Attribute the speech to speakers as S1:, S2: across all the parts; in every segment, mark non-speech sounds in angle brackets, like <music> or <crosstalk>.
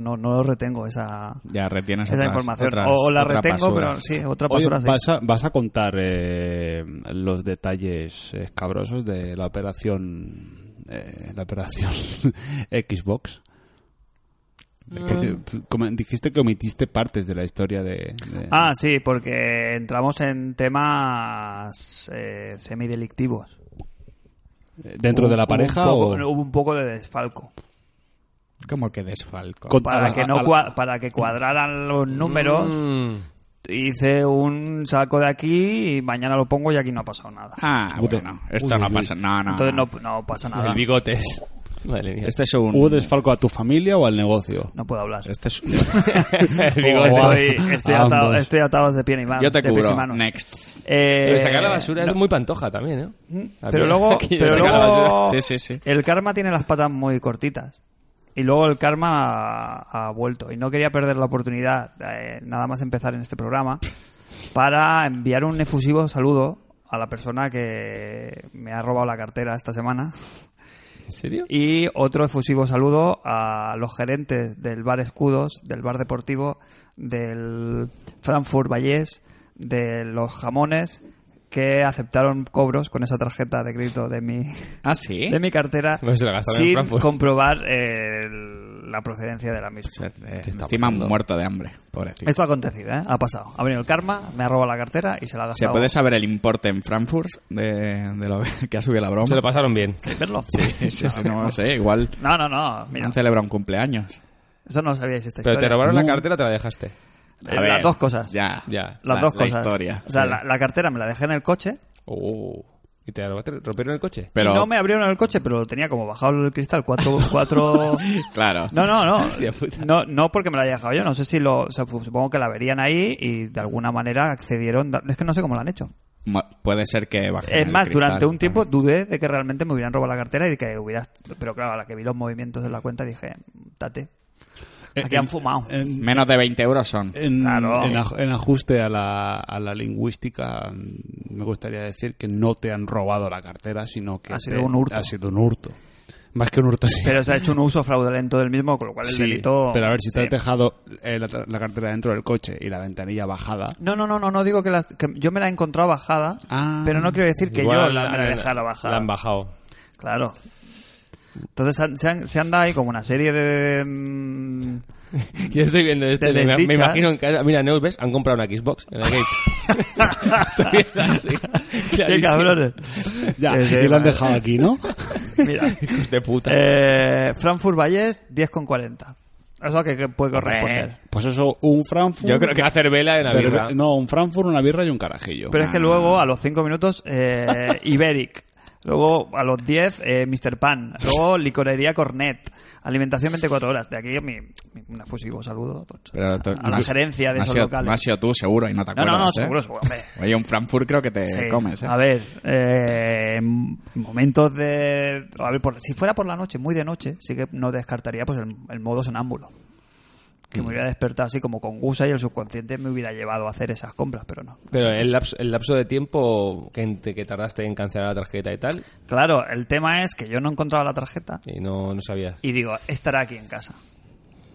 S1: no, no retengo esa,
S2: Ya retienes
S1: esa
S2: otras-
S1: información.
S2: otras-
S1: o, o la
S2: otras
S1: retengo, pero
S2: basuras.
S1: sí, otra
S3: Oye,
S1: basura sí.
S3: vas, a, vas a contar eh, los detalles escabrosos de la operación eh, la operación <laughs> Xbox. Porque, como dijiste que omitiste partes de la historia de, de-
S1: Ah, sí, porque entramos en temas eh, semidelictivos.
S3: dentro de la pareja
S1: hubo un, poco,
S3: o
S1: hubo un poco de desfalco.
S2: Como que desfalco.
S3: Con- a
S1: Para
S3: la-
S1: que, no
S3: a la-
S1: cua- para que cuadraran los números,
S3: Mm.
S4: Mm.
S1: hice un saco de aquí y mañana lo pongo y aquí no ha pasado nada.
S2: Ah,
S3: Uy,
S2: bueno.
S3: uy,
S2: Esto no
S3: uy.
S2: pasa. No, no.
S1: Entonces no, no pasa nada.
S4: El bigotes. Madre mía.
S2: Este es un.
S3: hubo desfalco a tu familia o al negocio.
S1: No puedo hablar.
S2: Este <laughs> es
S4: el bigote.
S1: Estoy, estoy
S3: Ambos.
S1: atado, estoy atado de pie y mano.
S2: Oh, Yo te
S1: de pies y
S2: cubro.
S1: manos.
S2: Next.
S1: Eh,
S4: Pero sacar la basura
S1: no,
S4: es muy pantoja también, ¿eh?
S1: pero
S2: <laughs>
S1: luego,
S4: Aquí
S1: pero
S4: sacar la
S1: luego
S2: basura. Sí, sí, sí.
S1: el karma tiene las patas muy cortitas. Y luego el karma ha, ha vuelto. Y no quería perder la oportunidad, eh, nada más empezar en este programa, para enviar un efusivo saludo a la persona que me ha robado la cartera esta semana.
S4: ¿En serio?
S1: Y otro efusivo saludo a los gerentes del bar Escudos, del bar deportivo, del Frankfurt Vallés, de los jamones, que aceptaron cobros con esa tarjeta de crédito de mi,
S2: Ah, sí.
S1: de mi cartera
S4: Pues se la gastaron en
S1: sin
S4: Frankfurt.
S1: comprobar eh, el- la procedencia de la misma.
S2: O sea, eh,
S4: ¿Qué está
S2: encima
S4: pasando?
S2: muerto de hambre. Pobrecito.
S1: Esto ha acontecido, ¿eh? ha pasado. Ha venido el karma, me ha robado la cartera y se la ha
S2: ¿Se
S1: gastado.
S2: puede saber el importe en Frankfurt de, de lo <laughs> que ha subido la broma?
S4: Se lo pasaron bien. <laughs>
S1: verlo?
S2: Sí, sí, sí, <laughs> no, sé, igual
S1: No, no, no. Mira,
S2: han celebrado un cumpleaños.
S1: eso no sabíais esta
S4: Pero
S1: historia.
S4: te robaron la
S2: No.
S4: cartera, te la dejaste.
S2: A
S1: Eh,
S2: ver,
S1: las dos cosas.
S2: Ya,
S4: Ya.
S1: Las
S2: La-
S1: dos
S2: la
S1: cosas.
S2: historia,
S1: O sea,
S2: sí.
S1: la, la cartera me la dejé en el coche.
S4: Oh. ¿Y te la robaste? rompieron el coche?
S2: Pero,
S1: No me abrieron el coche, pero lo tenía como bajado el cristal. Cuatro.
S3: <laughs>
S1: cuatro...
S2: claro.
S1: No, no, no.
S4: Hostia puta.
S1: No, no porque me la haya dejado yo. No sé si lo. o sea, pues, supongo que la verían ahí y de alguna manera accedieron. Es que no sé cómo lo han hecho.
S2: Mo- Puede ser que baje.
S1: Es más, durante un tiempo dudé de que realmente me hubieran robado la cartera y que hubieras. Pero claro, a la que vi los movimientos de la cuenta dije, tate. Aquí han fumado.
S3: Eh, En,
S2: Menos de 20
S1: <laughs>
S2: euros son.
S3: en-
S1: Claro.
S3: en aj- en ajuste a la, a la lingüística, mm, me gustaría decir que no te han robado la cartera, sino que
S1: Ha sido
S3: te-
S1: un hurto.
S3: ha sido un hurto. Más que un hurto, sí.
S1: Pero se ha hecho un uso fraudulento del mismo, con lo cual el
S3: Sí,
S1: delito.
S3: Pero a ver, si te
S1: Sí.
S3: has dejado eh, la, la cartera dentro del coche y la ventanilla bajada.
S1: No, no, no, no, no digo que, las, que yo me la he encontrado bajada,
S3: Ah.
S1: pero no quiero decir que
S4: Igual
S1: yo la, me la dejara bajada.
S4: La han bajado.
S1: Claro. Entonces han- se, han, se han dado ahí como una serie de... mm,
S4: <laughs> Yo estoy viendo esto
S1: Te
S4: y me, me
S1: desdicha.
S4: imagino en casa. Mira, Neus, ¿ves? Han comprado una Xbox en la Gate.
S1: <laughs>
S4: estoy viendo así.
S1: ¡Qué
S4: Clarísimo. <laughs>
S1: cabrones!
S3: Ya,
S1: Sí, sí,
S3: y la han
S1: vale.
S3: dejado
S1: <laughs>
S3: aquí, ¿no?
S1: Mira.
S4: Hijos de puta.
S1: Eh, Frankfurt Vallés, 10,40. Eso que, que puede corresponder.
S3: Pues eso, un Frankfurt.
S4: Yo creo que va a hacer vela en la
S3: pero-
S4: birra.
S3: No, un Frankfurt, una birra y un carajillo.
S1: Pero es que luego, a los 5 minutos, eh,
S2: <laughs>
S1: Iberic. Luego, a los 10, eh, Mr. Pan. Luego, Licorería Cornet. Alimentación 24 horas. De aquí, mi, mi- un efusivo saludo
S2: Pero
S1: a,
S2: tú-
S1: a la gerencia de
S2: no has
S1: esos
S2: sido-
S1: locales.
S2: No has sido tú, seguro, y no te
S1: No,
S2: acuerdas.
S1: no, no,
S2: ¿eh?
S1: seguro, seguro. hombre.
S2: Oye, un Frankfurt creo <laughs> que te
S1: Sí.
S2: comes, ¿eh?
S1: A ver, eh, en momentos de... A ver, por- si fuera por la noche, muy de noche, sí que no descartaría pues el, el modo sonámbulo.
S2: Mm.
S1: Que me hubiera despertado así como con gusa y el subconsciente me hubiera llevado a hacer esas compras, pero no.
S4: Pero el lapso, el lapso de tiempo que, en- que tardaste en cancelar la tarjeta y tal,
S1: Claro, el tema es que yo no encontraba la tarjeta
S4: y no, no sabías.
S1: y digo, estará aquí en casa.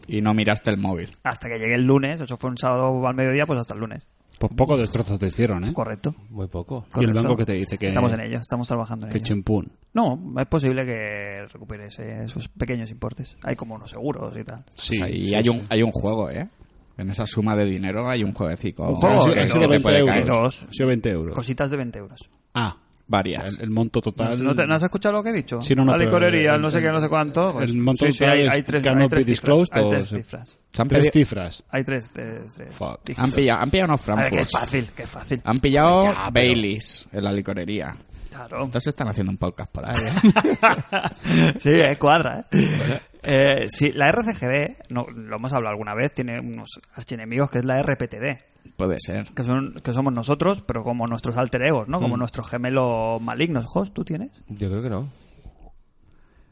S2: Y no miraste el móvil.
S1: Hasta que llegué el lunes, eso fue un sábado al mediodía, pues hasta el lunes.
S3: Pues pocos destrozos te hicieron, ¿eh?
S1: Correcto.
S4: Muy poco.
S3: Y el
S1: correcto.
S3: banco que te dice que.
S1: Estamos en ello, estamos trabajando en
S3: Que
S1: ello.
S3: chimpún.
S1: No, es posible que recuperes eh, esos pequeños importes. Hay como unos seguros y tal.
S3: Sí.
S2: O sea, y hay un, hay un juego, ¿eh? En esa suma de dinero hay un jueguecito.
S1: Un juego,
S2: que-
S1: sí,
S2: que
S1: ha sido
S2: te
S1: 20
S2: puede
S3: euros.
S2: caer.
S1: Dos.
S3: Ha sido 20 euros.
S1: Cositas de 20 euros.
S3: Ah,
S2: Varias.
S3: el, el monto total.
S1: ¿No, te- no has escuchado lo que he dicho?
S3: Sí, no, no,
S1: la
S3: pero
S1: licorería,
S3: el-
S1: el no sé
S3: el-
S1: qué, no sé cuánto. pues,
S3: el montón
S1: sí, sí,
S3: total
S1: hay,
S3: es
S1: hay tres,
S3: cannot
S1: hay tres
S3: be
S1: cifras.
S3: disclosed
S1: Hay
S3: o
S1: tres
S3: se-
S1: cifras.
S2: Se han
S3: Tres
S2: pedido-
S3: cifras.
S1: Hay tres, tres, tres
S2: Fuck.
S1: cifras.
S2: Han pillado, han pillado unos
S1: A ver, qué
S2: Frankfurts.
S1: fácil, qué fácil.
S2: Han pillado
S1: Ya, pero-
S2: Baileys en la licorería.
S1: Claro.
S2: Entonces están haciendo un podcast por ahí.
S3: <laughs>
S2: ¿eh?
S1: <laughs> sí, eh, cuadra, ¿eh? Eh, sí, la RCGD, no, lo hemos hablado alguna vez, tiene unos archienemigos que es la RPTD,
S2: Puede ser.
S1: que son que somos nosotros, pero como nuestros alter egos, ¿no?
S3: Mm.
S1: Como nuestros gemelos malignos. Jos, ¿tú tienes?
S4: Yo creo que no.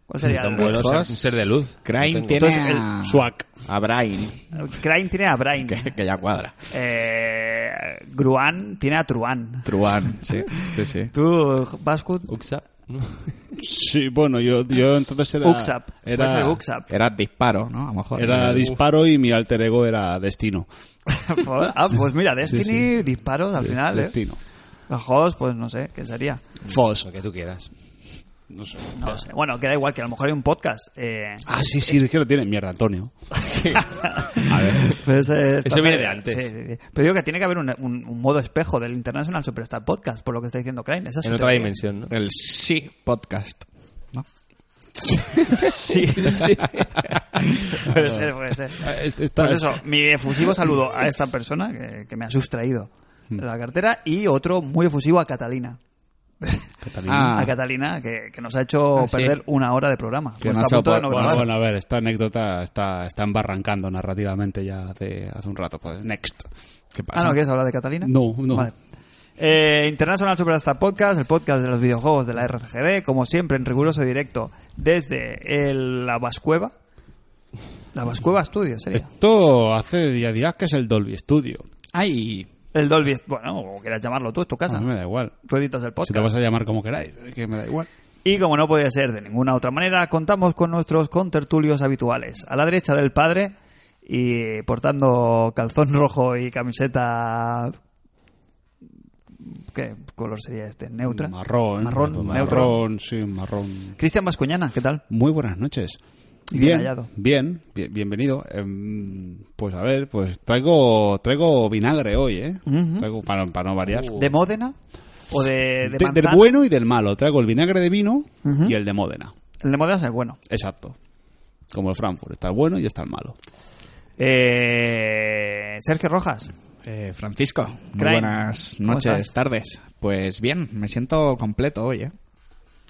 S1: ¿Cuál sería?
S4: tan
S1: el-
S4: bueno,
S2: Dos.
S4: ser, un ser de luz.
S2: Crane
S4: No tengo-
S2: tiene
S1: Entonces,
S2: a...
S3: el Swag.
S2: a Brain,
S1: Crane tiene a Brain.
S2: que, que ya cuadra.
S1: Eh, Gruan tiene a Truan.
S2: Truan, sí, sí, sí.
S1: Tú, Bascut,
S4: Uxa.
S3: Sí, bueno, yo, yo entonces era...
S1: Uxap.
S3: Era,
S1: Puede ser Uxap. <laughs>
S2: Era disparo, ¿no? A lo mejor.
S3: era disparo y mi alter ego era destino.
S1: Joder, ah, pues mira, Destiny,
S3: sí.
S1: disparos al final, ¿eh?
S3: Destino.
S1: Los juegos, pues no sé, ¿qué sería?
S4: Falso, que tú quieras.
S3: No sé.
S1: No lo sé. Bueno, que da igual, que a lo mejor hay un podcast. Eh,
S3: Ah, sí, sí, es que lo tiene. Mierda, Antonio.
S1: <laughs> Pues, eh, está-
S4: viene de antes.
S1: Sí, sí, sí. Pero digo que tiene que haber un, un- un modo espejo del International Superstar Podcast, por lo que está diciendo Crane. Esa es
S4: En
S1: su
S4: otra
S1: teoría.
S4: dimensión, ¿no?
S2: El sí podcast. ¿no?
S1: Sí, sí. puede <laughs> ser, puede ser.
S3: Eh, Es- está-
S1: Pues eso, mi efusivo saludo a esta persona que, que me ha sustraído
S4: Mm.
S1: de la cartera y otro muy efusivo a Catalina.
S2: Ah,
S1: A Catalina, que, que nos ha hecho
S4: Ah, sí.
S1: perder una hora de programa.
S2: Que
S1: Pues
S2: no
S1: está a
S2: se
S1: punto de
S2: opo-
S1: no
S3: Bueno,
S1: grabar.
S3: bueno, a ver, esta anécdota está, está embarrancando narrativamente ya hace, hace un rato. Pues, next. ¿Qué pasa?
S1: Ah, ¿no quieres hablar de Catalina?
S3: No, no.
S1: Vale. Eh, International Superstar Podcast, el podcast de los videojuegos de la RCGD, como siempre, en riguroso directo desde el- la Vascueva. La Vascueva Studio sería.
S3: Esto hace día a día que es el Dolby Studio.
S2: Ay,
S1: El Dolby, bueno, o quieras llamarlo tú, es tu casa.
S3: A mí me da igual.
S1: Tú editas el
S3: Ah, Si te
S1: podcast.
S3: vas a llamar como queráis, es que me da igual.
S1: Y como no podía ser de ninguna otra manera, contamos con nuestros contertulios habituales. A la derecha del padre y portando calzón <laughs> rojo y camiseta... ¿Qué color sería este? ¿Neutra?
S3: Marrón. pues,
S1: Marrón, neutro.
S3: marrón, sí, marrón.
S1: Cristian Vascuñana, ¿qué tal?
S3: Muy buenas noches.
S1: Y bien
S3: Bien,
S1: hallado.
S3: bien, bien- bienvenido. Em, pues a ver, pues traigo traigo vinagre hoy, ¿eh? Traigo para, para no variar.
S1: ¿De Módena? ¿O Uh. de, de,
S3: De- del
S1: manzana?
S3: bueno y del malo. Traigo el vinagre de vino y el de Módena.
S1: El de Módena es el bueno.
S3: Exacto. Como el Frankfurt. Está el bueno y está el malo.
S1: Eh, Sergio Rojas.
S2: eh, Francisco, muy
S1: Crane,
S2: buenas
S1: ¿cómo
S2: noches,
S1: estás?
S2: tardes. Pues bien, me siento completo hoy, ¿eh?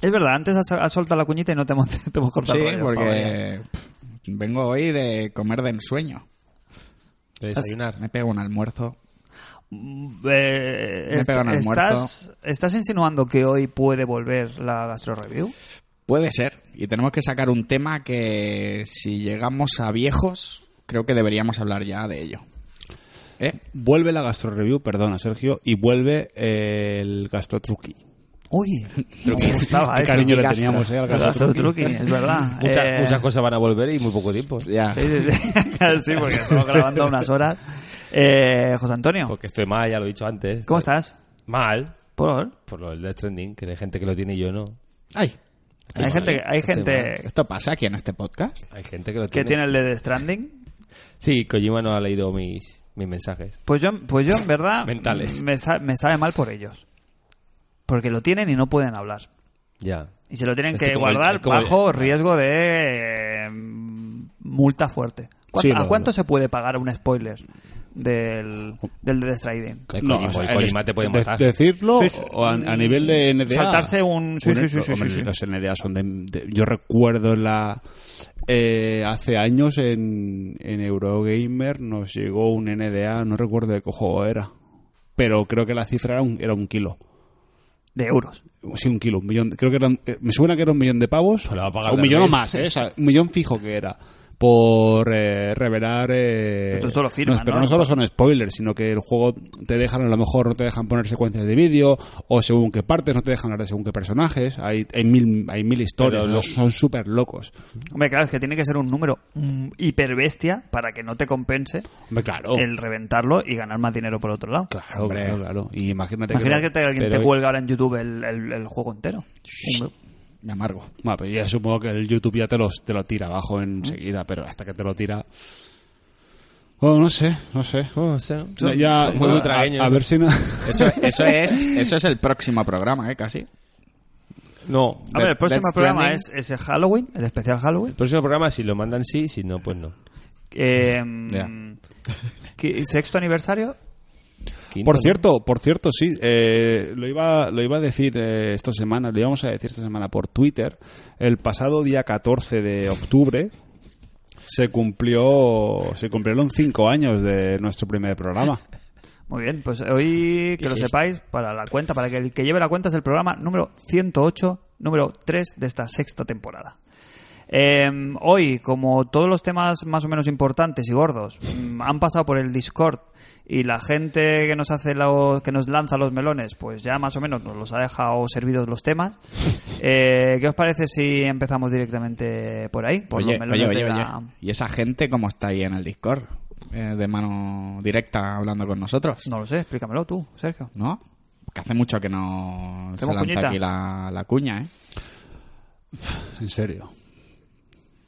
S1: Es verdad, antes has, has soltado la cuñita y no te hemos, <laughs> te hemos cortado
S2: Sí,
S1: el rollo, para variar.
S2: porque pff, vengo hoy de comer de ensueño.
S4: De desayunar.
S2: Me pego un almuerzo.
S1: Mm, eh,
S2: Me he
S1: est-
S2: pegado en el
S1: estás, ¿Estás insinuando que hoy puede volver la Gastro Review?
S2: Puede ser. Y tenemos que sacar un tema que si llegamos a viejos, creo que deberíamos hablar ya de ello. ¿Eh?
S3: Vuelve la gastro review, perdona Sergio, y vuelve el gastrotruqui.
S1: Uy, me gustaba
S3: Qué
S1: eso.
S3: cariño le
S1: Gastro-
S3: teníamos eh, al
S1: Gastro
S3: gastrotruqui.
S1: Truqui, es
S4: <laughs>
S1: verdad.
S4: Muchas,
S1: Eh,
S4: muchas cosas van a volver y muy poco tiempo.
S2: Pues Ya.
S1: Sí, sí, <laughs> sí. Sí, porque estamos grabando unas horas. Eh, José Antonio,
S4: Porque estoy mal, ya lo he dicho antes.
S1: ¿cómo estás?
S4: Mal,
S1: ¿Por?
S4: por lo del Death Stranding, que hay gente que lo tiene y yo no.
S2: Ay,
S1: Hay gente, que- hay
S4: estoy
S1: gente
S2: ¿esto pasa aquí en este podcast?
S4: Hay gente que lo
S1: que
S4: tiene.
S1: tiene el de The Stranding.
S4: Sí, Kojima no ha leído mis, mis mensajes.
S1: Pues yo, pues yo en verdad
S4: Mentales.
S1: Me, sa- me sabe mal por ellos. Porque lo tienen y no pueden hablar.
S4: Ya.
S1: Y se lo tienen
S4: Este
S1: que
S4: como el-
S1: guardar
S4: como el-
S1: bajo riesgo de eh, multa fuerte. ¿Cuánto-
S3: Sí,
S1: ¿A
S3: lo-
S1: cuánto
S3: lo-
S1: se puede pagar un spoiler del, del de The Stranding?
S4: El
S3: No,
S4: Kojima,
S3: o sea,
S4: el
S3: el
S4: Kojima
S3: es-
S4: te puede
S3: de-
S4: matar.
S3: decirlo o a, a nivel de NDA.
S1: Saltarse un- sí, sí,
S3: Bueno,
S1: sí, sí,
S3: hombre,
S1: sí, sí.
S3: Los NDA son de, de- yo recuerdo la eh, hace años en, en Eurogamer nos llegó un NDA, no recuerdo de qué juego era, pero creo que la cifra era un, era un kilo.
S1: De euros.
S3: Sí, un kilo, un millón. Creo que eran, eh, me suena que era un millón de pavos.
S4: la va a pagar
S3: O un
S4: de
S3: millón o
S4: rey.
S3: más, ¿eh? O sea, un millón fijo que era. Por eh, revelar. eh,
S1: Esto solo firman,
S3: pero
S1: ¿no?
S3: no solo son spoilers, sino que el juego te dejan, a lo mejor no te dejan poner secuencias de vídeo, o según qué partes, no te dejan hablar de según qué personajes. Hay, hay, mil, hay mil historias,
S4: Pero
S3: ¿no?
S4: lo-
S3: son súper locos.
S1: Hombre, claro, es que tiene que ser un número mm, hiperbestia para que no te compense
S3: Hombre, claro.
S1: el reventarlo y ganar más dinero por otro lado.
S3: Oh. Claro, claro, claro. Y imagínate,
S1: Imagina
S3: que.
S1: que te, alguien te
S3: pero-
S1: cuelga ahora en YouTube el, el- el juego entero. Hombre,
S2: Me amargo.
S3: Bueno, pero ya supongo que el YouTube ya te, los, te lo tira abajo enseguida, pero hasta que te lo tira. Bueno, Oh, no sé, no sé.
S4: Oh, No sé, ¿no?
S3: Ya- ya-
S4: Muy
S3: a-
S4: ultragueños.
S3: A, ver si no. <laughs>
S2: Eso, eso, es, eso es el próximo programa, ¿eh? Casi.
S4: No.
S1: A ver, el próximo
S2: Death
S1: programa es
S2: Stranding.
S1: ese Halloween, el especial Halloween.
S4: El próximo programa, si lo mandan sí, si no, pues no.
S1: Eh,
S2: Ya.
S1: que- Sexto aniversario.
S4: Quinto,
S3: Por
S4: ¿no?
S3: cierto, por cierto, sí, eh, lo, iba, lo iba a decir eh, esta semana, lo íbamos a decir esta semana por Twitter. El pasado día 14 de octubre se cumplió se cumplieron cinco años de nuestro primer
S4: <laughs>
S3: programa.
S1: Muy bien, pues hoy que lo
S4: sí.
S1: sepáis, para la cuenta, para que el que lleve la cuenta es el programa número 108, número 3 de esta sexta temporada. Eh, hoy, como todos los temas más o menos importantes y gordos mm, han pasado por el Discord y la gente que nos hace los, que nos lanza los melones, pues ya más o menos nos los ha dejado servidos los
S2: <laughs>
S1: temas. Eh, ¿Qué os parece si empezamos directamente por ahí? Por
S2: Oye,
S1: los melones
S2: oye, oye,
S1: de
S2: oye.
S1: la-
S2: ¿Y esa gente cómo está ahí en el Discord? Eh, de mano directa hablando con nosotros.
S1: No lo sé, explícamelo tú, Sergio.
S2: ¿No? Que hace mucho que no se
S1: Hacemos
S2: lanza
S1: cuñita.
S2: aquí la, la cuña, ¿eh?
S3: En serio.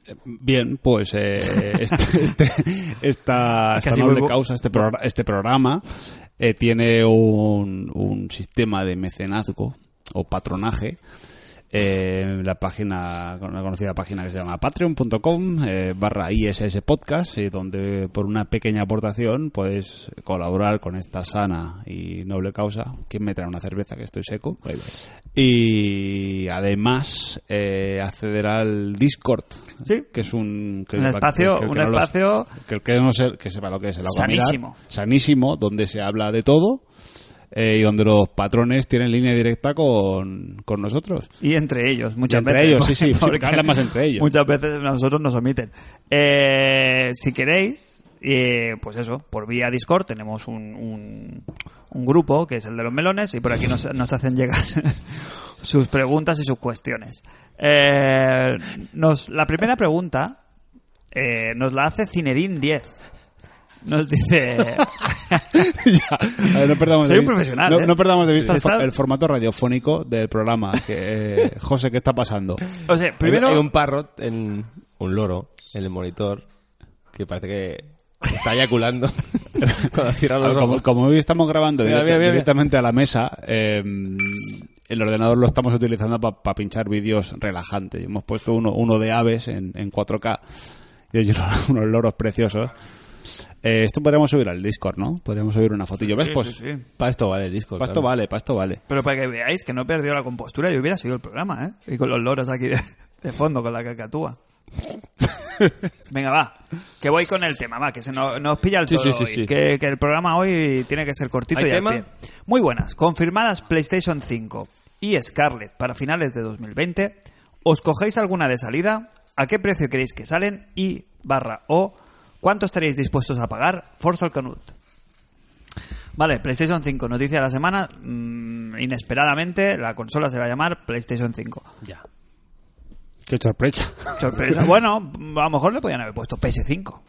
S3: Eh, Bien, pues eh, <laughs> este- este- esta, esta
S1: Casi
S3: noble
S1: vuelvo-
S3: causa, este, progr- este programa, eh, tiene un, un sistema de mecenazgo o patronaje. eh, la página, la conocida página que se llama patreon.com eh, barra ISS podcast, eh, donde por una pequeña aportación puedes colaborar con esta sana y noble causa. ¿Quién me trae una cerveza que estoy seco? Y además eh, acceder al Discord,
S1: Sí.
S3: que es un, que-
S1: Un espacio- un
S3: no lo-
S1: espacio-
S3: que el que no se- que sepa lo que es el agua mirar.
S1: Sanísimo.
S3: sanísimo, donde se habla de todo eh, y donde los patrones tienen línea directa con, con nosotros.
S1: Y entre ellos, muchas
S3: Y entre
S1: veces.
S3: ellos,
S1: <laughs>
S3: sí, sí, sí,
S1: porque
S3: porque hablan más entre ellos.
S1: Muchas veces a nosotros nos omiten. Eh, si queréis, eh, pues eso, por vía Discord tenemos un, un- un grupo que es el de los melones y por aquí nos, nos hacen llegar <laughs> sus preguntas y sus cuestiones. Eh, nos, la primera pregunta eh, nos la hace Cinedin 10. Nos
S3: <laughs>
S1: dice... <laughs>
S3: Ya. A ver, no perdamos
S1: Soy
S3: de
S1: un
S3: vista-
S1: profesional,
S3: No,
S1: ¿eh?
S3: no perdamos de vista
S1: Se
S3: el, fo-
S1: está-
S3: el formato radiofónico del programa. Que,
S1: <laughs>
S3: eh, José, ¿qué está pasando?
S1: O sea,
S4: Primero...
S1: primero...
S4: Hay un parrot, en un loro, en el monitor, que parece que está eyaculando cuando cierra
S3: A ver,
S4: los
S3: como,
S4: ojos.
S3: como hoy estamos grabando
S4: Mira,
S3: directa-
S4: mira, mira.
S3: directamente a la mesa, eh, el ordenador lo estamos utilizando para pinchar vídeos relajantes. Hemos puesto uno, uno de aves en, en 4K y hay unos, <laughs> unos loros preciosos. Eh, esto podríamos subir al Discord, ¿no? Podríamos subir una fotillo. ¿Ves?
S1: Sí,
S3: pues
S1: sí, sí.
S4: Para esto vale el disco.
S3: pasto
S4: claro.
S3: vale, pasto vale.
S1: Pero para que veáis que no he perdido la compostura, yo hubiera seguido el programa, ¿eh? Y con los loros aquí de, de fondo, con la
S3: <laughs>
S1: cacatúa. Venga, va. Que voy con el tema, va, que se nos, nos pilla el
S3: Sí,
S1: todo
S3: sí, sí,
S1: hoy,
S3: sí.
S1: Eh, Que, que el programa hoy tiene que ser cortito
S4: ¿Hay
S1: y al
S4: tema?
S1: pie. Muy buenas. Confirmadas PlayStation 5 y Scarlett para finales de 2020. ¿Os cogéis alguna de salida? ¿A qué precio queréis que salen? Y barra o ¿cuánto estaréis dispuestos a pagar? Forza al Canut. Vale, PlayStation 5, noticia de la semana. Mm, inesperadamente, la consola se va a llamar PlayStation
S4: <laughs>
S1: 5.
S4: Ya.
S3: Qué sorpresa.
S1: Sorpresa. bueno, a lo mejor le podían haber puesto PS5.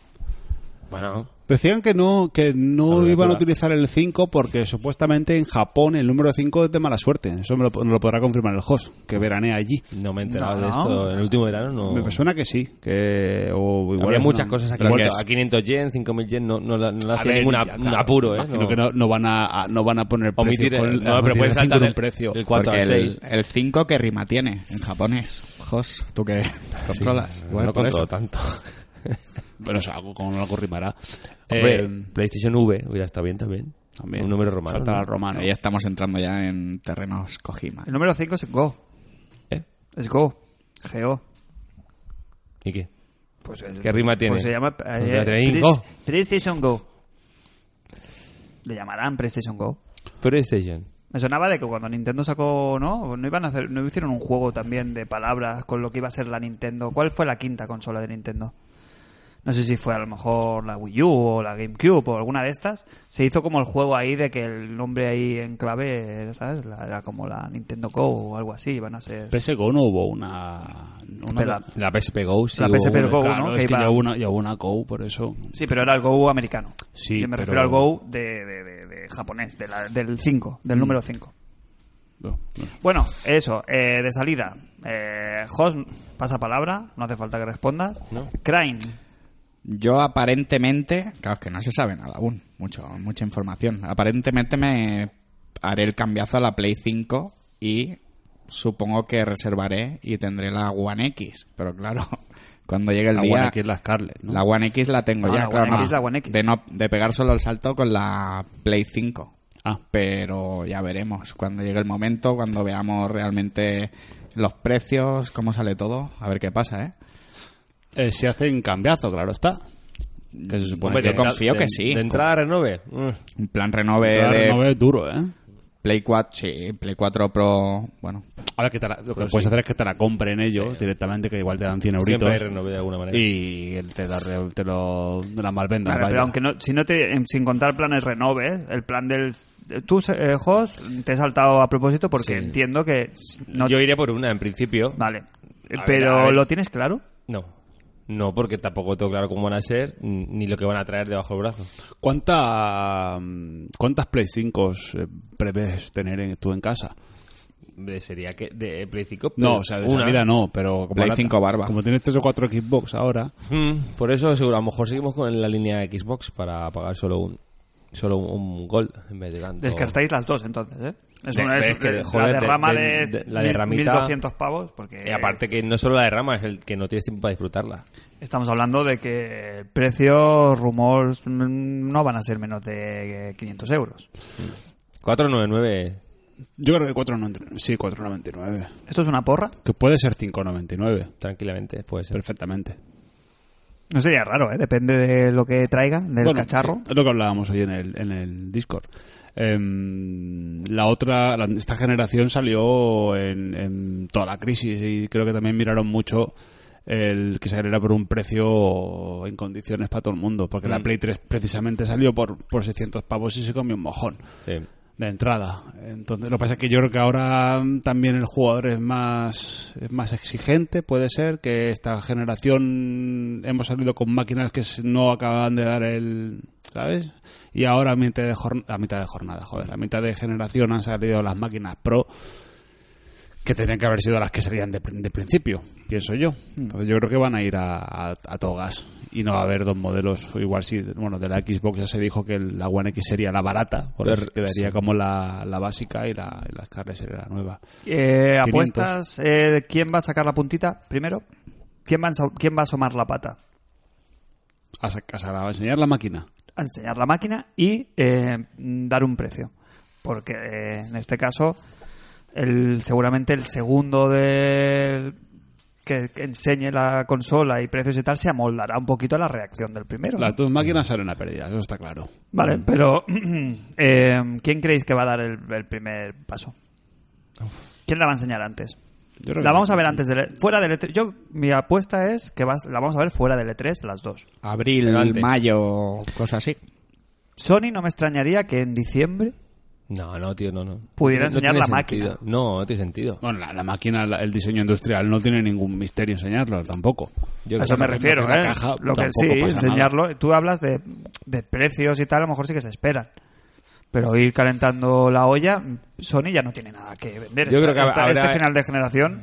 S4: Bueno,
S3: Decían que no, que no
S4: Habría
S3: iban a
S4: duda.
S3: utilizar el 5 porque supuestamente en Japón el número 5 es de mala suerte. Eso me lo, nos lo podrá confirmar el host, que veranea allí.
S4: no me he enterado
S1: No, no.
S4: de esto. En el último verano no.
S3: Me suena que sí, que o igual
S4: Había
S3: es
S4: muchas
S3: una-
S4: cosas aquí.
S3: pero que
S4: muertas.
S3: es-
S4: a 500 yens, 5000 yens, no, no, la- no le
S3: a
S4: hacía
S3: ver,
S4: ningún
S3: ya,
S4: ap- un
S3: claro,
S4: apuro, ¿eh?
S3: imagino que no, no van a, a- no van a poner precio.
S4: Omitir
S3: por
S4: el-
S3: el,
S4: no, pero pueden
S3: el
S4: saltar
S3: cinco
S4: el-
S3: un precio.
S4: el cuatro
S2: Porque
S4: al seis.
S2: el 5 que rima tiene en japonés. Jos, tú que controlas. Bueno,
S4: no
S2: por
S4: controlo
S2: eso.
S3: <laughs>
S4: tanto.
S3: Pero o sea, algo como algo rimará.
S4: Hombre,
S3: Eh,
S4: PlayStation V hubiera estado bien también.
S3: también.
S4: Un número romano.
S3: Saltar
S4: ¿no?
S3: al romano.
S2: Ahí estamos entrando ya en terrenos Kojima.
S1: El número 5 es Go.
S4: ¿Eh?
S1: Es Go. Go.
S4: ¿Y qué?
S1: Pues es-
S4: ¿Qué rima tiene?
S1: Pues se llama eh,
S4: Pues la tenéis en
S1: Play-
S4: Go.
S1: PlayStation Go. Le llamarán PlayStation Go.
S4: PlayStation.
S1: Me sonaba de que cuando Nintendo sacó, ¿no? No iban a hacer, no hicieron un juego también de palabras con lo que iba a ser la Nintendo. ¿Cuál fue la quinta consola de Nintendo? No sé si fue a lo mejor la Wii U o la GameCube o alguna de estas. Se hizo como el juego ahí de que el nombre ahí en clave, ¿sabes? La- era como la Nintendo Go o algo así. Iban a ser.
S3: PSGO no hubo una. una
S1: Pero-
S4: La PSP Go sí
S1: La
S4: hubo
S1: PSP
S4: una.
S1: Go,
S3: claro,
S1: ¿no?
S3: es
S1: Que
S3: que
S1: iba-
S3: ya hubo una, ya hubo una Go, por eso.
S1: Sí, pero era el Go americano.
S3: Sí,
S1: Yo me
S3: pero-
S1: refiero al Go de, de- de- de japonés, de la- del 5,
S4: Mm.
S1: del número 5.
S3: No, no.
S1: Bueno, eso, eh, de salida. Eh, Jos, pasa palabra, no hace falta que respondas. Crane,
S2: Yo aparentemente, claro, es que no se sabe nada aún, mucho, mucha información. Aparentemente me haré el cambiazo a la Play 5 y supongo que reservaré y tendré la One X. Pero claro, <laughs> cuando llegue el
S3: La
S2: día,
S3: buena que Ah, es la Scarlett, ¿no?
S2: la One X la tengo
S1: Ah,
S2: ya.
S1: la
S2: claro,
S1: One
S2: no,
S1: X, la One X.
S2: De, no, de pegar solo el salto con la Play 5.
S3: Ah.
S2: Pero ya veremos cuando llegue el momento, cuando veamos realmente los precios, cómo sale todo, a ver qué pasa, ¿eh?
S3: Eh, se hacen cambiazo, claro está. Que se supone
S2: Hombre,
S3: que
S2: yo confío
S4: de-
S2: que sí.
S4: De entrada renove. Mm.
S2: Un plan renove
S3: Claro,
S2: de
S3: no es duro, ¿eh?
S2: Play 4, sí, Play 4 Pro, bueno,
S3: Ahora que te la- lo que puedes hacer es que te la compren ellos directamente, que igual te dan 100
S4: Siempre hay
S3: euritos.
S4: renové de alguna manera.
S3: Y él te la, re- te lo, te la malvendan.
S4: Ah,
S1: Vale,
S3: vaya.
S1: pero aunque no, si no te, en- sin contar planes renoves, el plan del... Tú, eh, Jos, te he saltado a propósito porque entiendo que... No,
S4: Yo iré por una, en principio.
S1: Vale. Eh,
S4: A
S1: pero
S4: ver, a ver.
S1: ¿lo tienes claro?
S4: No. No, porque tampoco tengo claro cómo van a ser, n- ni lo que van a traer debajo del brazo.
S3: ¿Cuánta, mm, ¿Cuántas Play 5 prevés tener en- tú en casa?
S4: De- sería que de Play 5, pero
S3: No, o sea, de
S4: una.
S3: salida no, pero como,
S2: Play 5 barba.
S3: como tienes 3 o 4 Xbox ahora,
S4: Mm, por eso seguro a lo mejor seguimos con la línea de Xbox para pagar solo un solo un, un gol en vez de tanto.
S1: Descartáis las dos, entonces, ¿eh? Es
S4: De-
S1: una
S4: pero
S1: es,
S4: es que,
S1: la
S4: joder, de-
S1: derrama de,
S4: de- de- la
S1: mil-
S4: derramita-
S1: 1200 pavos porque
S4: Eh, aparte que no solo la derrama, es el que no tienes tiempo para disfrutarla.
S1: estamos hablando de que precios, rumores mm, no van a ser menos de eh, 500 euros.
S4: 499
S3: yo creo que 4,99. Sí, 4,99.
S1: ¿Esto es una porra?
S3: Que puede ser 5,99
S4: tranquilamente puede ser.
S3: perfectamente.
S1: No sería raro, ¿eh? Depende de lo que traiga, del
S3: Bueno,
S1: cacharro.
S3: sí, es lo que hablábamos hoy en el, en el Discord. Em, la otra, la- esta generación salió en, en toda la crisis y creo que también miraron mucho el que saliera por un precio en condiciones para todo el mundo, porque
S1: Mm.
S3: la Play 3 precisamente salió por, por 600 pavos y se comió un mojón
S4: Sí.
S3: de entrada. Entonces, lo que pasa es que yo creo que ahora mm, también el jugador es más, es más exigente, puede ser, que esta generación hemos salido con máquinas que s- no acaban de dar el, ¿sabes? Y ahora a mitad de jornada, a mitad de jornada, joder, a mitad de generación han salido las máquinas pro que tenían que haber sido las que salían de, pr- de principio, pienso yo.
S4: Mm.
S3: Entonces, yo creo que van a ir a, a, a todo gas y no va a haber dos modelos. O Igual sí, bueno, de la Xbox ya se dijo que el- la One X sería la barata, por
S4: Pero-
S3: eso quedaría como la, la básica y la, y la Scarlett sería la nueva.
S1: Eh,
S3: 500.
S1: apuestas, eh, ¿quién va a sacar la puntita primero? ¿Quién va a, ensa- ¿Quién va a asomar la pata?
S3: A, sa- a sa- a enseñar la máquina.
S1: a enseñar la máquina y eh, dar un precio. Porque eh, en este caso, el, seguramente el segundo del que, que enseñe la consola y precios y tal se amoldará un poquito a la reacción del primero.
S3: Las dos máquinas salen a pérdida, eso está claro.
S1: Vale, pero <clears throat> eh, ¿quién creéis que va a dar el, el primer paso? ¿Quién la va a enseñar antes?
S3: Yo creo
S1: La
S3: que-
S1: vamos a ver antes de fuera del E3. Yo mi apuesta es que vas- la vamos a ver fuera del E3 las dos.
S2: abril,
S4: Pero antes.
S2: mayo, cosas así.
S1: Sony no me extrañaría que en diciembre
S4: No, no, tío, no, no.
S1: Pudiera
S4: No
S1: enseñar la
S4: tiene
S1: máquina.
S4: sentido. No, no tiene sentido.
S3: Bueno, la, la máquina, la- el diseño industrial no tiene ningún misterio enseñarlo tampoco.
S4: Yo
S1: a eso
S4: creo
S1: me
S4: que-
S1: refiero,
S3: lo que es
S1: ¿eh?
S3: la caja
S1: lo que
S3: tampoco
S1: sí,
S3: pasa nada.
S1: enseñarlo. Tú hablas de, de precios y tal, a lo mejor sí que se esperan. Pero ir calentando la olla, Sony ya no tiene nada que vender.
S4: Yo creo que
S1: Esta-
S4: habrá-
S1: este final de generación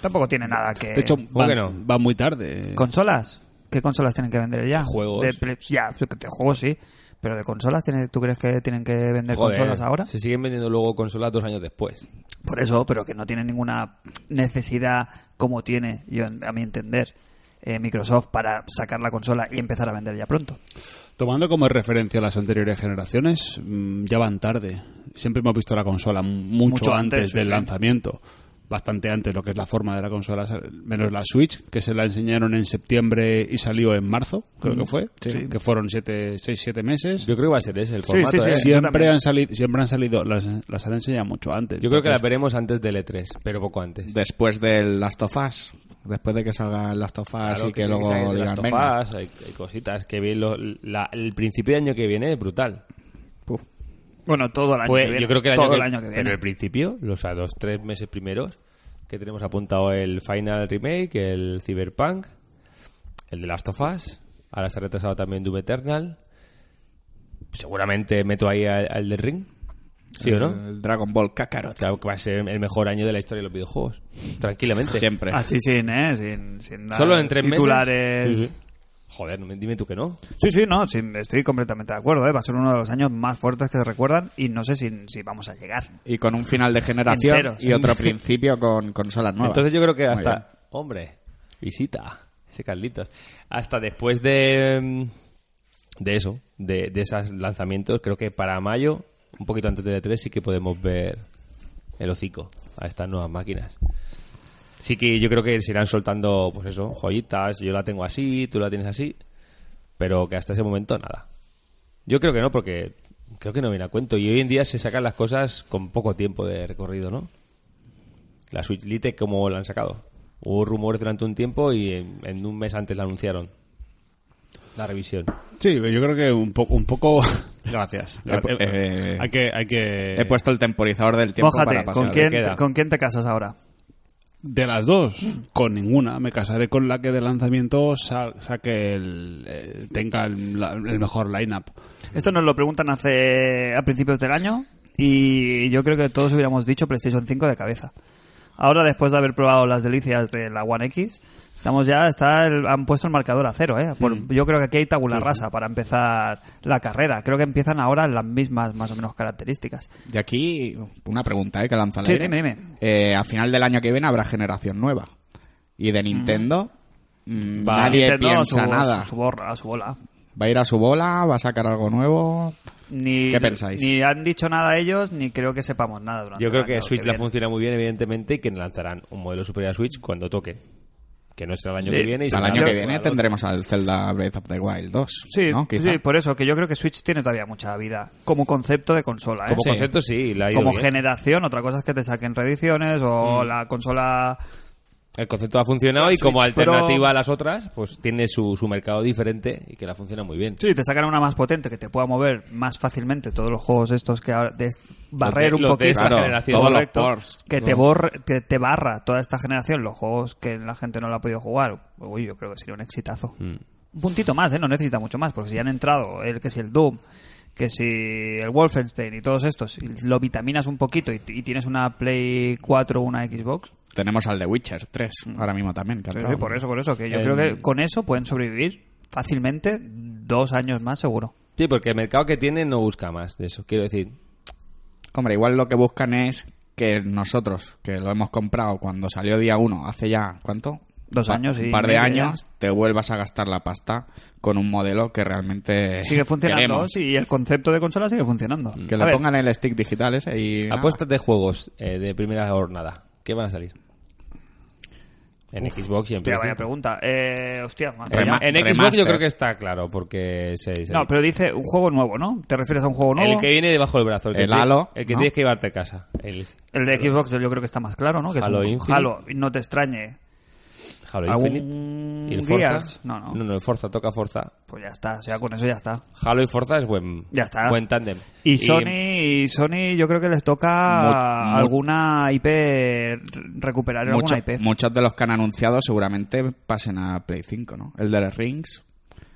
S1: tampoco tiene nada que.
S3: De hecho,
S4: ¿cómo
S3: va,
S4: que no?
S3: va muy tarde. eh.
S1: consolas. ¿Qué consolas tienen que vender ya?
S4: Juegos.
S1: De ple- ya, de juegos sí. Pero de consolas, ¿tiene- ¿tú crees que tienen que vender
S4: Joder,
S1: consolas ahora?
S4: Se siguen vendiendo luego consolas dos años después.
S1: Por eso, pero que no tiene ninguna necesidad como tiene, yo a mi entender, eh, Microsoft para sacar la consola y empezar a vender ya pronto.
S3: Tomando como referencia las anteriores generaciones, mm, ya van tarde. Siempre hemos visto la consola m- mucho,
S1: Mucho antes,
S3: antes,
S1: sí,
S3: del
S1: sí.
S3: lanzamiento. Bastante antes lo que es la forma de la consola, menos la Switch, que se la enseñaron en septiembre y salió en marzo, creo
S1: Mm,
S3: que fue. Que fueron siete, seis, siete meses.
S4: Yo creo que va a ser ese el formato.
S1: sí, sí,
S4: ¿eh?
S1: sí. yo
S3: siempre,
S1: también.
S3: han salido, siempre han salido, las, las han enseñado mucho antes.
S4: Yo creo que la
S3: Entonces,
S4: veremos antes del E3, pero poco antes.
S2: Después del Last of Us, después de que salga el Last of Us
S4: Claro,
S2: y que,
S4: sí,
S2: luego
S4: hay de
S2: digan,
S4: Last of
S2: venga.
S4: Us, hay, hay cositas que bien lo- la- el principio de año que viene es brutal.
S2: Puf.
S1: Bueno, todo el año
S4: Pues,
S1: que viene.
S4: yo creo que el año,
S1: todo
S4: que,
S1: el año que viene.
S4: Pero el principio, los a los tres meses primeros, que tenemos apuntado el Final Remake, el Cyberpunk, el de Last of Us, ahora se ha retrasado también Doom Eternal. Seguramente meto ahí al, al del Ring. ¿Sí o no?
S2: El Dragon Ball Kakarot.
S4: Claro que va a ser el mejor año de la historia de los videojuegos. Tranquilamente.
S2: Siempre.
S1: Así sin, ¿eh? Sin, sin dar
S4: Solo en tres
S1: titulares.
S4: meses. Sí, sí. Joder, no me- dime tú que no.
S1: Sí, sí, no, sí, estoy completamente de acuerdo. ¿eh? Va a ser uno de los años más fuertes que se recuerdan y no sé si, si vamos a llegar.
S2: Y con un final de generación
S1: Enteros.
S2: y otro principio con consolas nuevas.
S4: Entonces yo creo que
S2: Muy
S4: hasta... Hombre, visita. Ese Carlitos. Hasta después de... mm, De eso, de, de esos lanzamientos, creo que para mayo, un poquito antes de E3, sí que podemos ver el hocico a estas nuevas máquinas. Sí que yo creo que se irán soltando, pues eso, joyitas. Yo la tengo así, tú la tienes así. Pero que hasta ese momento nada. Yo creo que no, porque creo que no viene a cuento. Y hoy en día se sacan las cosas con poco tiempo de recorrido, ¿no? La Switch Lite, ¿cómo la han sacado? Hubo rumores durante un tiempo y en, en un mes antes la anunciaron. La revisión.
S3: Sí, yo creo que un poco, un poco. <laughs> Gracias.
S2: He pu- eh,
S3: hay que, hay que.
S4: eh, pues
S2: He puesto el temporizador del tiempo para
S1: Mójate,
S2: pasar.
S1: ¿con
S4: ¿qué
S1: quién,
S4: queda?
S1: ¿con quién te casas ahora?
S3: De las dos, con ninguna. Me casaré con la que de lanzamiento sa- saque el, eh, tenga el, la- el mejor lineup.
S1: Esto nos lo preguntan hace a principios del año y yo creo que todos hubiéramos dicho PlayStation 5 de cabeza. Ahora, después de haber probado las delicias de la One X, estamos ya está el- han puesto el marcador a cero. ¿eh? Por-
S2: Mm.
S1: Yo creo que aquí hay tabula rasa para empezar la carrera. Creo que empiezan ahora las mismas más o menos características.
S2: Y aquí, una pregunta ¿eh? que lanza al
S1: Sí,
S2: aire.
S1: dime, dime.
S2: Eh, a final del año que viene habrá generación nueva. Y de Nintendo, mm,
S1: Va,
S2: nadie
S1: Nintendo a
S2: piensa
S1: su-
S2: nada.
S1: A su, borra, a su bola.
S2: Va a ir a su bola, va a sacar algo nuevo.
S1: Ni,
S2: ¿Qué pensáis?
S1: Ni han dicho nada ellos, ni creo que sepamos nada durante
S4: Yo creo
S1: el
S4: que
S1: año
S4: Switch la
S1: viene.
S4: funciona muy bien, evidentemente, y que lanzarán un modelo superior a Switch cuando toque. Que no será el año
S1: Sí.
S4: que viene. Y
S2: Al
S4: será
S2: año que
S4: otro,
S2: viene
S4: al otro.
S2: tendremos al Zelda Breath of the Wild 2.
S1: Sí,
S2: ¿no? Quizá.
S1: sí, por eso, que yo creo que Switch tiene todavía mucha vida como concepto de consola. ¿eh?
S4: Ah, Como
S2: Sí.
S4: concepto, sí. la ha ido
S1: como
S4: bien.
S1: generación, otra cosa es que te saquen reediciones o la consola...
S4: El concepto ha funcionado y como
S1: Switch, pero-
S4: alternativa a las otras, pues tiene su, su mercado diferente y que la funciona muy bien.
S1: Sí, te sacan una más potente que te pueda mover más fácilmente todos los juegos estos que ahora... de- barrer
S4: de-
S1: un
S4: los de
S1: poquito.
S4: esta Claro, generación. todos los
S1: Correcto.
S2: ports.
S1: que, te borre- que te barra toda esta generación los juegos que la gente no la ha podido jugar. Uy, yo creo que sería un exitazo.
S4: Mm.
S1: Un puntito más, ¿eh? No necesita mucho más, porque si ya han entrado el que si el Doom, que si el Wolfenstein y todos estos, y lo vitaminas un poquito y, y tienes una Play 4 o una Xbox...
S2: Tenemos al The Witcher 3 ahora mismo también. que ha
S1: Sí,
S2: entrado.
S1: sí, por eso, por eso. Que yo
S4: El-
S1: creo que con eso pueden sobrevivir fácilmente dos años más, seguro.
S4: Sí, porque el mercado que tiene no busca más de eso. Quiero decir,
S2: Hombre, igual lo que buscan es que nosotros, que lo hemos comprado cuando salió día 1, hace ya, ¿cuánto?
S1: Dos
S2: Pa-
S1: años y
S2: Un par de
S1: medio ya.
S2: años, te vuelvas a gastar la pasta con un modelo que realmente <laughs>
S1: Sigue funcionando
S2: queremos.
S1: sí, y el concepto de consola sigue funcionando.
S2: Mm. Que
S1: A
S2: le
S1: ver,
S2: pongan el stick digital ese y... nada.
S4: apuestas de juegos eh, de primera jornada. ¿Qué van a salir? En Xbox y en
S1: Hostia,
S4: Play
S1: vaya
S4: 5.
S1: pregunta. Eh, hostia, madre
S2: Rema-
S1: mía.
S4: En en Xbox yo
S2: remasters.
S4: creo que está claro, porque se, se-
S1: No, pero dice un juego nuevo, ¿no? ¿Te refieres a un juego nuevo?
S4: el que viene debajo del brazo. El, que
S2: El
S4: tiene-
S2: Halo,
S4: El que
S2: ¿no?
S4: tienes que llevarte a casa. El
S1: El de Xbox yo creo que está más claro, ¿no? Que
S4: Halo
S1: es un
S4: Infinite.
S1: Halo, no te extrañe.
S4: Halo
S1: ¿Algún
S4: Infinite. ¿Y el Forza?
S1: Gears? No, no.
S4: no, el Forza, toca Forza.
S1: Pues ya está, o sea, con eso ya está.
S4: Halo y Forza es buen,
S1: Ya está.
S4: buen tándem.
S1: Y Sony, y Sony yo creo que les toca
S2: Mu- mu-
S1: alguna IP, recuperar
S2: Mucho-
S1: alguna IP.
S2: Muchos de los que han anunciado seguramente pasen a Play 5, ¿no? El de los Rings.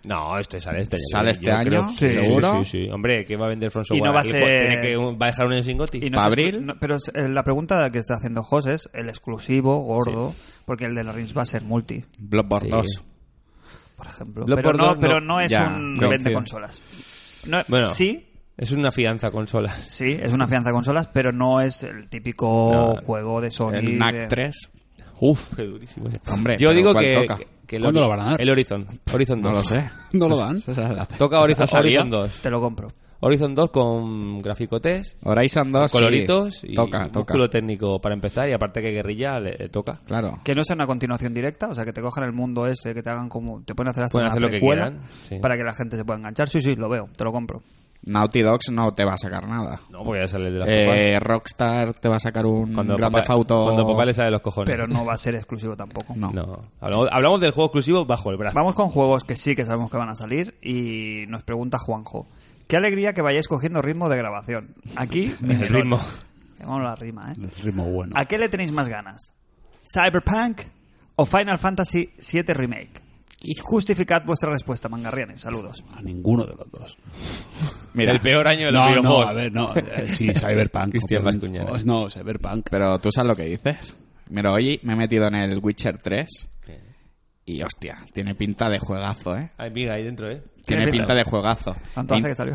S4: No, este sale este año.
S2: ¿Sale este
S4: Yo
S2: año?
S4: creo-
S1: Sí.
S2: ¿Seguro?
S4: Sí, sí, sí. Hombre, ¿qué va a vender From Software?
S1: no va a
S4: El
S1: ser-
S4: juego tiene que un- ¿Va a dejar un Singoti?
S1: Y
S2: ¿Pa'
S1: es-
S2: abril?
S1: no, pero es- eh, la pregunta que está haciendo Jos es el exclusivo, gordo, porque el de los Rings va a ser multi,
S2: Bloodborne
S4: Sí.
S2: 2.
S1: por ejemplo.
S4: Lo
S1: Pero
S4: por
S1: no,
S4: dos no.
S1: pero no es
S2: Ya,
S1: un
S2: coincido.
S1: vende consolas. No,
S4: Bueno.
S1: Sí,
S4: Es una fianza consola.
S1: sí, es una fianza consolas, pero no es el típico
S4: No.
S1: juego de Sony.
S2: El
S1: de-
S2: NAC 3.
S4: Uf, qué durísimo.
S2: Hombre,
S4: yo
S2: pero
S4: digo
S2: ¿cuál
S4: que,
S2: toca?
S4: que- que el
S3: ¿Cuándo
S4: Hori-
S3: lo van a dar?
S4: El Horizon. Horizon 2.
S2: No lo
S4: <laughs>
S2: sé.
S3: No lo dan.
S4: Toca Horizon, Horizon 2.
S1: Te lo compro.
S4: Horizon 2 con graficotes,
S2: <laughs> Horizon
S4: Ah,
S2: 2. sí.
S4: coloritos y
S2: Toca, toca.
S4: músculo técnico para empezar. Y aparte que guerrilla le, le toca.
S2: Claro.
S1: Que no sea una continuación directa, o sea, que te cojan el mundo ese, que te hagan como... Te pueden hacer hasta
S4: Pueden
S1: una
S4: hacer lo que
S1: precuela
S4: quieran, sí.
S1: para que la gente se pueda enganchar. Sí, sí, lo veo, te lo compro.
S2: Naughty Dogs no te va a sacar nada.
S4: No, porque ya sale de las
S2: Eh,
S4: copas.
S2: Rockstar te va a sacar un
S4: Cuando,
S2: Grand
S4: papá,
S2: Theft Auto.
S4: cuando papá le sale los cojones.
S1: Pero no va a ser exclusivo tampoco.
S2: No.
S4: No. Hablamos, hablamos del juego exclusivo bajo el brazo.
S1: Vamos con juegos que sí que sabemos que van a salir y nos pregunta Juanjo. Qué alegría que vayáis cogiendo ritmo de grabación.
S4: <laughs>
S1: Aquí, mi
S4: El
S1: melón.
S4: ritmo.
S1: Vamos a la rima, ¿eh?
S3: El ritmo bueno.
S1: ¿A qué le tenéis más ganas? ¿Cyberpunk o Final Fantasy VII Remake? Y justificad vuestra respuesta, mangarrianes. Saludos.
S3: A ninguno de los dos.
S2: Mira,
S4: el peor año de los
S3: No, no,
S4: videojuegos.
S3: a ver, no. eh, Sí, Cyberpunk.
S4: Cristian
S3: obviamente.
S4: Bascuñana.
S3: Oh, No, Cyberpunk.
S2: Pero tú sabes lo que dices. Mira, hoy me he metido en el Witcher 3. Y hostia, tiene pinta de juegazo, ¿eh?
S4: Ay, mira, ahí dentro, ¿eh?
S1: Tiene
S2: Tiene pinta
S1: pinta.
S2: de juegazo.
S1: Tanto hace
S2: In-
S1: que salió.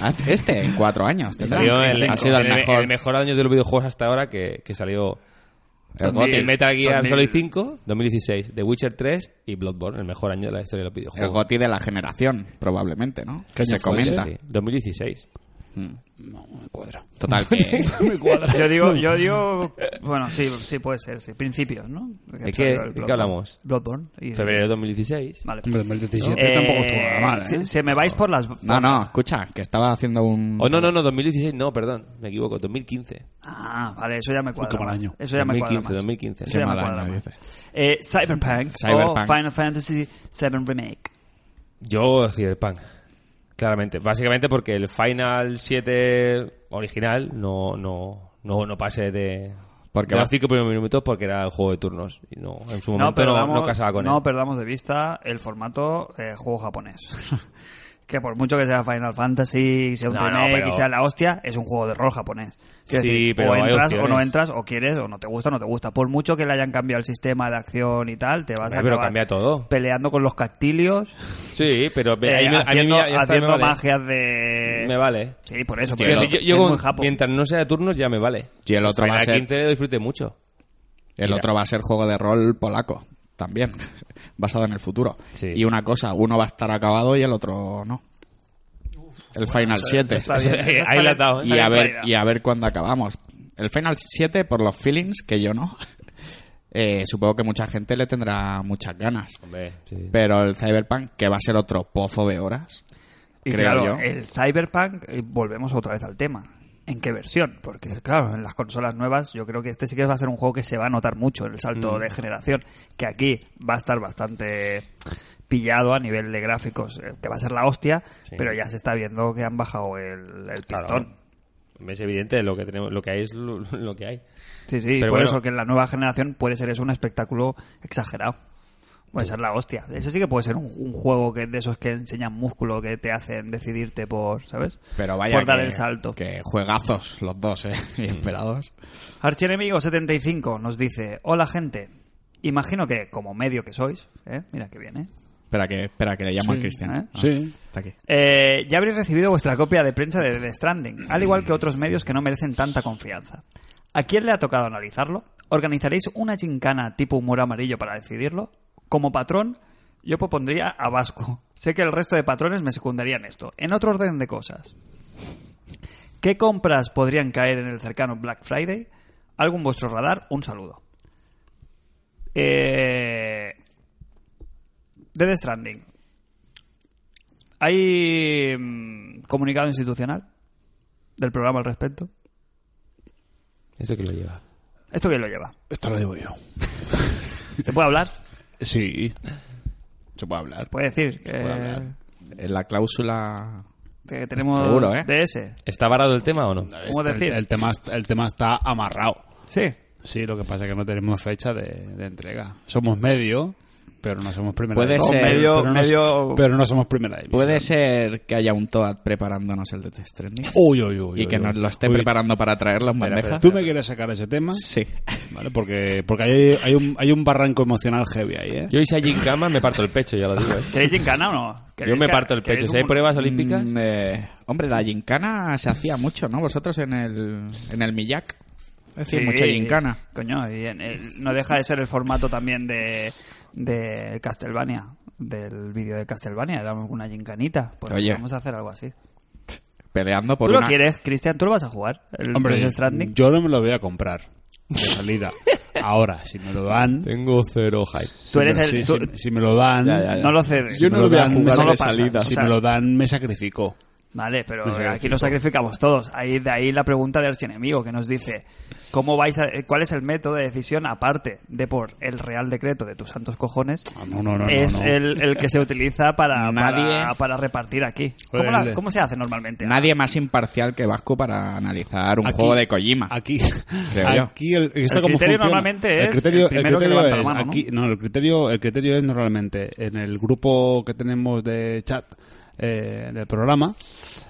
S2: Hace este, en cuatro años. tendrá.
S4: Salió el,
S2: ha sido el
S4: el-
S2: mejor.
S4: el mejor año de los videojuegos hasta ahora que, que salió
S2: el
S1: Gothic.
S4: el Metal Gear
S1: 2000.
S4: Solid 5, 2016, The Witcher 3 y Bloodborne, el mejor año de la historia de los
S2: el
S4: videojuegos.
S2: goti de la generación, probablemente, ¿no?
S3: ¿Qué
S2: Se
S3: año fue
S2: comenta.
S4: Sí, 2016.
S3: No me cuadra.
S2: Total, que
S1: Yo digo, yo digo, bueno, sí, sí puede ser, sí. Principios, ¿no? Porque
S4: ¿De
S1: salió
S4: qué-
S1: el
S4: de qué
S1: Bloodborne.
S4: hablamos?
S1: Bloodborne. Y-
S4: Febrero de 2016.
S1: Vale.
S3: Hombre, 2017
S1: Eh,
S3: tampoco estuvo nada mal, ¿eh?
S1: Si, si me vais por las...
S2: No, no, escucha, que estaba haciendo un...
S4: Oh, no, no, no, 2016, no, perdón, me equivoco, 2015.
S1: Ah, vale, eso ya me cuadra
S3: Qué mal
S1: más.
S3: año.
S1: Eso ya me cuadra
S4: 2015,
S1: más.
S4: 2015.
S1: Eso ya me
S2: Qué mal
S1: cuadra
S2: año,
S1: más.
S2: dice.
S1: Eh, Cyberpunk, o
S2: Cyberpunk.
S1: Final Fantasy VII Remake.
S4: Yo, Cyberpunk. Claramente. Básicamente porque el Final 7 original no, no, no, no pase de.
S2: Porque
S4: de
S2: va-
S4: los cinco primeros minutos porque era el juego de turnos. Y no, en su
S1: No
S4: momento no,
S1: perdamos,
S4: no casaba con
S1: no
S4: él.
S1: perdamos de vista el formato eh, juego japonés. <laughs> que por mucho que sea Final Fantasy, sea un
S4: No, no,
S1: remake
S4: pero-
S1: y sea la hostia, es un juego de rol japonés. Quiero
S4: Sí,
S1: decir,
S4: pero
S1: o
S4: hay
S1: entras o
S4: opciones.
S1: no entras, o quieres o no te gusta o no te gusta. Por mucho que le hayan cambiado el sistema de acción y tal, te vas
S4: Hombre,
S1: a
S4: pero
S1: acabar
S4: cambia todo.
S1: peleando con los cactilios,
S4: Sí, pero
S1: eh,
S4: ahí me- a mí
S1: haciendo,
S4: ya- ya está,
S1: haciendo
S4: me vale.
S1: magias de...
S4: Me vale.
S1: Sí, por eso.
S2: Yo-
S1: pero
S4: Eh, Yo-
S1: es
S4: yo- yo con-
S1: muy japo.
S4: mientras no sea de turnos ya me vale.
S2: Y el otro va a
S4: Final
S2: ser-
S4: 15 lo disfrute mucho.
S2: El otro va a ser juego de rol polaco, también, <laughs> basado en el futuro.
S4: Sí.
S2: Y una cosa, uno va a estar acabado y el otro no. El Final 7.
S1: Está bien, eso está
S4: <laughs> ahí la
S1: bien.
S4: has dado,
S2: <laughs>
S4: ¿eh?
S2: y, a ver,
S1: Está
S2: y
S1: bien
S2: a ver cuándo acabamos. El Final 7, por los feelings, que yo no, <laughs> eh, supongo que mucha gente le tendrá muchas ganas.
S4: Hombre, sí.
S2: Pero el Cyberpunk, que va a ser otro pozo de horas.
S1: Y
S2: creo
S1: claro,
S2: yo.
S1: el Cyberpunk, eh, volvemos otra vez al tema. ¿En qué versión? Porque, claro, en las consolas nuevas, yo creo que este sí que va a ser un juego que se va a notar mucho el salto
S2: Mm.
S1: de generación. Que aquí va a estar bastante pillado a nivel de gráficos, eh, que va a ser la hostia,
S4: Sí.
S1: pero ya se está viendo que han bajado el, el
S4: Claro.
S1: pistón.
S4: Es evidente, lo que, tenemos, lo que hay es lo, <laughs> lo que hay.
S1: Sí, sí,
S4: Pero
S1: por
S4: bueno.
S1: eso que en la nueva generación puede ser eso un espectáculo exagerado. Puede ser la hostia. Eso sí que puede ser un, un juego que de esos que enseñan músculo, que te hacen decidirte por, ¿sabes?
S2: Pero vaya
S1: por dar
S2: que-
S1: el salto.
S2: Que juegazos los dos, ¿eh? <laughs> Y
S4: Mm.
S2: esperados.
S1: Archienemigo75 nos dice: Hola, gente. Imagino que, como medio que sois, ¿eh? mira que viene.
S2: Espera que, espera que le llamo al Cristian.
S1: ¿eh?
S2: Ah,
S3: Sí.
S2: Está aquí.
S1: Eh, ya habréis recibido vuestra copia de prensa de The Stranding, al igual que otros medios que no merecen tanta confianza. ¿A quién le ha tocado analizarlo? ¿Organizaréis una chincana tipo humor amarillo para decidirlo? Como patrón, yo propondría a Vasco. Sé que el resto de patrones me secundarían esto. En otro orden de cosas. ¿Qué compras podrían caer en el cercano Black Friday? Algo en vuestro radar, un saludo. Eh... Death Stranding. ¿Hay mm, comunicado institucional del programa al respecto?
S4: Eso que lo lleva.
S1: ¿Esto quién lo lleva?
S3: Esto lo digo yo.
S1: ¿Se puede hablar?
S3: Sí.
S2: Se puede hablar.
S1: Puede decir que,
S4: Eh,
S2: Puede hablar. En la cláusula.
S1: que tenemos
S2: Seguro, ¿eh?
S1: DS.
S4: ¿Está varado el tema o no?
S1: ¿Cómo
S3: Este-
S1: decir?
S3: El, el tema, est- el tema está amarrado.
S1: Sí.
S3: Sí, lo que pasa es que no tenemos fecha de, de entrega. Somos medio, pero no somos primera
S2: Puede
S3: división.
S2: ser.
S1: Medio-
S3: pero, no,
S1: medio-
S3: pero no somos primera división.
S2: Puede ser que haya un Toad preparándonos el de Death Stranding.
S3: Uy, uy, uy,
S2: y
S3: uy,
S2: que
S3: uy.
S2: nos lo esté
S3: Uy,
S2: preparando para traerlo en bandeja.
S3: ¿Tú me quieres sacar ese tema?
S2: <laughs> Sí.
S3: Vale, porque, porque hay, hay, un, hay un barranco emocional heavy ahí, ¿eh?
S4: Yo hice allí en cama, me parto el pecho, ya lo digo. ¿eh?
S1: ¿Queréis gincana o no?
S4: Yo
S1: ¿Queréis
S4: me
S1: ca-
S4: parto el pecho.
S1: queréis
S4: Si hay
S1: un-
S4: pruebas olímpicas,
S2: Mm, eh, hombre, la gincana se hacía mucho, ¿no? Vosotros en el, en el Millac. Es decir,
S1: Sí,
S2: mucha gincana.
S1: Coño, y en el- no deja de ser el formato también de, de Castlevania, del vídeo de Castlevania, era una gincanita. Pues
S2: Oye.
S1: vamos a hacer algo así.
S2: Peleando por
S1: ¿Tú lo
S2: una-
S1: quieres, Cristian? ¿Tú lo vas a jugar? ¿El Death Stranding?
S3: yo no me lo voy a comprar de
S2: <laughs>
S3: salida. Ahora, si me lo dan...
S4: tengo cero hype.
S1: Tú eres
S3: si
S1: el-
S3: me-
S1: tú-
S3: si, me- si me lo dan...
S2: Ya, ya, ya.
S1: No lo cedes.
S3: si
S2: Yo
S3: me
S2: no lo voy a
S3: dan,
S2: jugar
S3: me
S2: de
S1: pasas.
S2: salida.
S1: O
S3: Si
S1: sea,
S3: me lo dan, me sacrifico.
S1: Vale, pero
S3: Me sacrifico.
S1: aquí nos sacrificamos todos. Ahí, de ahí la pregunta de Archienemigo que nos dice ¿cómo vais a- ¿cuál es el método de decisión aparte de por el Real Decreto de tus santos cojones?
S3: Ah, no, no, no, no,
S1: es eh,
S3: no.
S1: El, el que se utiliza
S3: <laughs>
S1: para,
S2: Nadie-
S1: para, para repartir aquí.
S3: Joder,
S1: ¿Cómo, la-
S3: el-
S1: cómo se hace normalmente?
S2: Nadie más imparcial que Vasco para analizar un
S3: Aquí-
S2: juego de Kojima.
S3: Aquí,
S2: Creo yo.
S3: aquí el, esto
S1: El criterio
S3: cómo funciona.
S1: normalmente es
S3: el criterio,
S1: el primero que
S3: criterio
S1: levanta la
S3: es
S1: mano, ¿no?
S3: aquí- no, el criterio, el criterio es normalmente en el grupo que tenemos de chat eh, del programa.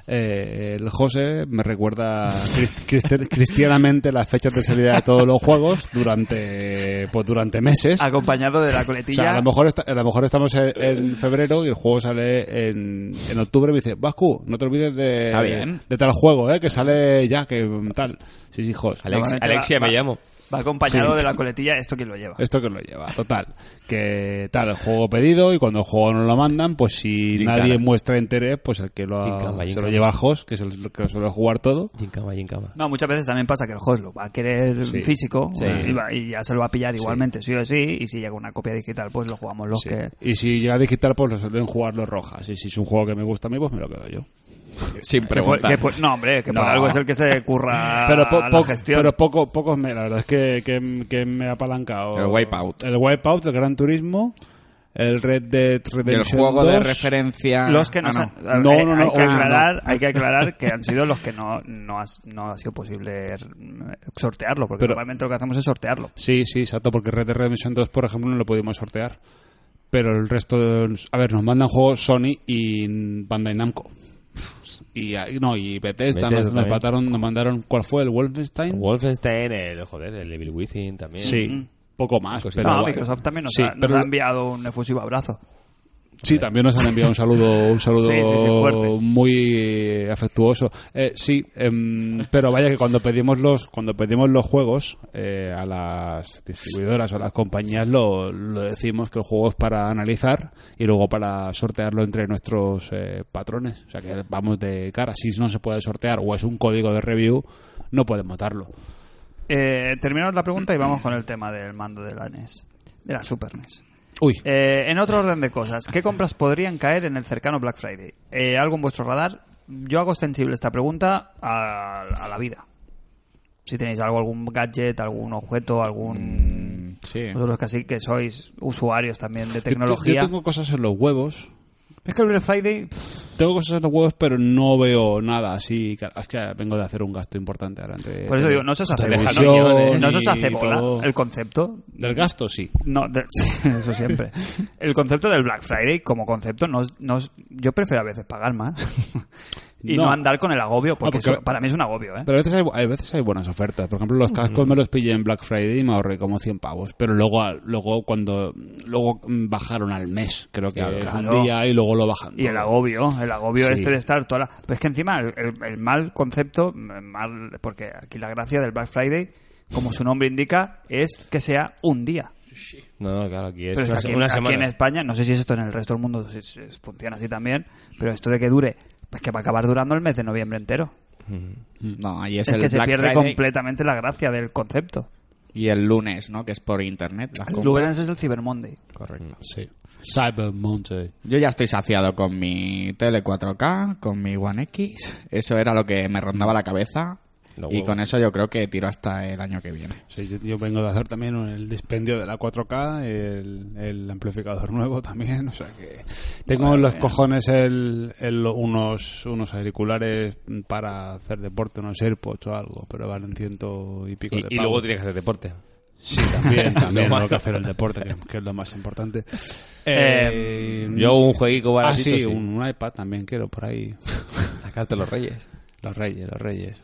S3: eh, el José me recuerda crist- crist- <laughs> cristianamente las fechas de salida de todos los juegos durante pues durante meses.
S1: Acompañado de la
S3: <laughs> O sea,
S1: coletilla.
S3: a lo mejor, esta- a lo mejor estamos en, en febrero y el juego sale en, en octubre y me dice, Vasco, no te olvides de,
S2: Está bien.
S3: de tal juego, ¿eh? que sale ya, que mm, tal. Sí, sí, hijos.
S4: Alex,
S1: Normalmente
S4: <laughs> Alexia
S1: va-
S4: me
S1: va-
S4: llamo.
S1: Va acompañado de la coletilla, esto quién lo lleva.
S3: Esto que lo lleva, total. Que tal, el juego pedido y cuando el juego no lo mandan, pues si
S2: Gincana.
S3: nadie muestra interés, pues el que lo ha-
S4: Gincama,
S3: se lo
S4: gincama.
S3: lleva Jos, que es el que lo suele jugar todo.
S4: Jinkama, Jinkama.
S1: No, muchas veces también pasa que el host lo va a querer
S3: Sí.
S1: físico
S4: Sí.
S1: y, va- y ya se lo va a pillar igualmente, sí. o sí, y si llega una copia digital, pues lo jugamos los
S3: Sí.
S1: que...
S3: Y si llega digital, pues lo suelen jugar los rojas. Y si es un juego que me gusta a mí, pues me lo quedo yo.
S2: Sin
S1: que por-
S2: preguntar.
S1: que por- no, hombre, que por
S3: No.
S1: algo es el que se
S2: Ah,
S1: curra
S3: Pero, po-
S1: la
S3: po-
S1: gestión.
S3: pero poco, pocos me, la verdad es que, que, que me ha apalancado.
S2: El Wipeout.
S3: El Wipeout, el Gran Turismo, el Red Dead
S2: Y el
S3: Redemption
S2: juego de
S3: 2.
S2: referencia.
S1: los que no,
S2: Ah,
S1: se han-
S2: no.
S1: a ver,
S3: No,
S1: eh,
S3: no, no,
S1: hay que
S3: ah, no.
S1: aclarar hay que aclarar que han sido los que no no, has- no ha sido posible mm, sortearlo porque
S3: Pero-
S1: normalmente lo que hacemos es sortearlo
S3: Sí, sí, exacto, porque Red Dead Redemption 2, por ejemplo, no lo pudimos sortear. Pero el resto. de- A ver, nos mandan juegos Sony y Bandai Namco. Y ahí- no, y Bethesda,
S4: Bethesda
S3: nos- nos,
S4: también.
S3: mataron- nos mandaron. ¿Cuál fue? ¿El Wolfenstein?
S4: Wolfenstein, el, joder, el Evil Within también.
S3: Sí, poco más.
S4: Cosita.
S3: Pero
S1: no,
S3: guay.
S1: Microsoft también nos,
S3: Sí,
S1: ha, nos
S3: pero-
S1: ha enviado un efusivo abrazo
S3: Sí, también nos han enviado un saludo, un saludo
S1: Sí, sí, sí, fuerte.
S3: muy afectuoso. Eh, sí, em, pero vaya que cuando pedimos los, cuando pedimos los juegos eh, a las distribuidoras o a las compañías lo, lo decimos que el juego es para analizar y luego para sortearlo entre nuestros eh, patrones. O sea que vamos de cara. Si no se puede sortear o es un código de review, no podemos darlo.
S1: eh, terminamos la pregunta y vamos con el tema del mando de la NES de la Super E NES
S3: Uy,
S1: Eh, en otro orden de cosas, ¿qué compras podrían caer en el cercano Black Friday? Eh, ¿Algo en vuestro radar? Yo hago extensible esta pregunta a, a la vida. Si tenéis algo, algún gadget, algún objeto, algún...
S2: Mm, Sí.
S1: Vosotros casi que sois usuarios también de
S3: yo te-
S1: tecnología.
S3: yo tengo cosas en los huevos.
S1: Es que el Black Friday... pff,
S3: Tengo cosas en los huevos, pero no veo nada así. que- Es que vengo de hacer un gasto importante ahora. entre-
S1: Por eso digo, no se os hace, bola,
S3: Eh, televisión
S1: no se os hace
S3: y
S1: bola
S3: todo.
S1: el concepto.
S3: Del gasto, sí.
S1: No, de- <laughs> eso siempre. El concepto del Black Friday como concepto, no, es- no es- yo prefiero a veces pagar más <laughs> y no.
S3: No.
S1: andar con el agobio, porque,
S3: Ah, porque-
S1: eso- para mí es un agobio. ¿eh?
S3: Pero a veces hay, hay veces hay buenas ofertas. Por ejemplo, los cascos me los pillé en Black Friday y me ahorré como 100 pavos. Pero luego, al- luego cuando luego mm, bajaron al mes, creo que
S4: Claro.
S3: es
S1: Claro.
S3: un día y luego lo bajan.
S1: Y el
S3: todo.
S1: agobio, el agobio
S3: Sí.
S1: este de estar toda la... Pues es que encima el, el- el mal concepto, el mal, porque aquí la gracia del Black Friday, como su nombre indica, es que sea un día.
S4: No, no, claro, aquí es
S1: Pero es que
S4: una,
S1: aquí,
S4: una
S1: aquí
S4: semana.
S1: en España, no sé si esto en el resto del mundo si- si funciona así también, pero esto de que dure, pues que va a acabar durando el mes de noviembre entero.
S2: No, ahí es,
S1: Es,
S2: el
S1: que se
S2: Black
S1: pierde
S2: Friday
S1: completamente la gracia del concepto.
S2: y el lunes, ¿no? Que es por internet. las
S1: El
S2: compras.
S1: Lunes es el Cyber Monday.
S2: Correcto.
S3: Sí. Cyber Monday.
S2: Yo ya estoy saciado con mi tele 4K, con mi One X. Eso era lo que me rondaba la cabeza.
S4: Lo
S2: Y
S4: huevo.
S2: con eso yo creo que tiro hasta el año que viene.
S3: Sí, yo, yo vengo de hacer también un- el dispendio de la 4K, el, el amplificador <laughs> nuevo también, o sea que tengo en los cojones el, el- unos, unos auriculares para hacer deporte, unos AirPods o algo, pero valen ciento y pico de
S4: Y, y
S3: pavos.
S4: luego tienes que hacer deporte.
S3: Sí,
S4: <laughs>
S3: también, también tengo que hacer el deporte, que, que es lo más importante. Eh,
S4: Yo un jueguico
S3: Ah,
S4: baratito.
S3: sí, Un, un iPad también quiero por ahí.
S4: La carta de los reyes. Los reyes, los reyes.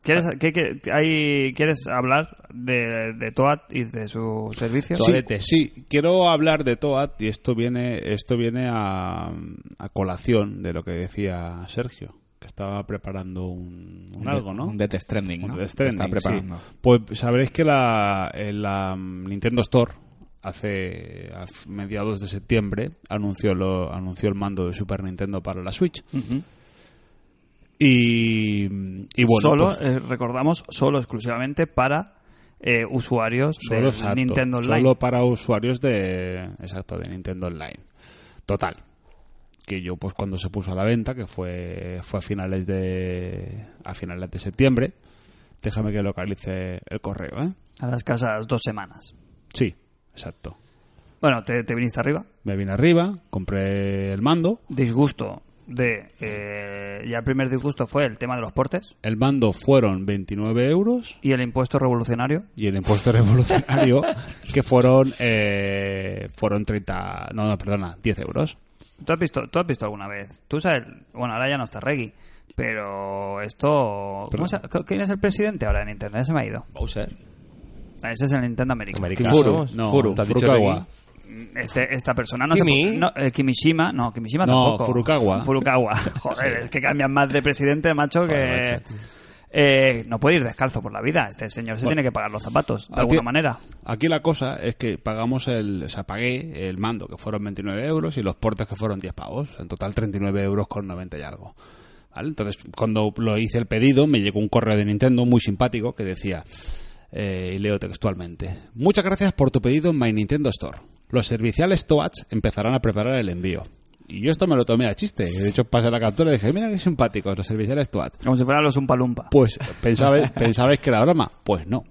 S1: ¿Quieres, qué- qué- hay- ¿quieres hablar de, de Toad y de su servicio?
S3: Sí,
S4: Toadetes.
S3: sí, quiero hablar de Toad y esto viene, esto viene a, a colación de lo que decía Sergio, que estaba preparando un, un algo, ¿no?
S2: Un Death Stranding,
S3: Un
S2: ¿no?
S3: Death
S2: Se está
S3: Stranding,
S2: preparando.
S3: sí. Pues sabréis que la, en la mm, Nintendo Store hace a f- mediados de septiembre anunció lo, anunció el mando de Super Nintendo para la Switch. Y, y bueno,
S1: solo,
S3: pues,
S1: eh, recordamos, solo exclusivamente para eh, usuarios
S3: Solo,
S1: de
S3: exacto,
S1: Nintendo Online.
S3: solo para usuarios de exacto de Nintendo Online. Total. Que yo pues cuando se puso a la venta, que fue fue a finales de a finales de septiembre. Déjame que localice el correo, ¿eh?
S1: A las casas dos semanas.
S3: Sí, exacto.
S1: Bueno, te, te viniste arriba.
S3: Me vine arriba, compré el mando.
S1: Disgusto de... eh, ya el primer disgusto fue el tema de los portes
S3: El mando fueron 29 euros
S1: y el impuesto revolucionario.
S3: y el impuesto <laughs> revolucionario que fueron eh, fueron 30, no, no, perdona, 10 euros.
S1: ¿Tú has visto, tú has visto alguna vez? Tú sabes... Bueno, ahora ya no está Reggie, pero esto... ¿cómo
S3: Perdón.
S1: se- ¿Quién es el presidente ahora de Nintendo? Ya se me ha ido.
S4: Bowser.
S1: Ese es el Nintendo americano.
S4: Americano.
S3: Furu,
S4: ¿no?
S3: no,
S4: Furu. ¿Te has dicho
S3: Furukawa.
S4: Reggie?
S1: Este- esta persona no
S4: Kimi.
S1: se pu- no, eh, Kimishima, no, Kimishima
S3: No,
S1: tampoco.
S3: Furukawa. <laughs>
S1: Furukawa. Joder, es que cambian más de presidente, macho, que...
S4: Joder, macho.
S1: eh, no puede ir descalzo por la vida. Este señor se tiene que pagar los zapatos, de
S3: Aquí-
S1: alguna manera.
S3: Aquí la cosa es que pagamos el, o sea, pagué el mando, que fueron 29 euros, y los portes, que fueron 10 pavos. En total, 39 euros con 90 y algo. ¿Vale? Entonces, cuando lo hice el pedido, me llegó un correo de Nintendo muy simpático que decía, eh, y leo textualmente, muchas gracias por tu pedido en My Nintendo Store. Los serviciales Toads empezarán a preparar el envío. Y yo esto me lo tomé a chiste. De hecho, pasé la captura y dije, mira qué simpáticos los serviciales Toads.
S1: Como si fueran los umpalumpa.
S3: Pues pensabais, <laughs> pensabais que era broma. Pues no.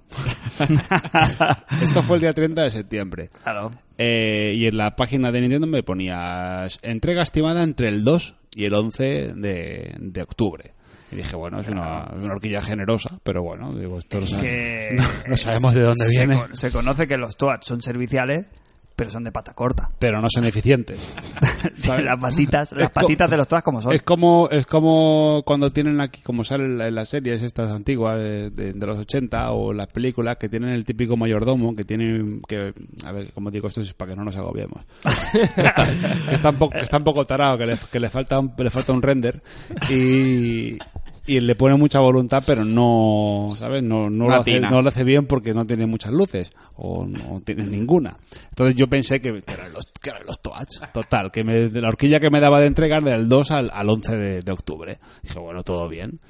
S3: Esto fue el día 30 de septiembre.
S1: <laughs> Claro.
S3: Eh, y en la página de Nintendo me ponías entrega estimada entre el 2 y el 11 de, de octubre. Y dije, bueno, es una, una horquilla generosa, pero bueno, digo, esto no, sabe-
S1: que
S3: <laughs> no sabemos de dónde
S1: se
S3: viene,
S1: con- se conoce que los Toads son serviciales, pero son de pata corta.
S3: pero no son eficientes.
S1: <laughs>
S3: ¿Sabes?
S1: las patitas,
S3: Es
S1: las
S3: co-
S1: patitas de los Toads como son.
S3: Es como, es como cuando tienen aquí, como salen en las series estas antiguas eh, de, de los 80 o las películas, que tienen el típico mayordomo, que tienen, que, a ver, como digo, esto es para que no nos agobiemos. Que <laughs> está un poco, está un poco tarado, que le, que le falta un, le falta un render y, y le pone mucha voluntad, pero no, ¿sabes? No, no, lo hace,
S2: Latina.
S3: no lo hace bien porque no tiene muchas luces o no tiene ninguna. Entonces yo pensé que, que eran, los, que eran los Toads. Total, que me- de la horquilla que me daba de entregar era del 2 al, al 11 de, de octubre. Dije, bueno, todo bien.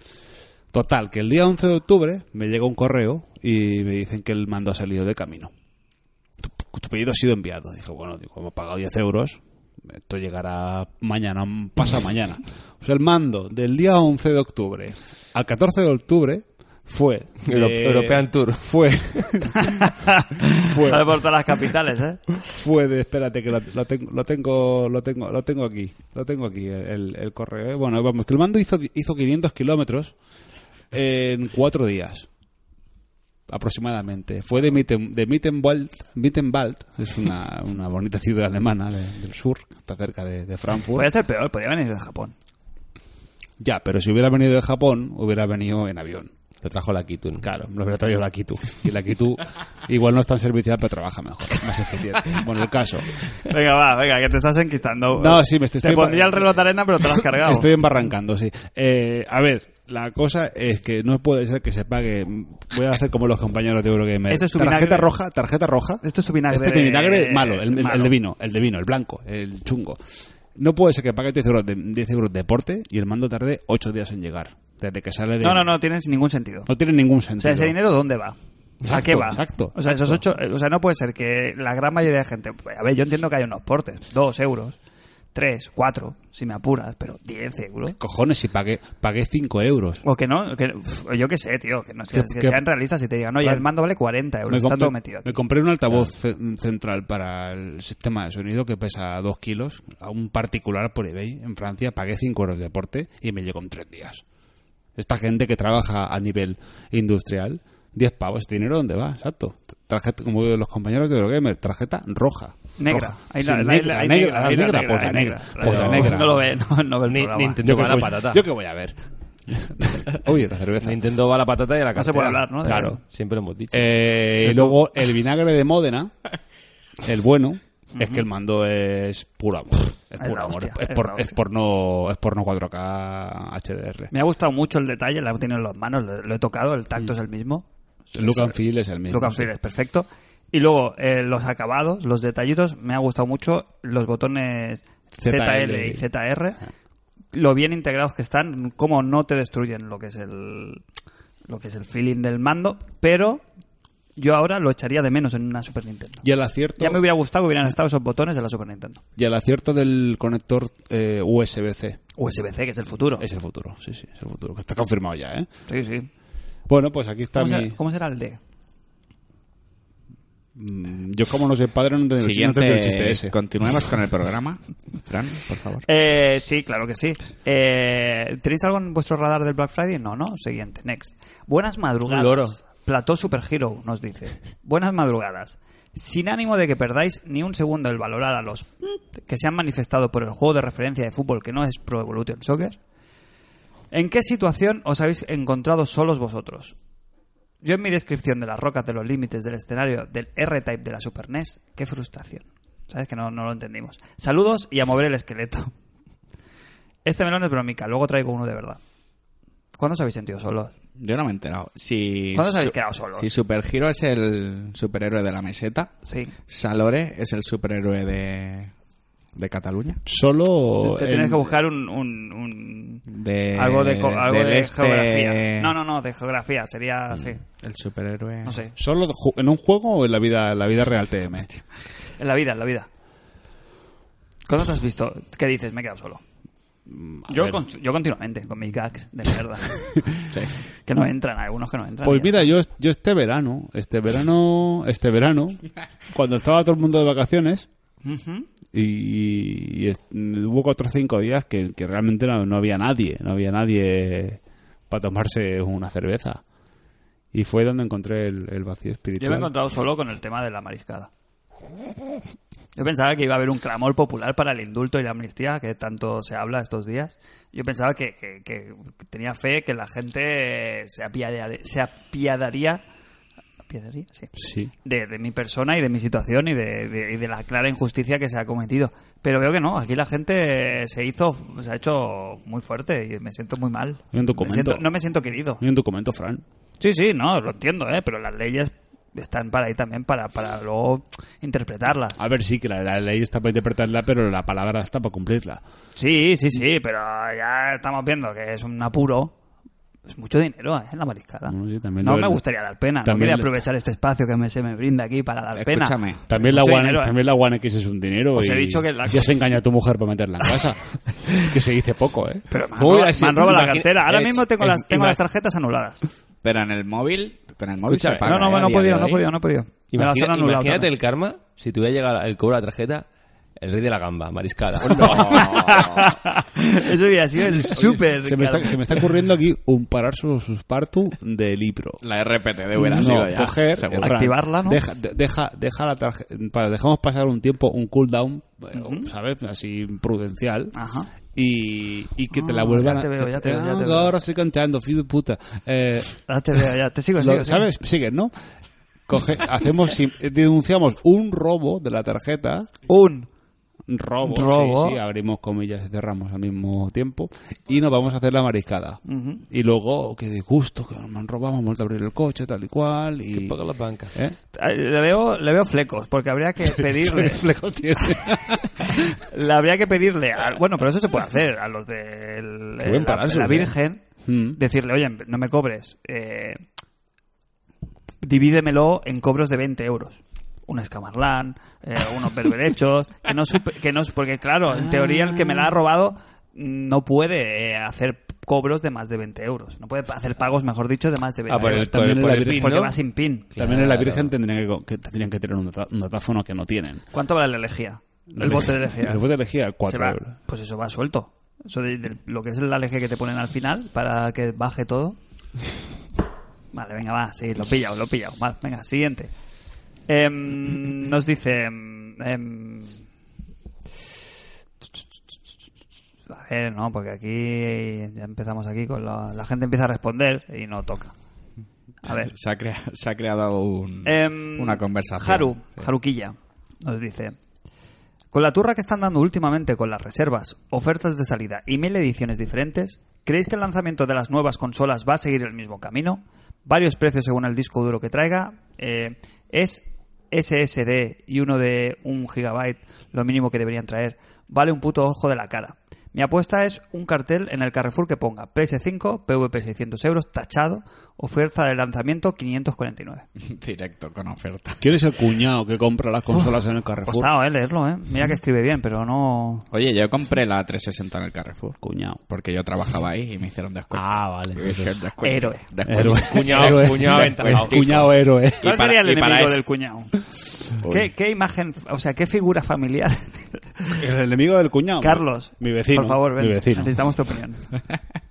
S3: Total, que el día 11 de octubre me llega un correo y me dicen que el mando ha salido de camino tu, tu pedido ha sido enviado. Dije, bueno, digo, hemos pagado 10 euros, esto llegará mañana, pasa mañana. O sea, el mando del día 11 de octubre al 14 de octubre fue... de-
S4: Euro- European Tour. <laughs>
S3: Fue,
S1: Sale por todas las capitales, ¿eh?
S3: fue de... Espérate, que lo, lo tengo, lo, tengo, lo, tengo, lo tengo aquí. Lo tengo aquí, el, el correo. eh. Bueno, vamos, que el mando hizo, hizo 500 kilómetros en cuatro días. aproximadamente. Fue de, Mitten, de Mittenwald, Mittenwald, es <laughs> una, una bonita ciudad alemana de- del sur, que está cerca de, de Frankfurt.
S1: Podría ser peor, podría venir de Japón.
S3: ya, pero si hubiera venido de Japón, hubiera venido en avión.
S4: Lo trajo la Kitun.
S3: Claro, lo hubiera traído la Kitu. Y la Kitu igual no es tan servicial, pero trabaja mejor, más <laughs> eficiente. Bueno, el caso.
S1: Venga, va, venga, que te estás enquistando.
S3: No, sí, me estoy-
S1: Te
S3: estoy-
S1: pondría el reloj de arena, pero te lo has cargado.
S3: Estoy embarrancando, sí. Eh, a ver, la cosa es que no puede ser que se pague. Voy a hacer como los compañeros de Eurogamer.
S1: Ese Este es su
S3: tarjeta
S1: vinagre.
S3: roja, tarjeta roja.
S1: Este es tu vinagre
S3: Este es mi vinagre
S1: de-
S3: malo, el, el-
S1: malo.
S3: el de vino, el de vino, el blanco, el chungo. No puede ser que pague 10 euros de, 10 euros de porte y el mando tarde 8 días en llegar. Desde que sale de.
S1: No, no, no tienes ningún sentido.
S3: No tiene ningún
S1: O
S3: sentido.
S1: sea, ese dinero, ¿dónde va? ¿A
S3: Exacto,
S1: qué va?
S3: exacto,
S1: O sea, esos ocho. eh, O sea, no puede ser que la gran mayoría de gente. A ver, yo entiendo que hay unos portes. Dos euros, tres, cuatro, si me apuras, pero diez euros.
S3: Cojones, si pagué, pagué 5 euros.
S1: O que no, que, uf, yo qué sé, tío. Que, no, que,
S3: Que-
S1: que
S3: que-
S1: sean realistas y te digan, oye,
S3: Claro.
S1: el mando vale 40 euros, está
S3: compré-
S1: todo metido aquí.
S3: me compré un altavoz ce- central para el sistema de sonido que pesa 2 kilos a un particular por eBay en Francia. Pagué 5 euros de porte y me llegó en 3 días. Esta gente que trabaja a nivel industrial, 10 pavos, ¿este dinero dónde va? Exacto. Tarjeta, como los compañeros de Eurogamer, tarjeta roja.
S1: Negra.
S3: Roja.
S1: Ahí
S3: Sí,
S1: la- la-
S3: negra,
S1: la- hay
S3: negra, la
S1: hay
S3: negra, pues la
S1: hay
S3: negra.
S1: Pero
S3: Pues la negra.
S1: No lo ve, no, no ve el
S4: Ni-
S1: programa.
S4: Nintendo
S3: Yo que
S4: va a la
S3: voy-
S4: patata.
S3: Yo que voy a ver. Oye, la cerveza.
S4: Nintendo va a la patata y a la cartera.
S1: No se puede hablar, ¿no? De-
S4: Claro. Siempre lo hemos dicho.
S3: Eh, y luego el vinagre
S1: <laughs>
S3: de Módena, el bueno, es que el mando es puro amor. Es
S1: Es la
S3: puro amor.
S1: hostia,
S3: es,
S1: es
S3: por,
S1: la
S3: es
S1: hostia.
S3: porno, es porno 4K HDR.
S1: Me ha gustado mucho el detalle, la he tenido en las manos, lo, lo he tocado, el tacto es el mismo.
S3: El look and feel es el mismo.
S1: Look and feel es perfecto. Y luego, eh, los acabados, los detallitos, me ha gustado mucho los botones
S3: ZL.
S1: ZL y ZR, lo bien integrados que están, cómo no te destruyen lo que es el lo que es el feeling del mando, pero yo ahora lo echaría de menos en una Super Nintendo.
S3: Y el acierto,
S1: Ya me hubiera gustado que hubieran estado esos botones de la Super Nintendo.
S3: y el acierto del conector eh, USB-C
S1: USB-C, que es el futuro.
S3: es el futuro. Sí, sí, es el futuro. Que está confirmado ya, ¿eh?
S1: Sí, sí.
S3: Bueno, pues aquí está
S1: ¿Cómo,
S3: mi.
S1: será, cómo será el D?
S3: Mm, Yo, como no soy padre, no entendí el chiste- no entendí el chiste ese.
S2: Siguiente, continuemos con el programa. Fran, por favor.
S1: Eh, sí, claro que sí. Eh, ¿Tenéis algo en vuestro radar del Black Friday? No, no. Siguiente, next. Buenas madrugadas.
S4: Un loro.
S1: Plató Super Hero nos dice. Buenas madrugadas. Sin ánimo de que perdáis ni un segundo el valorar a los que se han manifestado por el juego de referencia de fútbol que no es Pro Evolution Soccer, ¿en qué situación os habéis encontrado solos vosotros? Yo en mi descripción de las rocas de los límites del escenario del R-Type de la Super NES, qué frustración. ¿Sabes que no, no lo entendimos? Saludos y a mover el esqueleto. Este melón es bromica, luego traigo uno de verdad. ¿Cuándo os habéis sentido solos?
S2: Yo no me he enterado. Si
S1: ¿Cuándo os habéis
S2: su-
S1: quedado solos?
S2: Si Supergiro es el superhéroe de la meseta,
S1: Sí.
S2: Salore es el superhéroe de, de Cataluña.
S3: Solo.
S1: Te
S3: en- Eh,
S1: tienes que buscar un, un- un-
S2: De,
S1: algo de, co- algo
S2: del
S1: de
S2: este-
S1: geografía. No, no, no, de geografía. Sería así.
S2: El superhéroe.
S1: No sé.
S3: ¿Solo ju- en un juego o en la vida, la vida real TM?
S1: En la vida, en la vida. ¿Cuándo te has visto? ¿Qué dices? Me he quedado solo.
S3: Mm,
S1: Yo, con- yo continuamente, con mis gags de
S3: <laughs>
S1: mierda. Que no entran, algunos que no entran.
S3: Pues
S1: y ya
S3: mira, yo, yo este verano, este verano, este
S1: <laughs>
S3: verano, cuando estaba todo el mundo de vacaciones, y, y es- hubo cuatro o cinco días que, que realmente no, no había nadie, no había nadie para tomarse una cerveza. Y fue donde encontré el, el vacío espiritual.
S1: Yo me he encontrado solo con el tema de la mariscada. Yo pensaba que iba a haber un clamor popular para el indulto y la amnistía, que tanto se habla estos días. Yo pensaba que, que- que tenía fe que la gente se, apiadar- se apiadaría, apiadaría, sí,
S3: Sí.
S1: de, de mi persona y de mi situación y de, de- y de la clara injusticia que se ha cometido. Pero veo que no, aquí la gente se hizo, se ha hecho muy fuerte y me siento muy mal.
S3: Hay un
S1: Me
S3: documento.
S1: siento- no me siento querido.
S3: Hay un documento, Fran.
S1: Sí, sí, no, lo entiendo, ¿eh? pero las leyes están para ahí también, para, para luego interpretarlas.
S3: A ver, sí, que la, la ley está para interpretarla, pero la palabra está para cumplirla.
S1: Sí, sí, sí, pero ya estamos viendo que es un apuro. Es mucho dinero, ¿eh? En la mariscada.
S3: No, sí, también
S1: no
S3: lo-
S1: me gustaría dar pena.
S3: también
S1: no
S3: le-
S1: quería aprovechar este espacio que me, se me brinda aquí para dar pena.
S2: Escúchame.
S3: También la,
S1: Mucho
S3: One,
S1: dinero, ¿eh?
S3: también la One X es un dinero.
S1: Os
S3: y
S1: he dicho que la-
S3: Ya se engaña a tu mujer para meterla en
S1: <laughs>
S3: casa. que se dice poco, ¿eh?
S1: Pero me han
S4: Uy,
S1: robado,
S4: así-
S1: me han robado la
S4: imagina-
S1: cartera. Ahora
S4: eh,
S1: mismo tengo,
S4: eh,
S1: las, tengo
S4: imag-
S1: las tarjetas anuladas.
S2: Pero en el móvil, con el móvil se
S4: Escúchame.
S2: paga,
S1: no, pues
S2: ¿eh?
S1: no,
S2: A
S1: no he podido,
S2: día de
S1: no he
S2: hoy.
S1: podido, no he podido. Me las han
S4: Imagina-
S1: anulado
S4: imagínate
S1: también.
S4: el karma si te hubiera llegado el cobro a la tarjeta, el rey de la
S1: <laughs>
S4: gamba, mariscada.
S1: Eso hubiera sido el <laughs> súper.
S3: Se me, está, se me está ocurriendo aquí un parar sus partum de libro.
S2: La RPT de hubiera
S3: no,
S2: sido ya.
S3: coger,
S2: seguro.
S3: Fran,
S1: Activarla, ¿no?
S3: Deja, de- deja, deja la tarjeta. Dejamos pasar un tiempo, un cooldown, eh, ¿sabes? Así prudencial.
S1: Ajá.
S3: Y, y que te la
S1: Ah,
S3: vuelvan
S1: ya te
S3: a-
S1: veo, ya te veo, ya
S3: Ah,
S1: te veo.
S3: Ahora estoy cantando, fío de puta. Eh,
S1: Ya te veo, ya te sigo.
S3: lo-
S1: sigo, sigo.
S3: ¿Sabes? Siguen, ¿no? Coge, hacemos, <laughs> sim- denunciamos un robo de la tarjeta.
S1: Un.
S3: Robo,
S1: Robo.
S3: Sí, sí, abrimos comillas y cerramos al mismo tiempo. Y nos vamos a hacer la mariscada. Y luego, qué disgusto, que nos han robado, hemos vuelto a abrir el coche, tal y cual. Y,
S4: Paga las bancas.
S3: ¿Eh?
S1: Le veo, le veo flecos, porque habría
S4: <laughs>
S1: que pedirle.
S3: reflejo tiene.
S1: <laughs> le habría que pedirle. a- bueno, pero eso se puede hacer. A los de el-
S4: Qué buen
S1: la,
S4: pararse,
S1: la
S4: ¿eh?
S1: Virgen,
S3: Mm.
S1: decirle, oye, no me cobres. eh, divídemelo en cobros de 20 euros. Un escamarlán, eh, unos berberechos. que no supe- que no, Porque, claro, en teoría, el que me la ha robado mm, no puede eh, hacer cobros de más de 20 euros. No puede hacer pagos, mejor dicho, de más de 20
S4: Ah, por el,
S1: euros.
S4: por
S3: También
S4: el, por
S3: la
S4: el
S3: Virgen,
S4: pin,
S1: Porque
S4: ¿no?
S1: va sin pin.
S3: También en la Virgen tendrían que, co- que tendrían que tener un, data- un datáfono que no tienen.
S1: ¿Cuánto vale la elegía? El bote de elegía.
S3: El bote de lejía,
S1: ah. Se
S3: 4
S1: va-
S3: euros.
S1: Pues eso va suelto. Eso de, de lo que es el aleje que te ponen al final para que baje todo. <laughs> Vale, venga, va, sí, lo he pillado, lo he pillado. Vale, venga, siguiente. Em, nos dice. em, em, a ver, no, porque aquí ya empezamos aquí con la, la gente empieza a responder y no toca. A ver.
S2: Se ha, crea- se ha creado un-
S1: Em,
S2: una conversación.
S1: Haru, Haruquilla, nos dice. Con la turra que están dando últimamente con las reservas, ofertas de salida y mil ediciones diferentes, ¿creéis que el lanzamiento de las nuevas consolas va a seguir el mismo camino? Varios precios según el disco duro que traiga. eh, ¿Es SSD y uno de un gigabyte lo mínimo que deberían traer? Vale un puto ojo de la cara. Mi apuesta es un cartel en el Carrefour que ponga PS5, PVP 600 euros, tachado, oferta de lanzamiento 549.
S2: <laughs> Directo con oferta.
S3: ¿Quién es el cuñado que compra las consolas en el Carrefour?
S1: Costado, eh, leerlo, eh. Mira que escribe bien, pero no.
S2: Oye, yo compré la 360 en el Carrefour.
S3: Cuñado.
S2: Porque yo trabajaba ahí y me hicieron descuento.
S3: Ah, vale.
S2: Y dije, descuento,
S1: Héroe.
S2: <laughs> descuento.
S1: <laughs>
S4: Cuñado, cuñado aventajado.
S3: Cuñado héroe.
S2: Y
S1: ¿Cuál
S2: para-
S1: sería el
S2: y para
S1: enemigo
S2: eso-
S1: del
S3: <laughs>
S1: cuñado?
S2: Uy.
S1: ¿Qué, qué imagen, o sea, qué figura
S3: <laughs>
S1: familiar?
S3: El enemigo del cuñado.
S1: Carlos,
S3: Mi vecino.
S1: Por favor, ven.
S3: Mi vecino.
S1: Necesitamos tu
S3: <laughs>
S1: opinión.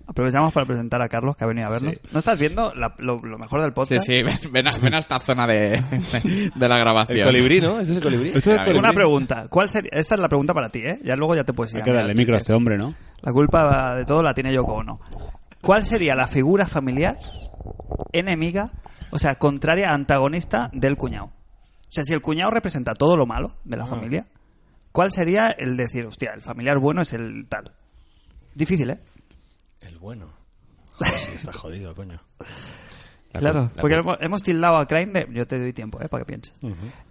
S1: Aprovechamos para presentar a Carlos, que ha venido a vernos. ¿No estás viendo la- lo, lo mejor del
S2: Sí,
S1: podcast?
S2: sí, ven, ven a, ven a esta zona de, de la grabación.
S4: El colibrí, ¿no? Ese es el colibrí.
S3: Eso es
S2: A ver,
S3: terrible.
S1: Una pregunta. ¿Cuál sería? Esta es la pregunta para ti, ¿eh? Ya luego ya te puedes ir.
S3: Hay
S1: a
S3: que
S1: mirar
S3: darle
S1: tu
S3: micro a
S1: texto.
S3: este hombre, ¿no?
S1: La culpa de todo la tiene Yoko Ono. ¿Cuál sería la figura familiar enemiga, o sea, contraria, antagonista del cuñado? O sea, si el cuñado representa todo lo malo de la familia, ¿cuál sería el decir, hostia, el familiar bueno es el tal? Difícil, ¿eh?
S4: El bueno.
S5: Sí,
S1: <laughs>
S5: está jodido, coño. La
S1: claro,
S5: cu- la
S1: porque
S5: cu-
S1: hemos, hemos tildado a Crane de... Yo te doy tiempo, ¿eh? Para que pienses.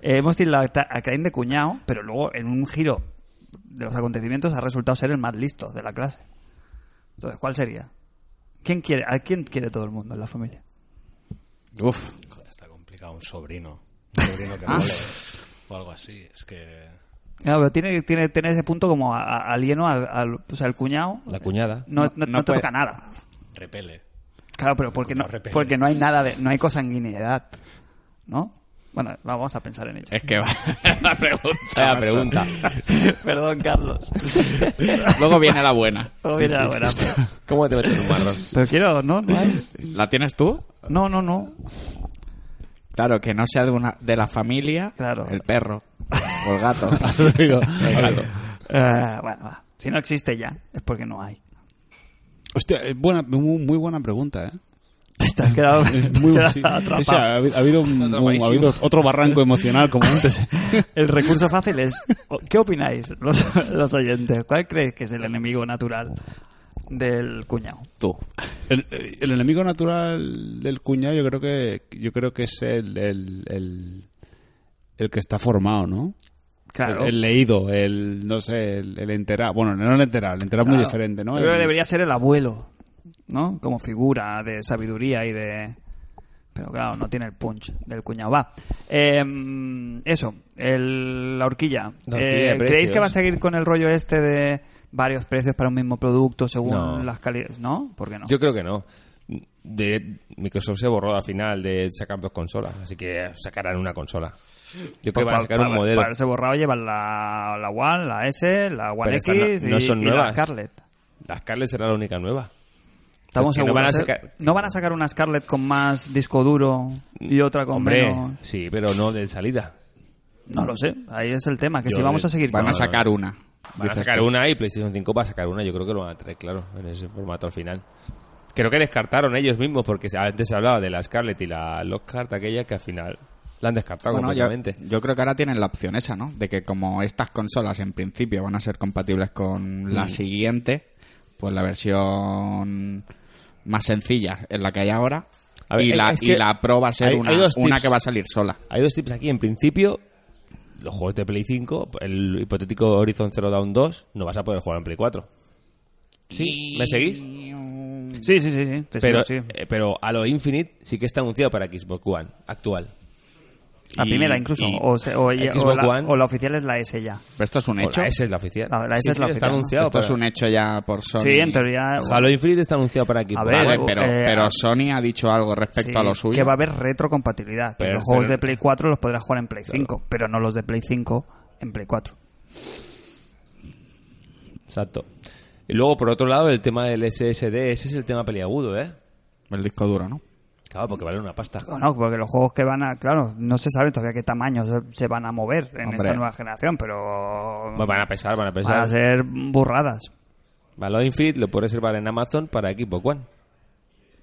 S1: Eh, hemos tildado a Ta- a Crane de cuñado, pero luego en un giro de los acontecimientos ha resultado ser el más listo de la clase. Entonces, ¿cuál sería? ¿Quién quiere, ¿A quién quiere todo el mundo en la familia?
S2: Uf.
S5: Joder, está complicado. Un sobrino.
S1: <laughs>
S5: Un sobrino que vale. O algo así. Es que.
S1: Ah. Claro, pero tiene, tiene, tiene ese punto como a- a- alieno al, al- o sea, el cuñado.
S4: La cuñada.
S1: No, no- no
S2: No- no
S1: te
S2: puede-
S1: toca nada.
S5: Repele.
S1: Claro, pero porque no,
S5: Como repele.
S1: porque no hay nada de, no hay consanguinidad, ¿no? Bueno, vamos a pensar en ello.
S2: <laughs> Es que va. la pregunta.
S4: Vaya Ah, pregunta.
S1: Perdón, Carlos.
S2: Luego viene la buena.
S1: Oh, mira, bueno, pero-
S4: ¿Cómo te metes en un marrón?
S1: Pero quiero, ¿no? No, hay-
S2: ¿La tienes tú?
S1: no, no. no.
S2: Claro, que no sea de, una, de la familia.
S1: Claro.
S2: El perro. O el gato.
S5: El gato.
S1: Eh, bueno, va. Si no existe ya, es porque no hay.
S3: Hostia, eh, buena, muy, muy buena pregunta, ¿eh?
S1: Te has quedado, <laughs>
S3: Es muy
S1: te
S3: buena,
S1: has
S3: sí.
S1: atrapado.
S3: O sea, ha habido- ha habido, un- un- ha habido otro barranco
S1: <laughs>
S3: emocional como antes.
S1: El recurso fácil es, ¿qué opináis los, los oyentes? ¿Cuál creéis que es el enemigo natural del cuñado?
S2: Tú.
S3: El, el enemigo natural del cuñado yo creo que yo creo que es el, el, el, el que está formado, ¿no?
S1: Claro.
S3: El, el leído, el no sé, el, el enterado. Bueno, no el enterado, el enterado es muy
S1: Claro.
S3: diferente, ¿no?
S1: Yo creo que
S3: El-
S1: debería ser el abuelo, ¿no? Como figura de sabiduría y de... Pero claro, no tiene el punch del cuñado. Va. Eh, eso, el- la horquilla.
S4: La horquilla
S1: Eh,
S4: de
S1: ¿Creéis que
S4: precios.
S1: va a seguir con el rollo este de varios precios para un mismo producto según
S4: No.
S1: las calidades? ¿No? ¿Por qué no?
S4: Yo creo que no. De Microsoft se borró al final de sacar dos consolas, así que sacarán una consola. Yo creo que
S1: Pues
S4: van a
S1: pa-
S4: sacar
S1: pa-
S4: un modelo.
S1: Para ese borrado llevan la, la One, la S, la One
S4: Pero estas
S1: X
S4: no- no
S1: y,
S4: son
S1: y la
S4: nuevas.
S1: Scarlett.
S4: La Scarlett será la única nueva.
S1: Estamos
S4: Porque no
S1: seguros.
S4: van a
S1: ¿eh?
S4: sacar-
S1: ¿No van a sacar una Scarlett con más disco duro y otra con
S4: Hombre,
S1: menos?
S4: sí, pero no de salida.
S1: No lo sé. Ahí es el tema, que
S4: Yo
S1: si vamos
S4: de-
S1: a seguir
S2: Van
S1: con...
S2: a sacar una.
S4: Van a
S2: Dices
S4: sacar
S2: tú.
S4: una y PlayStation 5 va a sacar una. Yo creo que lo van a traer, claro, en ese formato al final. Creo que descartaron ellos mismos, porque antes se hablaba de la Scarlett y la Lockhart, aquella que al final la han descartado
S2: Bueno, yo,
S4: completamente.
S2: yo creo que ahora tienen la opción esa, ¿no? De que como estas consolas en principio van a ser compatibles con
S4: Mm.
S2: la siguiente, pues la versión más sencilla es la que hay ahora.
S4: A ver,
S2: y,
S4: es-
S2: la,
S4: es
S2: y
S4: que
S2: la Pro va a ser
S4: hay-
S2: una,
S4: hay dos
S2: una
S4: tips.
S2: que va a salir sola.
S4: Hay dos tips aquí. En principio, los juegos de Play 5, el hipotético Horizon Zero Dawn 2, no vas a poder jugar en Play 4. Sí, ¿me seguís?
S1: Sí, sí, sí, sí. te
S4: Pero,
S1: sigo, sí.
S4: eh, pero a lo Infinite sí que está anunciado para Xbox One actual.
S1: La
S2: y-
S1: primera incluso.
S2: y
S1: o, se- o- o
S4: Xbox
S1: la,
S4: One-
S1: o la oficial es la S ya.
S2: Pero esto es un
S4: O
S2: hecho.
S4: La S es la oficial.
S1: La- la S
S4: Sí,
S1: es la oficial,
S4: sí, Está
S1: ¿no?
S4: anunciado
S2: Esto es
S4: para-
S2: un hecho ya por Sony.
S1: Sí, en teoría...
S4: Halo Infinite está anunciado para Xbox
S1: A ver,
S2: Vale,
S1: eh,
S2: pero,
S1: eh,
S2: pero Sony ha dicho algo respecto
S1: sí,
S2: a lo suyo.
S1: Que va a haber retrocompatibilidad. que
S4: Pero-
S1: los juegos
S4: pero-
S1: de Play 4 los podrás jugar en Play 5, pero no los de Play 5 en Play 4.
S4: Exacto. Y luego, por otro lado, el tema del SSD, ese es el tema peliagudo, ¿eh?
S2: El disco duro, ¿no?
S4: Claro, porque vale una pasta.
S1: Bueno, porque los juegos que van a... Claro, no se sabe todavía qué tamaño se- se van a mover en
S2: Hombre.
S1: esta nueva generación, pero...
S4: Van a pesar, van a
S1: van a
S4: pesar.
S1: ser burradas.
S4: Halo Infinite lo puedes reservar en Amazon para Xbox One.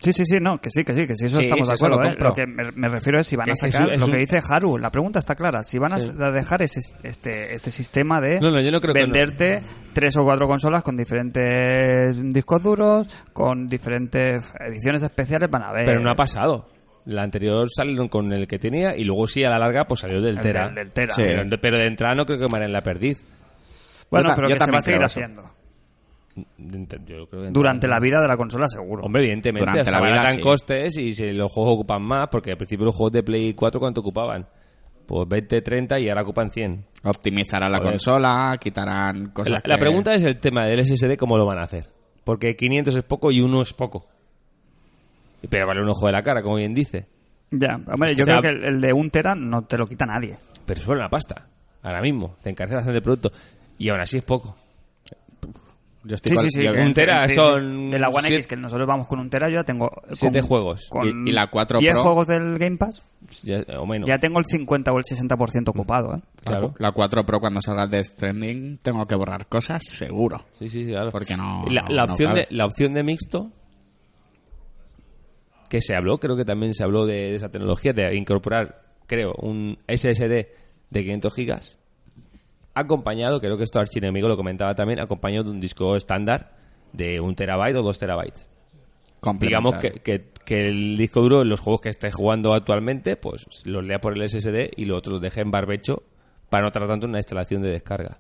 S1: Sí, sí, sí, no, que sí, que sí, que sí, eso
S2: Sí,
S1: estamos
S2: sí,
S1: de
S2: eso lo
S1: acuerdo. Lo,
S2: compro.
S1: lo que me, me refiero es si van a
S4: Es- es
S1: sacar
S4: un- es
S1: lo que
S4: un-
S1: dice Haru. La pregunta está clara: si van a s- a dejar ese- este, este sistema de
S4: No, no, yo no creo que no.
S1: venderte tres o cuatro consolas con diferentes discos duros, con diferentes ediciones especiales, van a haber.
S4: Pero no ha pasado. La anterior salieron con el que tenía y luego sí a la larga pues salió del
S1: El
S4: Tera.
S1: del- del Tera. Ah,
S4: Sí, Pero, pero de entrada no creo que Maren la perdiz.
S1: Bueno,
S2: Yo ta-
S1: pero que se
S2: yo
S1: va
S2: también
S1: a seguir
S2: creo eso.
S1: haciendo.
S4: De ent- yo creo que de entrada-
S1: Durante la vida de la consola, seguro.
S4: Hombre, evidentemente.
S2: Durante
S4: o sea,
S2: la vida,
S4: abaratan
S2: sí.
S4: costes y si los juegos ocupan más, porque al principio los juegos de Play 4 ¿cuánto ocupaban? Pues 20, 30 y ahora ocupan 100.
S2: Optimizará la
S4: Joder.
S2: consola, quitarán cosas.
S4: la, la
S2: que-
S4: pregunta es el tema del SSD, ¿cómo lo van a hacer? Porque 500 es poco y uno es poco. Pero vale un ojo de la cara, como bien dice.
S1: Ya, hombre, yo
S4: O sea-
S1: creo que el, el de un Tera no te lo quita nadie.
S4: Pero suena la pasta. Ahora mismo. Te encarece bastante el producto. Y aún así es poco.
S2: Yo estoy
S1: Sí,
S2: con-
S1: sí, sí.
S2: yo-
S1: que-
S4: un Tera son
S1: De la One
S4: siete-
S1: X, que nosotros vamos con un Tera, yo ya tengo. eh,
S4: Siete
S1: con-
S4: juegos.
S1: Con
S2: Y- y la 4
S1: diez
S2: Pro.
S1: juegos del Game Pass.
S4: Pues Ya- o menos.
S1: Ya tengo el 50 o el 60% ocupado, ¿eh?
S2: La
S4: Claro.
S2: cu- La 4 Pro cuando salga de Stranding tengo que borrar cosas, seguro.
S4: Sí, sí, sí, claro.
S2: Porque no-
S4: Y La,
S2: no-
S4: la
S2: no
S4: opción
S2: cabe.
S4: de, la opción de mixto que se habló, creo que también se habló de, de esa tecnología, de incorporar, creo, un SSD de 500 gigas acompañado, creo que esto Archienemigo lo comentaba también, acompañado de un disco estándar de un terabyte o dos terabytes. digamos
S2: Complementar.
S4: que, que- que el disco duro, los juegos que estés jugando actualmente, pues los lea por el SSD y lo otro lo deje en barbecho para no tardar tanto en una instalación de descarga.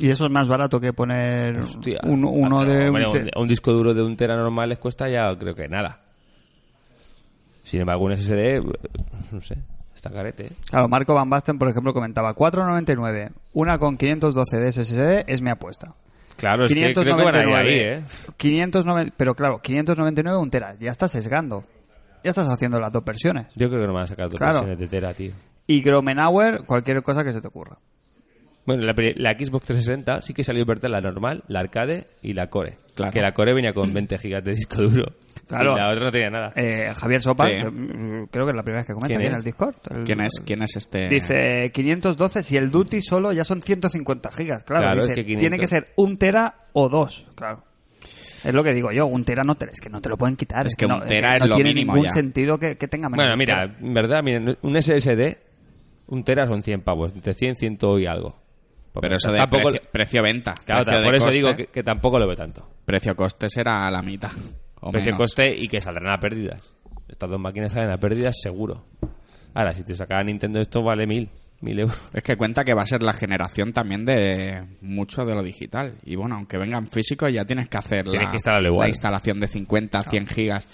S1: Y eso es más barato que poner
S4: Hostia.
S1: un- uno
S4: Pero,
S1: de... un
S4: hombre,
S1: te-
S4: un, un disco duro de un tera normal les cuesta ya creo que nada. Sin embargo, un SSD, no sé, está carete. ¿eh?
S1: Claro, Marco Van Basten, por ejemplo, comentaba 4.99, una con 512 de SSD es mi apuesta.
S4: Claro, es que creo que van a ir ahí, ¿eh?
S1: 509 pero claro, 599 un tera, ya estás sesgando. Ya estás haciendo las dos versiones.
S4: Yo creo que no me van a sacar dos
S1: Claro.
S4: versiones de tera, tío.
S1: Y Gromenauer, cualquier cosa que se te ocurra.
S4: Bueno, la, pri- la Xbox 360 sí que salió en verdad la normal, la arcade y la core.
S2: Claro.
S4: Que la core venía con 20 gigas de disco duro.
S1: Claro.
S4: Y la otra no tenía nada.
S1: Eh, Javier Sopa,
S2: Sí.
S1: que, mm, creo que es la primera vez que comenta
S4: ¿Quién
S1: aquí en
S4: es?
S1: el Discord. El-
S2: ¿Quién es, quién es este?
S1: Dice 512, si el Duty solo ya son 150 gigas, claro.
S4: Claro,
S1: dice,
S4: es que 500.
S1: Tiene que ser un tera o dos, claro. Es lo que digo yo, un tera no te, es que no te lo pueden quitar.
S2: Es que
S1: no,
S2: un tera es
S1: no
S2: lo
S1: tiene
S2: mínimo
S1: ningún
S2: ya.
S1: sentido que, que tenga menos de
S4: bueno,
S1: un
S4: mira,
S1: tera.
S4: en verdad, miren, un SSD, un tera son 100 pavos, entre 100, 100 y algo. Pues
S2: Pero eso de
S4: tampoco-
S2: precio- precio-venta.
S4: Claro,
S2: precio de
S4: por eso
S2: coste,
S4: digo que, que tampoco lo veo tanto.
S2: Precio-coste será la mitad. o menos.
S4: Precio-coste y que saldrán a pérdidas. Estas dos máquinas salen a pérdidas seguro. Ahora, si te saca Nintendo esto vale mil, mil euros.
S2: Es que cuenta que va a ser la generación también de mucho de lo digital. Y bueno, aunque vengan físicos, ya tienes que hacer
S4: Tienes
S2: la,
S4: que instalarlo igual.
S2: la instalación de 50, 100 gigas.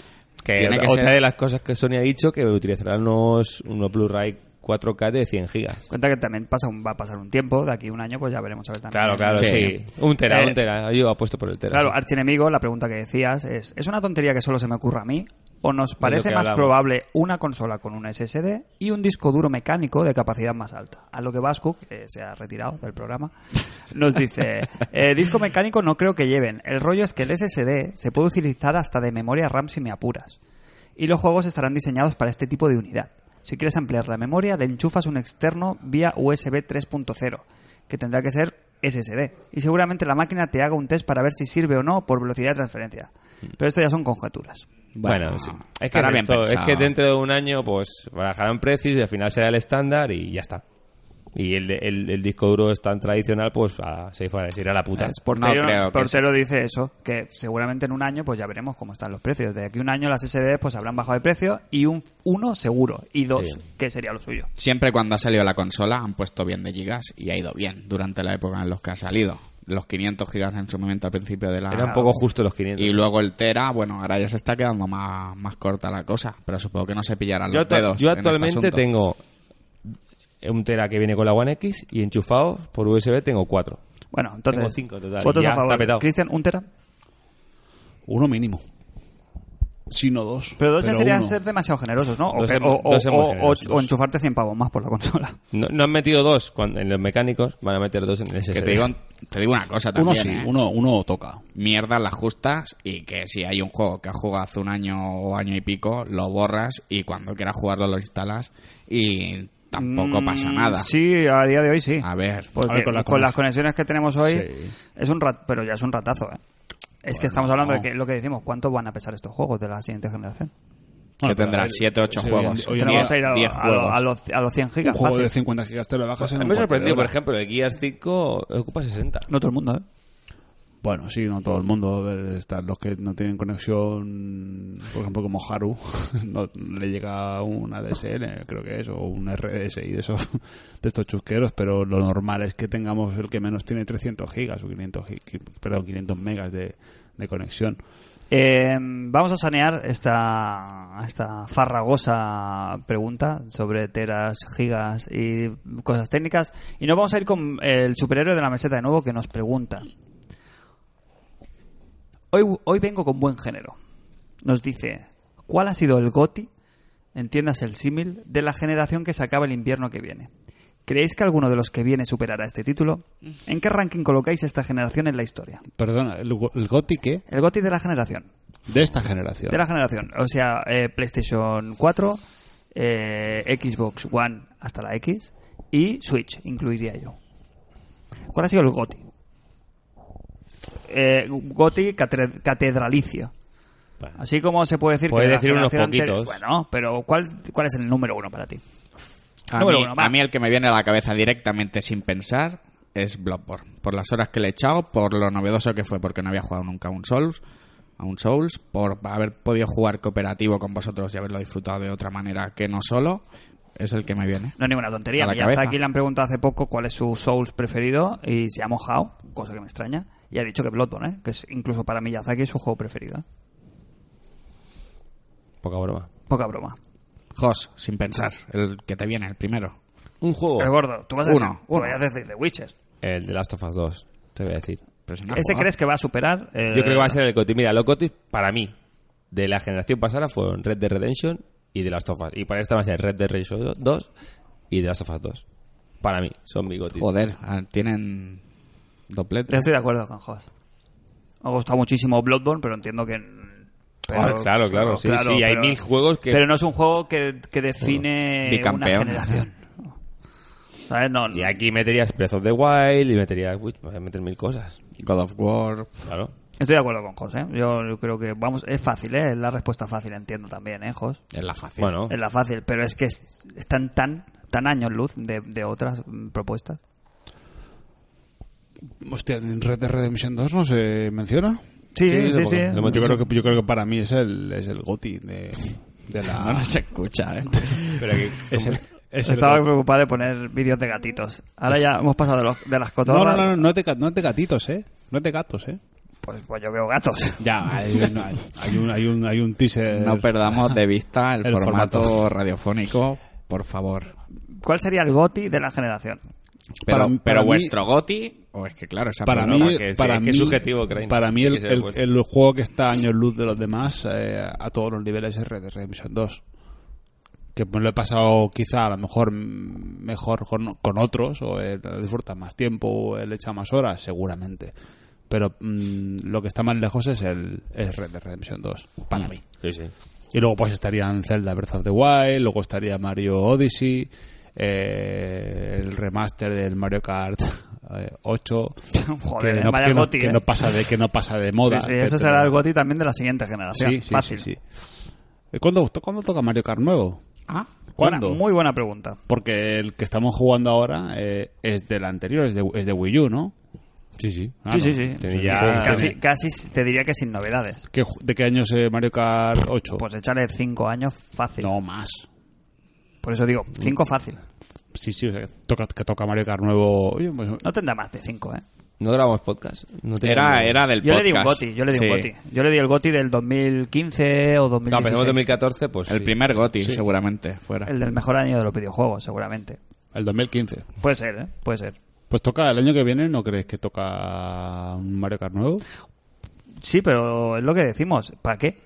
S4: Que
S2: Tiene
S4: otra,
S2: que
S4: otra
S2: ser-
S4: de las cosas que Sony ha dicho que utilizarán unos, unos Blu-ray 4K de 100 gigas.
S1: Cuenta que también pasa un- va a pasar un tiempo, de aquí a un año pues ya veremos a ver también.
S4: Claro, claro, sí. Un tera,
S1: Eh,
S4: un tera. Yo apuesto por el tera.
S1: Claro,
S4: sí.
S1: archienemigo, la pregunta que decías es, ¿es una tontería que solo se me ocurra a mí? ¿O nos parece
S4: que
S1: más
S4: hablamos.
S1: probable una consola con un SSD y un disco duro mecánico de capacidad más alta? A lo que Vasco, que se ha retirado del
S4: <laughs>
S1: programa, nos dice, eh, disco mecánico no creo que lleven. El rollo es que el SSD se puede utilizar hasta de memoria RAM si me apuras. Y los juegos estarán diseñados para este tipo de unidad. Si quieres ampliar la memoria, le enchufas un externo vía USB 3.0, que tendrá que ser SSD. Y seguramente la máquina te haga un test para ver si sirve o no por velocidad de transferencia.
S4: Mm.
S1: Pero esto ya son conjeturas.
S4: Bueno,
S2: Bueno,
S4: sí. es, que
S2: estará
S4: es
S2: bien
S4: esto, es
S2: pensado.
S4: que dentro de un año pues bajarán precios y al final será el estándar y ya está. Y el, el- el disco duro es tan tradicional, pues a- se fue a decir a la puta.
S1: Pues Portero,
S2: No creo que
S1: Portero dice eso, que seguramente en un año pues ya veremos cómo están los precios. De aquí a un año las SSD pues habrán bajado de precio y un uno seguro y dos
S4: Sí.
S1: que sería lo suyo.
S2: Siempre cuando ha salido la consola han puesto bien de gigas y ha ido bien durante la época en los que ha salido. Los 500 gigas en su momento al principio de la...
S4: Era un poco justo los 500.
S2: Y luego el Tera, bueno, ahora ya se está quedando más, más corta la cosa, pero supongo que no se pillarán
S4: yo,
S2: los
S4: actua-
S2: dedos.
S4: yo
S2: en este
S4: actualmente
S2: asunto.
S4: tengo un tera que viene con la One X y enchufado por USB tengo cuatro.
S1: Bueno, entonces,
S4: Tengo cinco total,
S1: votos
S4: ya
S1: a
S4: está
S1: favor.
S4: petado.
S1: Cristian, un tera.
S3: Uno mínimo. Si no dos.
S1: Pero dos ya sería
S3: uno.
S1: ser demasiado generosos, ¿no? O,
S4: Dos
S1: que-
S4: es-
S1: o- o-
S4: dos es muy
S1: o-
S4: generosos,
S1: o- o
S4: dos.
S1: enchufarte 100 pavos más por la consola.
S4: No, no han metido dos cuando- en los mecánicos, van a meter dos en el SSD.
S2: Que te digo, te digo una cosa también,
S3: Uno sí,
S2: ¿eh?
S3: uno, uno toca.
S2: mierdas las justas y que si hay un juego que has jugado hace un año o año y pico, lo borras y cuando quieras jugarlo lo instalas y tampoco pasa nada.
S1: Mm, Sí, Pues, a día de hoy sí.
S2: A ver,
S1: Porque
S3: A ver,
S1: con,
S3: con
S1: las
S3: las
S1: conexiones que tenemos hoy,
S3: Sí.
S1: es un rat, pero ya es un ratazo, ¿eh? Es que estamos hablando de que lo que decimos, ¿cuánto van a pesar estos juegos de la siguiente generación?
S2: que
S3: Bueno, pero a
S2: tendrás
S3: ver,
S2: 7, 8
S3: sí,
S2: juegos.
S3: hoy en
S1: Pero
S3: día
S1: vamos a ir a, lo-
S2: 10
S1: a lo-
S2: juegos.
S1: a los, a los 100
S3: Un
S1: gigas
S3: juego de
S1: fácil.
S3: 50 gigas te lo bajas en
S4: A mí
S3: un
S4: me
S3: cuarto de
S4: sorprendió, por
S3: hora.
S4: ejemplo, el Gears 5 ocupa 60.
S1: No todo el mundo, ¿eh?
S3: Bueno, sí, no todo el mundo. a ver, Están los que no tienen conexión, por ejemplo, como Haru, <laughs> no le llega un ADSL, creo que es, o un RDSI de esos, <laughs> de estos chusqueros, pero lo normal es que tengamos el que menos tiene 300 gigas o 500, gi- perdón, 500 megas de, de conexión.
S1: Eh, vamos a sanear esta, esta farragosa pregunta sobre teras, gigas y cosas técnicas. Y nos vamos a ir con el superhéroe de la meseta de nuevo que nos pregunta. Hoy, hoy vengo con buen género. Nos dice, ¿cuál ha sido el goti, entiendas el símil, de la generación que se acaba el invierno que viene? ¿Creéis que alguno de los que viene superará este título? ¿En qué ranking colocáis esta generación en la historia?
S3: Perdona, el, go- el GOTI qué?
S1: El goti de la generación.
S3: De esta generación.
S1: De la generación, o sea, eh, PlayStation 4, eh, Xbox One hasta la X y Switch, incluiría yo. ¿Cuál ha sido el GOTI? Eh, GOTI catre- catedralicio.
S4: Bueno.
S1: Así como se puede decir
S4: Puedes
S1: que de la
S4: decir unos
S1: generación
S4: poquitos.
S1: anterior- bueno, pero ¿cuál, ¿cuál es el número uno para ti?
S2: A,
S1: número
S2: mí,
S1: uno, va.
S2: a mí el que me viene a la cabeza directamente sin pensar es Bloodborne. Por las horas que le he echado, por lo novedoso que fue, porque no había jugado nunca a un Souls, a un Souls, por haber podido jugar cooperativo con vosotros y haberlo disfrutado de otra manera que no solo, es el que me viene.
S1: No es ninguna tontería.
S2: A la
S1: Miyazaki
S2: cabeza.
S1: le han preguntado hace poco cuál es su Souls preferido y se ha mojado, cosa que me extraña. Y ha dicho que Bloodborne, ¿eh? que es incluso para Miyazaki su juego preferido. ¿eh?
S4: Poca broma.
S1: Poca broma.
S2: Jos, sin pensar, el que te viene, el primero.
S4: Un juego.
S1: El gordo, tú vas a
S2: Uno,
S1: decir- tú
S2: uno.
S1: vas a decir The Witcher.
S4: El de Last of Us 2, te voy a decir.
S2: Pero si no has
S1: ¿Ese
S2: jugado.
S1: crees que va a superar? Eh, el-
S4: Yo creo que va a ser el Cotis. Mira, los Cotis para mí, de la generación pasada, fueron Red Dead Redemption y The Last of Us. Y para esta va a ser Red Dead Redemption 2 y The Last of Us 2. Para mí, son mi Cotis.
S2: Joder, ah, tienen doblete.
S1: Estoy de acuerdo con Jos. Me ha gustado muchísimo Bloodborne, pero entiendo que... pero-
S4: Ah, claro, claro, sí, sí, hay mil juegos que-
S1: Pero no es un juego que, que define una
S2: Bicampeón.
S1: generación. ¿Sabes? No,
S4: Y aquí meterías Breath of the Wild y meterías... Uy, voy a meter mil cosas,
S2: God of War.
S4: claro.
S1: Estoy de acuerdo con Jos, ¿eh? Yo, yo creo que vamos, es fácil, ¿eh? Es la respuesta fácil, entiendo también, ¿eh, Jos?
S2: Es la fácil.
S3: Oh.
S4: Bueno,
S1: Es la fácil, pero es que es- están tan, tan años luz de, de otras mm, propuestas.
S3: Hostia, en Red Dead Redemption 2 no se menciona.
S1: Sí,
S4: Sí,
S1: sí, sí.
S4: lo- lo hemos
S3: Yo
S4: dicho.
S3: creo que, yo creo que para mí es el, es el goti de, de
S1: Ah.
S2: No,
S3: la...
S2: <laughs> no se escucha, ¿eh?
S1: <laughs>
S4: pero que...
S3: Es el, es el
S1: Estaba
S3: goti.
S1: preocupado de poner vídeos de gatitos. Ahora ya hemos pasado de, los- de las
S3: No,
S1: cotorras.
S3: no, no, no, no es de, ga- no es de gatitos, ¿eh? No es de gatos, ¿eh?
S1: Pues, pues yo veo gatos. <laughs>
S3: Ya, hay, un- hay un, hay, un, hay un teaser...
S2: No perdamos de vista el,
S3: El
S2: formato,
S3: formato.
S2: radiofónico, por favor.
S1: ¿Cuál sería el goti de la generación?
S2: Pero,
S3: Para-
S2: pero
S3: para mí-
S2: vuestro Goti, o es que claro, esa
S3: para
S2: palabra
S3: mí,
S4: que es-
S3: para
S4: es que
S3: mí,
S4: es subjetivo, Crane.
S3: para mí
S4: Hay
S3: el,
S4: que ser
S3: el-
S4: puesto.
S3: el juego que está a años luz de los demás eh, a todos los niveles es Red Dead Redemption 2 que me lo he pasado quizá a lo mejor mm, mejor con, con otros o él disfruta más tiempo o él echa más horas seguramente pero mm, lo que está más lejos es el es Red Dead Redemption 2 para mí
S4: Sí, sí.
S3: y luego pues estarían Zelda Breath of the Wild, luego estaría Mario Odyssey, eh, el remaster del Mario Kart eh, 8,
S1: <laughs> Joder,
S3: que, no,
S1: vaya
S3: que no-
S1: goti,
S3: que
S1: ¿eh?
S3: no pasa de que no pasa de moda.
S1: Sí, sí,
S3: que
S1: ese
S3: te-
S1: será el goti también de la siguiente
S3: Sí,
S1: generación.
S3: sí, sí,
S1: Fácil.
S3: sí. Eh, ¿Cuándo, to- cuándo toca Mario Kart nuevo?
S2: Ah,
S1: Buena-
S3: ¿Cuándo?
S1: muy buena pregunta.
S3: Porque el que estamos jugando ahora eh, es del anterior, es de, es de Wii U, ¿no? Ah,
S4: Sí, sí.
S3: Claro.
S1: sí, sí, sí.
S4: Tenía-
S1: Casi, casi te diría que sin novedades.
S3: ¿Qué ju- ¿De qué año es eh, Mario Kart 8?
S1: Pues echarle cinco años fácil.
S3: Oh. no Mm. más.
S1: Por eso digo, cinco fácil.
S3: Sí, sí, o sea, que toca, que toca Mario Kart nuevo. Oye, pues,
S1: No tendrá más de cinco, ¿eh?
S4: ¿No grabamos podcast? No tengo
S2: Era,
S4: ni-
S2: era del
S1: Yo le di un
S2: podcast.
S1: goti, yo le di
S2: Sí.
S1: un goti. Yo le di el goti del 2015 o
S4: No, pensamos
S1: 2016.
S4: en 2014, pues
S2: El
S4: sí.
S2: primer Goti, seguramente, fuera.
S1: El del mejor año de los videojuegos, seguramente.
S3: el 2015.
S1: Puede ser, ¿eh? Puede ser.
S3: Pues toca el año que viene, ¿no crees que toca un Mario Kart nuevo?
S1: Sí, pero es lo que decimos. ¿Para qué?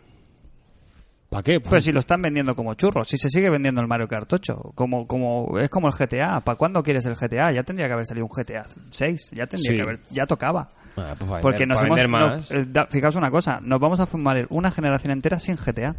S3: ¿Para qué?
S1: Pues si lo están vendiendo como churros, si se sigue vendiendo el Mario Kart 8, como, como, es como el GTA. ¿Para cuándo quieres el GTA? Ya tendría que haber salido un GTA 6, ya tendría
S3: Sí.
S1: que haber, ya tocaba.
S4: Ah, pues para
S1: Porque
S4: vender-
S1: nos
S4: para
S1: hemos.
S4: vender
S1: no,
S4: más.
S1: eh, da- fijaos una cosa, nos vamos a formar una generación entera sin GTA.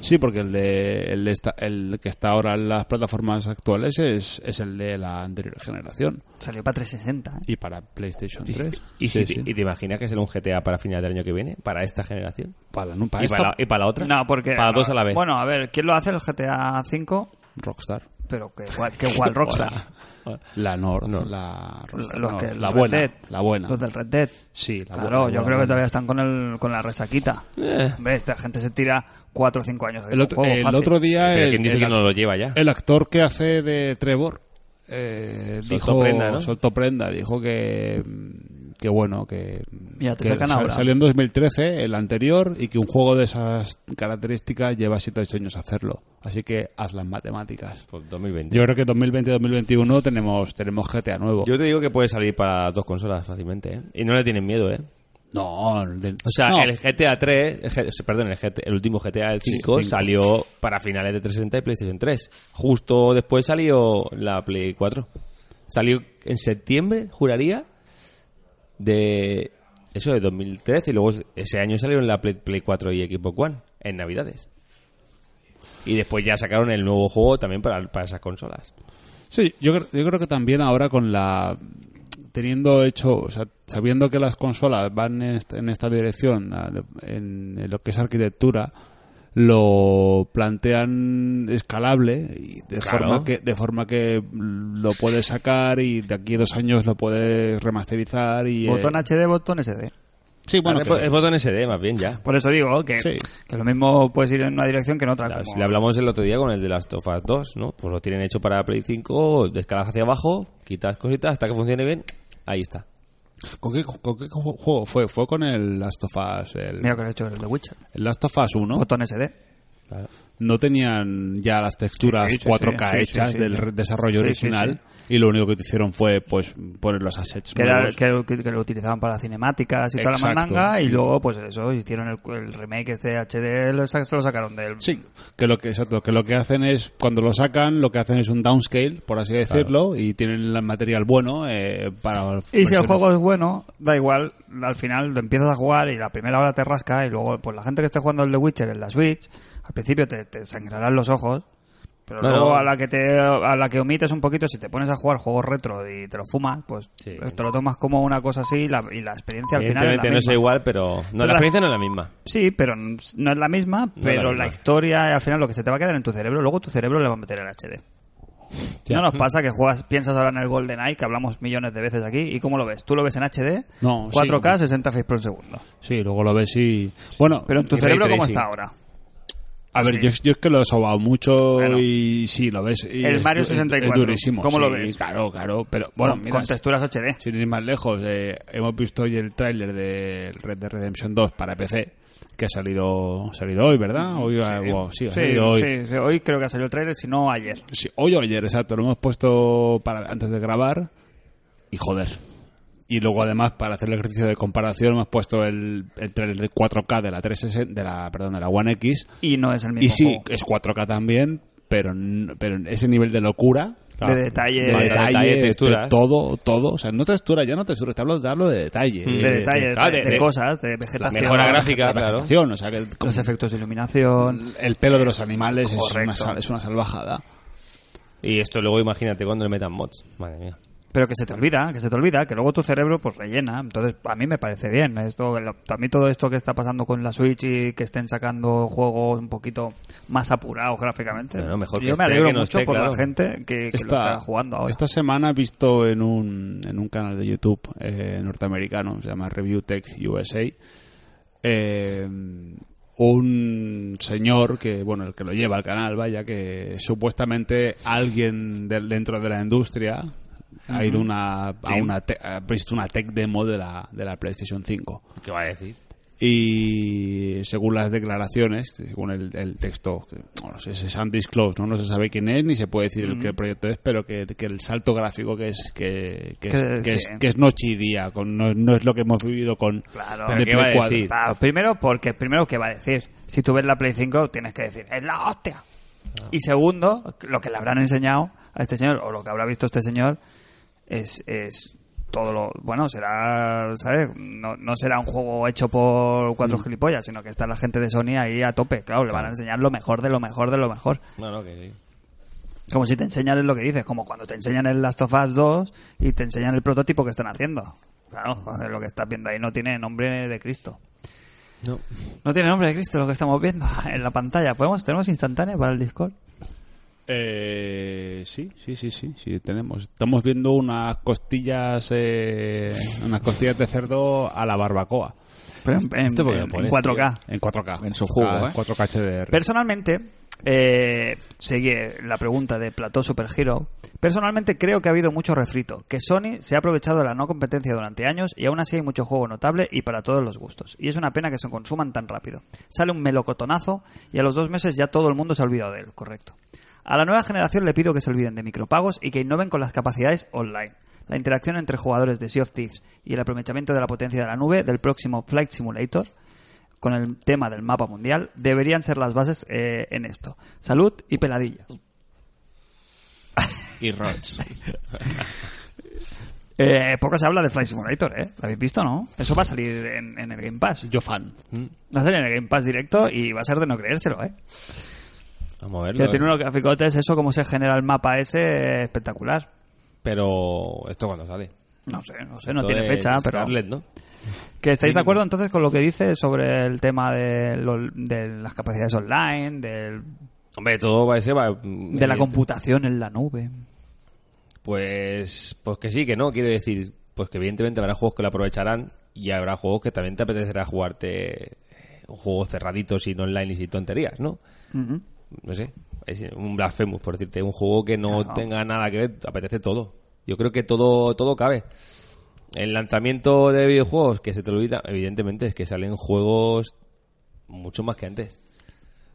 S3: Sí, porque el, de, el, de esta- el que está ahora en las plataformas actuales es, es el de la anterior generación
S1: Salió para 360. ¿eh?
S3: y para PlayStation
S4: Y si-
S3: 3.
S4: ¿Y,
S3: Sí,
S4: si
S3: sí.
S4: Te, y te imaginas que será un GTA para final del año que viene? ¿Para esta generación?
S3: para, no, para
S4: ¿Y,
S3: esta
S4: para la, y para la otra?
S1: No, porque.
S4: Para
S1: no,
S4: dos a la vez.
S1: Bueno, a ver, ¿quién lo hace el GTA 5?
S3: Rockstar.
S1: Pero que igual, que
S3: <laughs>
S1: igual Rockstar.
S3: La Ah. North, la Rockstar,
S1: los
S3: no,
S1: que, el
S3: la
S1: Red
S3: buena,
S1: Dead,
S3: la buena.
S1: Los del Red Dead.
S3: Sí, la
S1: claro,
S3: buena,
S1: yo
S3: la
S1: creo
S3: buena. Eh.
S1: que todavía están con, el, con la resaquita. Hombre, esta gente se tira cuatro o cinco años. de
S3: El otro,
S1: juego,
S3: el
S1: fácil.
S3: otro día
S4: Pero
S3: el,
S4: ¿quién dice
S3: el
S4: que no lo lleva ya?
S3: El actor que hace de Trevor eh,
S4: Soltó
S3: dijo,
S4: prenda, ¿no?
S3: soltó prenda, dijo que, mm, que bueno, que,
S1: Mira, te
S3: que
S1: sacan
S3: sal-
S1: ahora.
S3: salió en 2013, el anterior, y que un juego de esas características lleva 7 o 8 años hacerlo. Así que haz las matemáticas.
S4: Pues 2020.
S3: Yo creo que 2020-2021 tenemos, tenemos GTA nuevo.
S4: Yo te digo que puede salir para dos consolas fácilmente, ¿eh? Y no le tienen miedo, ¿eh?
S3: No, de-
S4: O sea,
S3: no,
S4: el GTA 3, el G- perdón, el, GT el último GTA del 5 salió para finales de 360 y PlayStation 3. Justo después salió la Play 4. Salió en septiembre, juraría, de eso de 2013 y luego ese año salió en la Play, Play 4 y Xbox One en Navidades. Y después ya sacaron el nuevo juego también para, para esas consolas.
S3: Sí, yo, cre- yo creo que también ahora con la teniendo hecho, o sea, sabiendo que las consolas van en esta, en esta dirección a- en, en lo que es arquitectura, lo plantean escalable y de
S4: Claro.
S3: forma que de forma que lo puedes sacar y de aquí a dos años lo puedes remasterizar y eh,
S1: Botón HD, botón SD.
S3: Sí, bueno,
S4: Ahora
S3: que-
S4: pues, es botón SD, más bien, ya.
S1: Por eso digo que,
S3: Sí.
S1: que lo mismo puedes ir en una dirección que en otra.
S4: Claro,
S1: como-
S4: si le hablamos el otro día con el de Last of Us 2, ¿no? Pues lo tienen hecho para Play 5, descalas hacia abajo, quitas cositas hasta que funcione bien, ahí está.
S3: ¿Con qué, con qué juego fue? Fue con el Last of Us. El,
S1: Mira que lo he hecho en el de Witcher.
S3: el Last of Us 1.
S1: Botón SD.
S3: No tenían ya las texturas
S1: Sí, sí,
S3: 4K
S1: sí, sí,
S3: hechas
S1: sí, sí.
S3: del re- desarrollo
S1: Sí, sí,
S3: original. Y lo único que hicieron fue pues poner los assets
S1: Que, era-
S3: nuevos.
S1: que- que- que lo utilizaban para cinemáticas y toda la
S3: Exacto.
S1: mandanga. Y luego, pues eso, hicieron el, el remake este HD, lo, sa- se lo sacaron del.
S3: Sí, que lo que, exacto, que lo que hacen es, cuando lo sacan, lo que hacen es un downscale, por así decirlo, y tienen el material bueno eh, para...
S1: Y
S4: Pues
S1: si el
S3: versiones-
S1: juego es bueno, da igual, al final lo empiezas a jugar y la primera hora te rasca y luego, pues la gente que esté jugando el The Witcher en la Switch, al principio te, te sangrarán los ojos, pero
S4: No,
S1: luego
S4: no.
S1: a la que te a la que omites un poquito, si te pones a jugar juegos retro y te lo fumas, pues
S4: Sí.
S1: te lo tomas como una cosa así y la, y la experiencia al final es la
S4: Evidentemente no es
S1: misma.
S4: igual, pero... No, la
S1: la-
S4: experiencia no es la misma.
S1: Sí, pero n- no es la misma,
S4: es la
S1: pero la,
S4: misma.
S1: historia, al final lo que se te va a quedar en tu cerebro, luego tu cerebro le va a meter el HD. No nos pasa que juegas, piensas ahora en el Golden Eye, que hablamos millones de veces aquí, ¿y cómo lo ves? ¿Tú lo ves en HD?
S3: No, sí.
S1: 4K, 60 frames por segundo.
S3: Sí, luego lo ves y... Bueno,
S1: Pero en tu
S4: Y ray
S1: cerebro, ¿cómo
S4: tracing.
S1: está ahora?
S3: a ver,
S1: sí.
S3: yo, yo es que lo he sobado mucho
S1: Bueno.
S3: y sí, lo ves. y
S1: El
S3: es
S1: Mario
S3: du- es-
S1: 64,
S3: Es durísimo.
S1: ¿cómo lo
S3: sí,
S1: ves?
S3: Claro, claro, pero bueno,
S1: con,
S3: mira,
S1: con texturas HD.
S3: sin ir más lejos, eh, hemos visto hoy el tráiler de Red Dead Redemption 2 para PC, que ha salido, salido hoy, ¿verdad? Hoy, ah, wow, sí, ha
S1: sí,
S3: salido hoy.
S1: sí, sí, hoy creo que salió el trailer, si no ayer.
S3: Sí, hoy o ayer, exacto. Lo hemos puesto para antes de grabar. Y joder. Y luego, además, para hacer el ejercicio de comparación, hemos puesto el, el trailer de 4K de la 360, de la, perdón, de la One X.
S1: Y no es el mismo
S3: Y sí, eh,
S1: juego.
S3: es 4K también, pero, n- pero ese nivel de locura.
S1: De detalle, de
S3: De detalle,
S4: detalle, ¿eh?
S3: de
S4: texturas.
S3: todo, todo. O sea, no textura, ya no textura, te hablo, te hablo de detalle.
S1: de detalles,
S4: claro,
S1: de,
S4: de-
S1: de
S4: de-
S1: cosas, de vegetación.
S4: mejora gráfica,
S3: la
S4: claro.
S3: vegetación, o sea, que- como-
S1: Los efectos de iluminación.
S3: el pelo de los animales es
S1: Correcto.
S3: una, sal- es una salvajada.
S4: Y esto luego imagínate cuando le metan mods. Madre mía.
S1: Pero que se te olvida, que se te olvida, que luego tu cerebro pues rellena. Entonces, a mí me parece bien. Esto, lo- a mí todo esto que está pasando con la Switch y que estén sacando juegos un poquito más apurados gráficamente.
S4: Bueno, mejor que
S1: Yo
S4: esté,
S1: me alegro
S4: que no
S1: mucho
S4: esté,
S1: por
S4: claro.
S1: la gente que, que lo está jugando ahora.
S3: esta semana he visto en un, en un canal de YouTube eh, norteamericano, se llama Review Tech USA, eh, un señor que, bueno, el que lo lleva al canal, vaya, que supuestamente alguien del- dentro de la industria ha ido una, a una te- ha visto una tech demo de la, de la PlayStation 5
S4: ¿Qué va a decir?
S3: y según las declaraciones, según el, el texto, que, bueno, no sé, es undisclosed, ¿no? no se sabe quién es ni se puede decir el qué proyecto es, pero que, que el salto gráfico que es que, que, es,
S1: Que-
S3: que es-
S1: sí.
S3: que es noche y día, con, no, no es lo que hemos vivido con
S1: Claro.
S3: de
S1: ¿Pero
S4: qué va a
S3: Play cuatro.
S4: decir?
S1: Claro, primero, porque primero, ¿qué va a decir? Si tú ves la Play 5, tienes que decir, ¡es la hostia! Y segundo, lo que le habrán enseñado a este señor, o lo que habrá visto este señor, es, es todo lo... Bueno, será, ¿sabes? No, no será un juego hecho por cuatro gilipollas, sino que está la gente de Sony ahí a tope. Claro, le van a enseñar lo mejor de lo mejor de lo mejor.
S4: No, no, que sí.
S1: Como si te enseñan lo que dices, como cuando te enseñan el Last of Us 2 y te enseñan el prototipo que están haciendo. Claro, joder, lo que estás viendo ahí no tiene nombre de Cristo.
S4: No.
S1: No tiene nombre de Cristo lo que estamos viendo <laughs> en la pantalla. ¿Podemos, ¿Tenemos instantánea para el Discord?
S3: Eh, sí, sí, sí, sí, sí, tenemos. Estamos viendo unas costillas, eh, unas costillas de cerdo a la barbacoa Este
S1: Pero en, en-
S4: ¿Esto por qué Este lo
S1: en
S4: pones,
S1: 4K.
S3: en 4K,
S2: En su jugo, ¿eh?
S3: 4K HDR.
S1: Personalmente, eh, sigue la pregunta de Plató Super Hero. Personalmente creo que ha habido mucho refrito, que Sony se ha aprovechado de la no competencia durante años y aún así hay mucho juego notable y para todos los gustos. Y es una pena que se consuman tan rápido. Sale un melocotonazo y a los dos meses ya todo el mundo se ha olvidado de él, correcto. A la nueva generación le pido que se olviden de micropagos y que innoven con las capacidades online. La interacción entre jugadores de Sea of Thieves y el aprovechamiento de la potencia de la nube del próximo Flight Simulator con el tema del mapa mundial deberían ser las bases eh, en esto. Salud y peladillas.
S2: Y Rods.
S1: <laughs> Eh, poco se habla de Flight Simulator, ¿eh? ¿Lo habéis visto, no? Eso va a salir en, en el Game Pass. Mm.
S3: Yo fan.
S1: Va a salir en el Game Pass directo y va a ser de no creérselo, ¿eh?
S4: Vamos a verlo.
S1: Que tiene
S4: eh.
S1: unos graficotes, eso, cómo se genera el mapa ese, eh, espectacular.
S4: Pero esto cuando sale.
S1: No sé, no sé, no
S4: Esto
S1: tiene
S4: de
S1: fecha, pero...
S4: Scarlett, ¿no?
S1: ¿Que estáis de acuerdo entonces con lo que dice sobre el tema de, lo- de las capacidades online, del-
S4: Hombre, todo va a ser... va-
S1: de la computación en la nube?
S4: Pues, pues que sí, que no. Quiero decir, pues que evidentemente habrá juegos que lo aprovecharán y habrá juegos que también te apetecerá jugarte eh, juegos cerraditos sin online y sin tonterías, ¿no? No sé, es un Blasphemous, por decirte, un juego que no tenga nada que ver, te apetece todo. Yo creo que todo, todo cabe. El lanzamiento de videojuegos, que se te olvida, evidentemente, es que salen juegos mucho más que antes.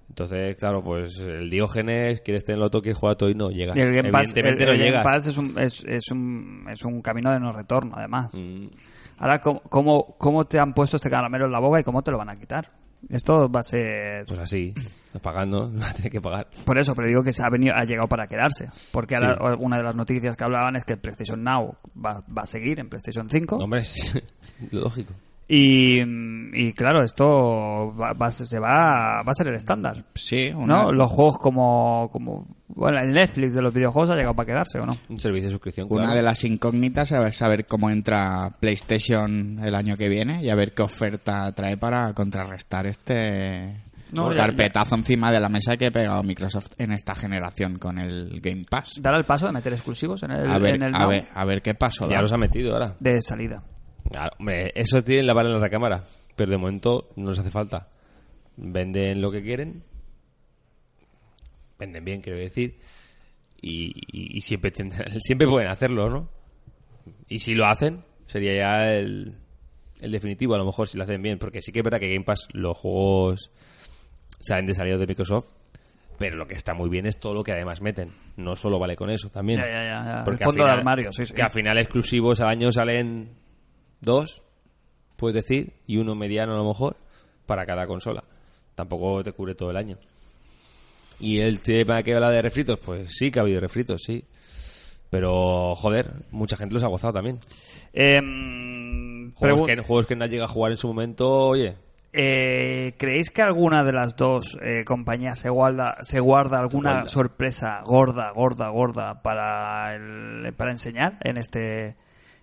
S4: Entonces, claro, pues el Diógenes, quieres tenerlo todo, quieres jugar todo y no llega.
S1: Y el Game Pass, el-
S4: evidentemente
S1: el
S4: no
S1: Game
S4: llegas.
S1: Pass es, un, es, es un, es un camino de no retorno, además.
S4: Mm.
S1: Ahora, ¿cómo, cómo, cómo te han puesto este caramelo en la boca y cómo te lo van a quitar? Esto va a ser...
S4: Pues
S2: <laughs>
S4: así, pagando, <laughs> vas a tener que pagar.
S1: Por eso, pero digo que se ha, venido, ha llegado para quedarse. Porque ahora una de las noticias que hablaban es que el PlayStation Now va, va a seguir en PlayStation 5.
S4: No, hombre,
S2: <laughs>
S4: es, es lógico.
S1: Y, y claro, esto va, va a ser- se va, va a ser el estándar.
S2: Sí, una-
S1: ¿no? Los juegos como, como... Bueno, el Netflix de los videojuegos ha llegado para quedarse, ¿o no?
S4: Un servicio de suscripción.
S2: Una
S4: claro.
S2: de las incógnitas es saber cómo entra PlayStation el año que viene y a ver qué oferta trae para contrarrestar este
S1: No, ya-
S2: carpetazo encima de la mesa que ha pegado Microsoft en esta generación con el Game Pass.
S1: Dar el paso de meter exclusivos en el,
S2: a, ver,
S1: en el
S2: a,
S1: Now
S2: ver, a ver qué pasó.
S4: Ya los ha metido ahora.
S1: de salida.
S4: Claro, Ah, hombre, eso tienen la bala en la cámara. Pero de momento no les hace falta. Venden lo que quieren. Venden bien, quiero decir. Y, y- y siempre, tendrán- <laughs> siempre pueden hacerlo, ¿no? Y si lo hacen, sería ya el, el definitivo, a lo mejor, si lo hacen bien. Porque sí que es verdad que Game Pass, los juegos salen de salidos de Microsoft. Pero lo que está muy bien es todo lo que además meten. No solo vale con eso también.
S1: Ya, ya, ya, ya. Ah, El
S4: al
S1: fondo de armario, sí, sí.
S4: Que al final exclusivos al año salen dos, puedes decir, y uno mediano a lo mejor, para cada consola. Tampoco te cubre todo el año. Y el tema que habla de refritos, pues sí que ha habido refritos, sí. Pero, joder, mucha gente los ha gozado también.
S1: Em,
S4: Juegos
S1: pregun-
S4: que, juegos que no han llegado a jugar en su momento, oye.
S1: Eh, ¿Creéis que alguna de las dos eh, compañías se guarda, se guarda alguna
S4: Guarda.
S1: sorpresa gorda, gorda, gorda para, el- para enseñar en este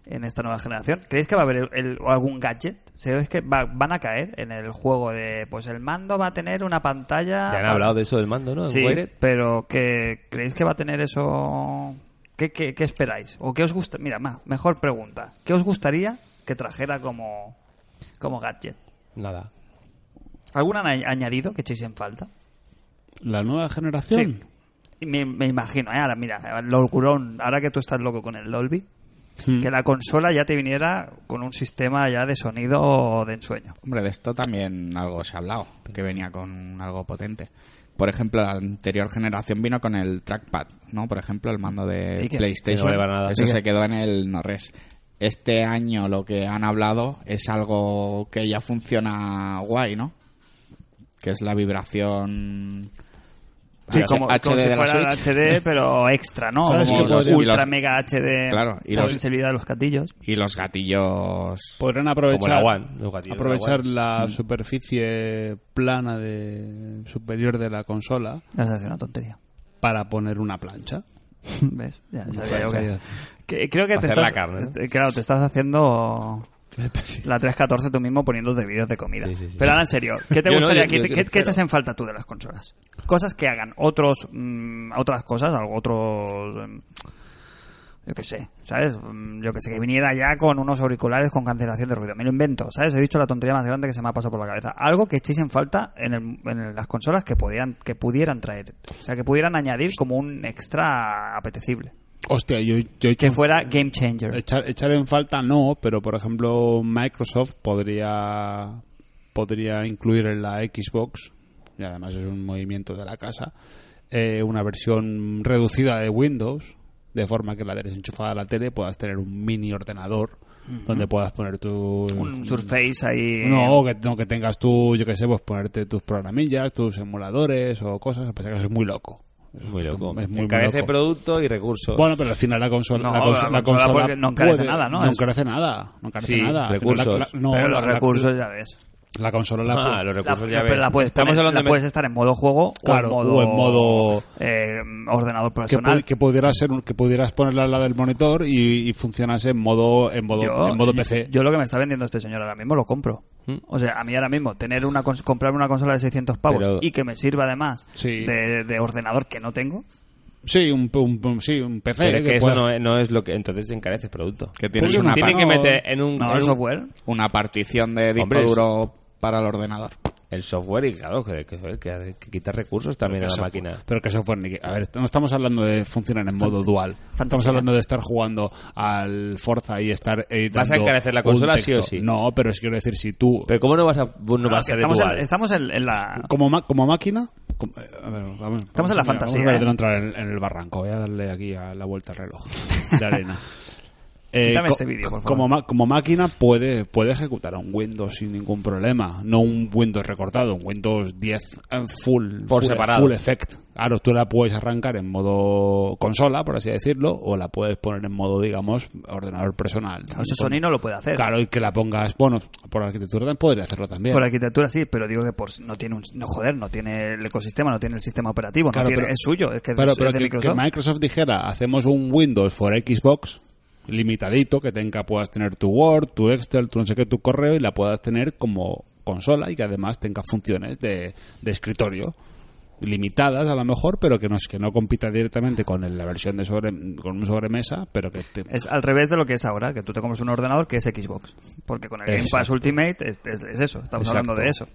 S1: en esta nueva generación? ¿Creéis que va a haber el- algún gadget? ¿Sabéis que va- van a caer en el juego de pues el mando va a tener una pantalla?
S4: Ya han hablado de eso del mando, ¿no? En
S1: Ah, Sí,
S4: Wired.
S1: pero que creéis que va a tener eso. ¿Qué, qué- qué esperáis? ¿O qué os gusta? Mira, más, mejor pregunta. ¿Qué os gustaría que trajera como, como gadget?
S4: Nada.
S1: ¿Alguna han añ- añadido que echéis en falta?
S3: ¿La nueva generación?
S1: Y Me, me imagino, ¿eh? ahora mira, locurón, ahora que tú estás loco con el Dolby,
S2: Hmm.
S1: que la consola ya te viniera con un sistema ya de sonido de ensueño.
S2: Hombre, de esto también algo se ha hablado, que venía con algo potente. Por ejemplo, la anterior generación vino con el trackpad, ¿no? Por ejemplo, el mando de
S1: ¿Y qué?
S2: PlayStation.
S4: Que no vale para nada.
S2: Eso
S4: ¿Y qué?
S2: se quedó en el no res. Este año lo que han hablado es algo que ya funciona guay, ¿no? Que es la vibración
S1: Sí,
S2: H-
S1: como,
S2: HD
S1: como si
S2: de la
S1: fuera
S2: Switch. <laughs>
S1: HD, pero extra, ¿no?
S3: ¿Sabes
S1: Como
S2: qué
S1: los
S2: podría-
S1: ultra
S2: y los-
S1: mega HD,
S2: Claro, y
S1: la
S2: los-
S1: sensibilidad de los gatillos.
S2: y los gatillos.
S4: Pues-
S3: Podrán
S4: Como la
S3: aprovechar
S4: One. los gatillos de la
S3: aprovechar
S4: One.
S3: la superficie plana de superior de la consola
S1: Ya se hace una tontería.
S3: para poner una plancha.
S1: <laughs> ¿Ves? Ya sabía yo que-
S3: sabía.
S1: que- Creo que
S4: Pa'
S1: te
S4: hacer la
S1: estás.
S4: carne, ¿no?
S1: te- Claro, te estás
S4: <laughs>
S1: haciendo. La 314 tú mismo poniéndote vídeos de comida.
S4: Sí, sí, sí.
S1: Pero ahora en serio, ¿qué te
S4: Yo no,
S1: gustaría?
S4: yo-
S1: ¿Qué,
S4: yo-
S1: te-
S4: yo
S1: qué- qué
S4: cero.
S1: echas en falta tú de las consolas? Cosas que hagan otros mm, otras cosas, algo otros mm, yo qué sé, ¿sabes? Mm, Yo qué sé, que viniera ya con unos auriculares con cancelación de ruido. Me lo invento, ¿sabes? He dicho la tontería más grande que se me ha pasado por la cabeza. Algo que echéis en falta en, el- en las consolas que pudieran, que pudieran traer. O sea, que pudieran añadir como un extra apetecible.
S3: Hostia, yo, yo he hecho
S1: Que
S3: un-
S1: fuera game changer.
S3: Echar, echar en falta no, pero por ejemplo Microsoft podría podría incluir en la Xbox, y además es un movimiento de la casa, eh, una versión reducida de Windows, de forma que la desenchufada a la tele puedas tener un mini ordenador donde puedas poner tu...
S1: Un Surface ahí.
S3: No, que, no, que tengas tú, yo qué sé, pues ponerte tus programillas, tus emuladores o cosas, a pesar que eso es muy loco.
S4: Muy loco.
S3: Es muy, muy
S4: Encarece
S3: loco.
S4: producto y recursos.
S3: Bueno, pero al final la consola,
S1: No,
S3: la consola,
S1: la consola porque no encarece
S3: puede-
S1: nada, ¿no?
S3: No
S1: Es-
S3: carece nada, no encarece
S4: Sí,
S3: nada. Al final la-
S4: recursos.
S3: la- no,
S1: pero
S3: la,
S1: los
S3: la-
S1: recursos ya ves.
S3: la consola la
S4: Ah,
S3: pu-
S4: los
S1: La,
S4: recursos ya
S1: la- pero
S4: ves.
S1: la puedes,
S4: Estamos
S1: poner-
S4: hablando
S1: la
S4: de-
S1: puedes estar en modo juego
S3: Claro,
S1: o en modo,
S3: o en modo-
S1: eh, ordenador
S3: que,
S1: personal.
S3: pu- que pudiera ser un- que pudieras ponerla al lado del monitor y, y funcionase en modo en modo en modo ¿Mm? PC.
S1: Yo lo que me está vendiendo este señor ahora mismo lo compro. O sea, a mí ahora mismo tener una cons- comprarme una consola de 600 pavos
S4: Pero-
S1: y que me sirva además
S3: Sí.
S1: de, de ordenador que no tengo,
S3: Sí, un, un- un- sí, un PC.
S4: Pero es
S3: eh,
S4: que eso
S3: puedas-
S4: no es, no es lo que. Entonces encarece el producto.
S2: Que tienes
S3: Publica
S2: una,
S4: Tiene
S2: par-
S4: que meter en un.
S1: No,
S4: en
S1: el
S4: un-
S1: software.
S2: una partición de disco
S4: Hombre, es-
S2: duro para el ordenador.
S4: el software y claro, que, que, que- que quita recursos también a la
S3: Eso fue-
S4: máquina.
S3: Pero que software, Nicky. A ver, no estamos hablando de funcionar en modo dual. Estamos hablando de estar jugando al Forza y estar editando
S4: ¿Vas a encarecer la
S3: un
S4: consola sí o
S3: texto.
S4: sí?
S3: No, pero es quiero decir, si tú,
S4: Pero ¿cómo no vas a, no vas
S1: que
S4: a ser
S1: estamos en,
S4: dual?
S1: estamos en- en la...
S3: como, ma- como máquina... como- eh, a ver, vamos- vamos
S1: en la
S3: a mirar,
S1: fantasía,
S3: Vamos a ver
S1: ¿eh?
S3: de no entrar en, en el barranco. Voy a darle aquí a la vuelta al reloj
S1: <laughs>
S3: de arena. Eh,
S1: Quítame
S3: co-
S1: este vídeo, por favor.
S3: Como, ma- como máquina puede, puede ejecutar un Windows sin ningún problema. No un Windows recortado, un Windows 10 en full,
S4: Por
S3: full-
S4: separado.
S3: full effect. Claro, tú la puedes arrancar en modo consola, por así decirlo, o la puedes poner en modo, digamos, ordenador personal.
S1: Claro, eso Sony no lo puede hacer.
S3: Claro, y que la pongas, bueno, por arquitectura también podría hacerlo también.
S1: Por arquitectura sí, pero digo que por, no tiene un... No, joder, no tiene el ecosistema, no tiene el sistema operativo,
S3: Claro,
S1: no tiene,
S3: pero-
S1: es suyo, es que es
S3: Pero,
S1: de-
S3: pero
S1: es de
S3: que, que
S1: Microsoft.
S3: Microsoft. dijera, hacemos un Windows for Xbox limitadito, que tenga, puedas tener tu Word, tu Excel, tu no sé qué, tu correo, y la puedas tener como consola y que además tenga funciones de, de escritorio limitadas a lo mejor, pero que no, que no compita directamente con el- la versión de sobre, con un sobremesa, pero que te-
S1: Es al revés de lo que es ahora, que tú te compras un ordenador que es Xbox. Porque con el Game Pass
S3: Exacto.
S1: Ultimate es, es- es eso, estamos
S3: Exacto.
S1: hablando de eso.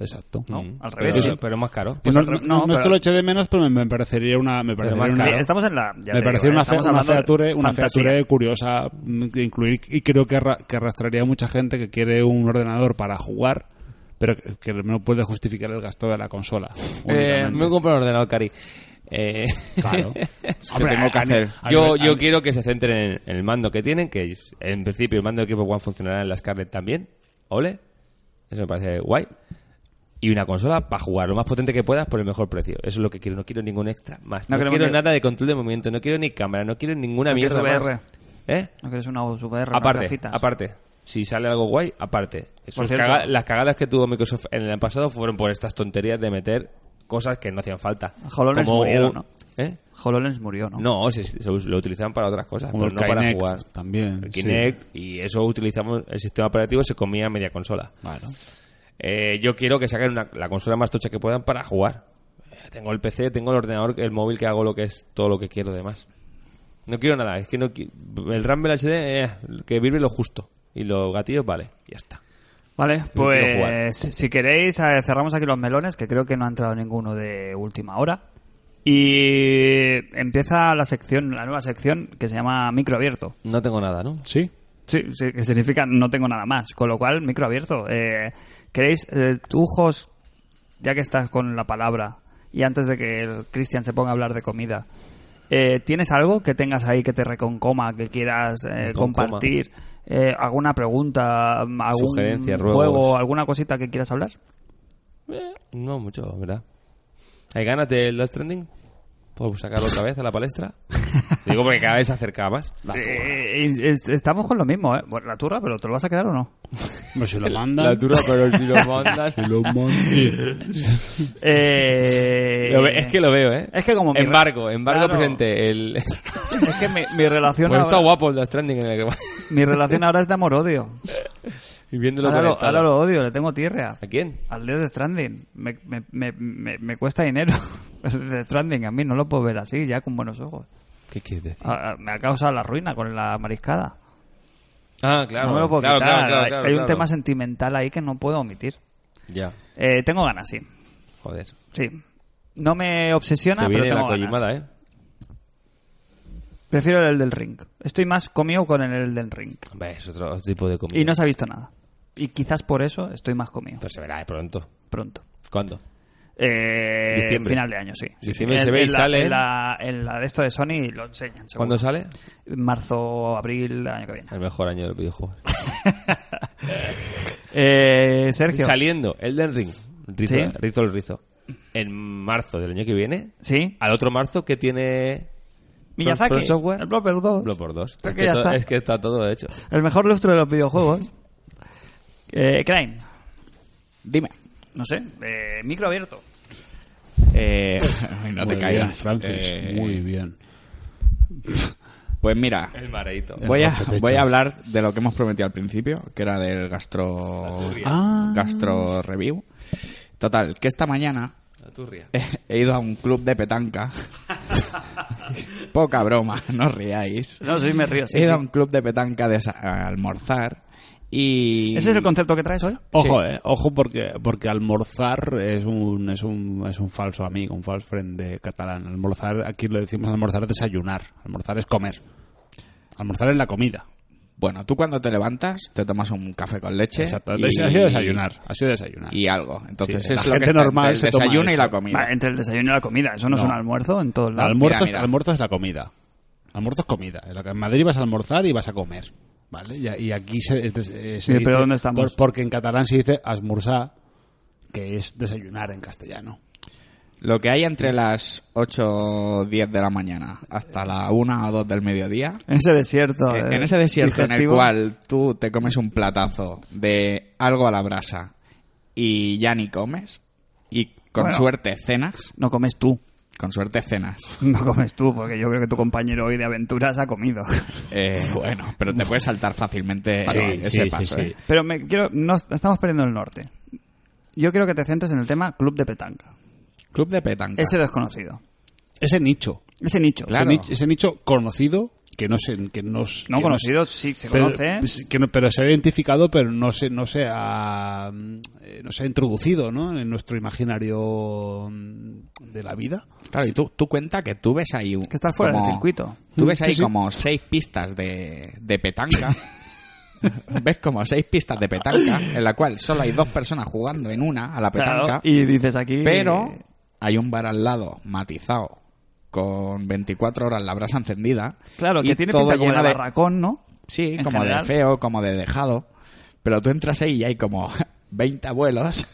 S3: exacto. Mm.
S1: ¿no? Al
S4: pero,
S1: revés.
S4: eso- pero es más caro.
S1: Pues
S3: no,
S1: al revés,
S3: no-
S1: no,
S3: no es que
S1: pero-
S3: lo eche de menos, pero me, me parecería una, me parecería
S4: más
S3: una-
S1: Sí,
S4: Claro.
S1: estamos en la. ya
S3: me
S1: te
S3: pareció
S1: digo, ¿eh?
S3: una, fe-
S1: estamos
S3: una
S1: hablando de
S3: feature, una
S1: fantasía.
S3: feature curiosa mm, de incluir y creo que, arra- que arrastraría a mucha gente que quiere un ordenador para jugar, pero que, que no puede justificar el gasto de la consola.
S4: Eh,
S3: únicamente.
S4: me he comprado un ordenador, Cari. Eh, <laughs>
S1: <laughs>
S3: Claro.
S2: que tengo que
S3: a- a-
S2: hacer.
S3: a-
S4: yo
S3: a-
S4: yo quiero que se centren en, en el mando que tienen, que en principio el mando de equipo One funcionará en la Scarlett también. Ole. Eso me parece guay. Y una consola para jugar lo más potente que puedas por el mejor precio. Eso es lo que quiero. No quiero ningún extra más.
S1: No
S4: No,
S1: queremos
S4: quiero
S1: ni-
S4: nada de control de movimiento. No quiero ni cámara. No quiero ninguna
S1: No quieres
S4: mierda más.
S1: VR.
S4: ¿Eh?
S1: ¿No quieres una VR? unas
S4: aparte,
S1: gafitas?
S4: aparte. Si sale algo guay, aparte. Sus
S1: cierto-
S4: caga- las cagadas que tuvo Microsoft en el pasado fueron por estas tonterías de meter cosas que no hacían falta.
S1: HoloLens murieron,
S4: un-
S1: ¿no?
S4: ¿eh?
S1: HoloLens murió, ¿no?
S4: No, se- se us- lo utilizaban para otras cosas,
S3: Como
S4: pero
S3: el
S4: no para
S3: Pues Kinect
S4: jugar.
S3: también,
S4: El
S3: sí.
S4: Kinect, y eso utilizamos, el sistema operativo se comía media consola.
S3: Bueno.
S4: Eh, yo quiero que saquen una- la consola más tocha que puedan para jugar. Eh, Tengo el PC, tengo el ordenador, el móvil que hago lo que es todo lo que quiero demás. No quiero nada, es que no qui- el Rumble HD eh, que vive lo justo y los gatillos vale, ya está.
S1: Vale,
S4: quiero jugar.
S1: pues si queréis eh, cerramos aquí los melones, que creo que no ha entrado ninguno de última hora. Y empieza la sección, la nueva sección que se llama micro abierto.
S4: No tengo nada, ¿no?
S3: Sí.
S1: Sí, sí, que significa no tengo nada más. Con lo cual, micro abierto. Eh, ¿Queréis, eh, tú, Jos, ya que estás con la palabra, y antes de que el Cristian se ponga a hablar de comida, eh, ¿tienes algo que tengas ahí que te reconcoma, que quieras eh,
S4: Reconcoma.
S1: compartir? Eh, ¿Alguna pregunta, algún
S4: Sugerencias,
S1: juego,
S4: ruegos.
S1: alguna cosita que quieras hablar?
S4: Eh, no mucho, ¿verdad? ¿Hay ganas del Death Stranding? ¿Por sacarlo otra vez a la <laughs> palestra? Digo porque cada vez se acerca más.
S1: Eh, es- estamos con lo mismo, ¿eh? Bueno, la turra, pero ¿te lo vas a quedar o no?
S3: No se Pues lo mandan.
S4: <laughs> La turra, pero
S3: <laughs>
S4: si lo mandas...
S3: Se lo mandan.
S1: Eh,
S4: <laughs> Lo ve- es que lo veo, ¿eh?
S1: Es que como mi re-
S4: Embargo, embargo
S1: Claro.
S4: presente. <laughs> El...
S1: Es que mi, mi relación
S4: Pues está
S1: ahora-
S4: guapo el Death Stranding en el que va. <laughs>
S1: Mi relación ahora es de amor-odio.
S4: Y viéndolo
S1: Ahora lo,
S4: conectado.
S1: ahora lo odio, le tengo tierra.
S4: ¿A quién?
S1: Al Death Stranding. Me, me, me, me, me cuesta dinero. <laughs> El Death Stranding a mí no lo puedo ver así, ya con buenos ojos.
S4: ¿Qué quieres decir?
S1: Ah, ah, me ha causado la ruina con la mariscada.
S4: Ah, claro.
S1: no me lo puedo
S4: claro,
S1: quitar.
S4: claro, claro,
S1: Hay-
S4: claro,
S1: Hay un
S4: claro.
S1: tema sentimental ahí que no puedo omitir.
S4: Ya,
S1: Eh, tengo ganas, sí.
S4: joder.
S1: Sí. No me obsesiona,
S4: Se
S1: pero
S4: viene la ¿eh?
S1: tengo ganas.
S4: collimada, ¿eh?
S1: Prefiero el del Ring. Estoy más comido con el del Ring.
S4: Hombre, es otro tipo de comida.
S1: Y no se ha visto nada. Y quizás por eso estoy más comido.
S4: Pero se verá eh, pronto.
S1: Pronto.
S4: ¿Cuándo?
S1: Eh,
S4: Diciembre.
S1: Final de año, sí.
S4: Diciembre se ve y
S1: la,
S4: sale
S1: En
S4: en-
S1: la, en la de esto de Sony lo enseñan. seguro.
S4: ¿Cuándo sale?
S1: Marzo, abril, año que viene.
S4: El mejor año del videojuego.
S1: Eh, Sergio.
S4: Saliendo Elden Ring, rizo,
S1: Sí.
S4: eh, rizo el rizo, en marzo del año que viene.
S1: ¿Sí?
S4: Al otro marzo, ¿qué tiene
S1: Miyazaki.
S4: From Software?
S1: El Blooper 2.
S4: Bloodborne 2.
S1: Creo
S4: es,
S1: que
S4: que
S1: ya
S4: to-
S1: está.
S4: es que está todo hecho.
S1: El mejor lustro de los videojuegos. eh, Crane.
S2: Dime.
S1: No sé. Eh, micro abierto.
S3: <laughs>
S2: Eh, ay, no
S3: Muy
S2: te
S3: bien,
S2: caigas.
S3: Francis,
S2: Eh,
S3: muy bien.
S2: Pues mira,
S4: El mareito.
S2: voy a,
S3: rompepechos.
S2: voy a hablar de lo que hemos prometido al principio, que era del gastro,
S3: Ah.
S2: gastro review. Total, que esta mañana <laughs>
S4: La turria.
S2: he ido a un club de petanca <laughs> Poca broma, no os riáis.
S1: No, sí, me río. sí,
S2: He
S4: Eh,
S2: ido a
S1: sí.
S2: un club de petanca de sa- a almorzar y...
S1: ¿Ese es el concepto que traes hoy?
S3: Ojo, eh, ojo porque, porque almorzar es un, es, un, es un falso amigo, un false friend de catalán. Almorzar, aquí lo decimos almorzar es desayunar, almorzar es comer. Almorzar es la comida.
S2: Bueno, tú cuando te levantas te tomas un café con leche.
S3: Exacto.
S2: Eh, y-
S3: Ha sido desayunar, ha sido desayunar.
S2: Y algo. Entonces
S3: Sí,
S2: es
S3: la
S2: lo que está
S3: gente
S2: entre
S3: normal
S2: el
S3: se toma
S2: desayuno y
S3: esto.
S2: la comida.
S1: Vale, entre el desayuno y la comida. Eso no, es
S3: No.
S1: un almuerzo en todos lados.
S3: almuerzo,
S2: mira, mira.
S3: almuerzo es la comida. Almuerzo es comida. En la que- en Madrid vas a almorzar y vas a comer. ¿Vale? Y, y aquí se, este- se
S1: Sí, pero ¿dónde estamos?
S3: por- porque en catalán se dice asmursar, que es desayunar en castellano.
S2: Lo que hay entre las 8 o 10 de la mañana hasta la 1 o 2 del mediodía,
S1: En ese desierto.
S2: en
S1: eh,
S2: en ese desierto en el
S1: digestivo.
S2: cual tú te comes un platazo de algo a la brasa y ya ni comes, y con
S1: Bueno.
S2: suerte cenas,
S1: No comes tú.
S2: con suerte cenas.
S1: <laughs> No comes tú, porque yo creo que tu compañero hoy de aventuras ha comido. <laughs>
S2: Eh, bueno, pero te puedes saltar fácilmente
S4: Sí,
S2: ese
S4: sí, sí,
S2: paso.
S4: sí.
S2: ¿eh?
S1: Pero me quiero, no, estamos perdiendo el norte. Yo quiero que te centres en el tema club de petanca.
S2: Club de petanca.
S1: Ese desconocido.
S3: Ese nicho.
S1: Ese nicho.
S2: Claro.
S3: Ese, nicho ese nicho conocido que no se, que no, s-
S1: No
S3: que
S1: conocido,
S3: s-
S1: sí, se
S3: pero,
S1: conoce. ¿eh?
S3: pues, que no- pero se ha identificado, pero no se, no se ha mm, eh, no se ha introducido, ¿no? En nuestro imaginario mm, de la vida.
S2: Claro, y tú, tú cuenta que tú ves ahí... un-
S1: Que estás fuera del
S2: como-
S1: circuito.
S2: Tú ves
S3: Sí,
S2: ahí
S3: sí.
S2: como seis pistas de, de
S3: <laughs>
S2: petanca. ves como seis pistas de petanca, en la cual solo hay dos personas jugando en una a la
S1: Claro,
S2: petanca.
S1: y dices aquí.
S2: Pero hay un bar al lado matizado con 24 horas la brasa encendida.
S1: Claro, que
S2: y
S1: tiene
S2: todo
S1: pinta como de
S2: lleno
S1: barracón, ¿no?
S2: Sí,
S1: en
S2: como
S1: general.
S2: de feo, como de dejado. Pero tú entras ahí y hay como <laughs> 20 abuelos,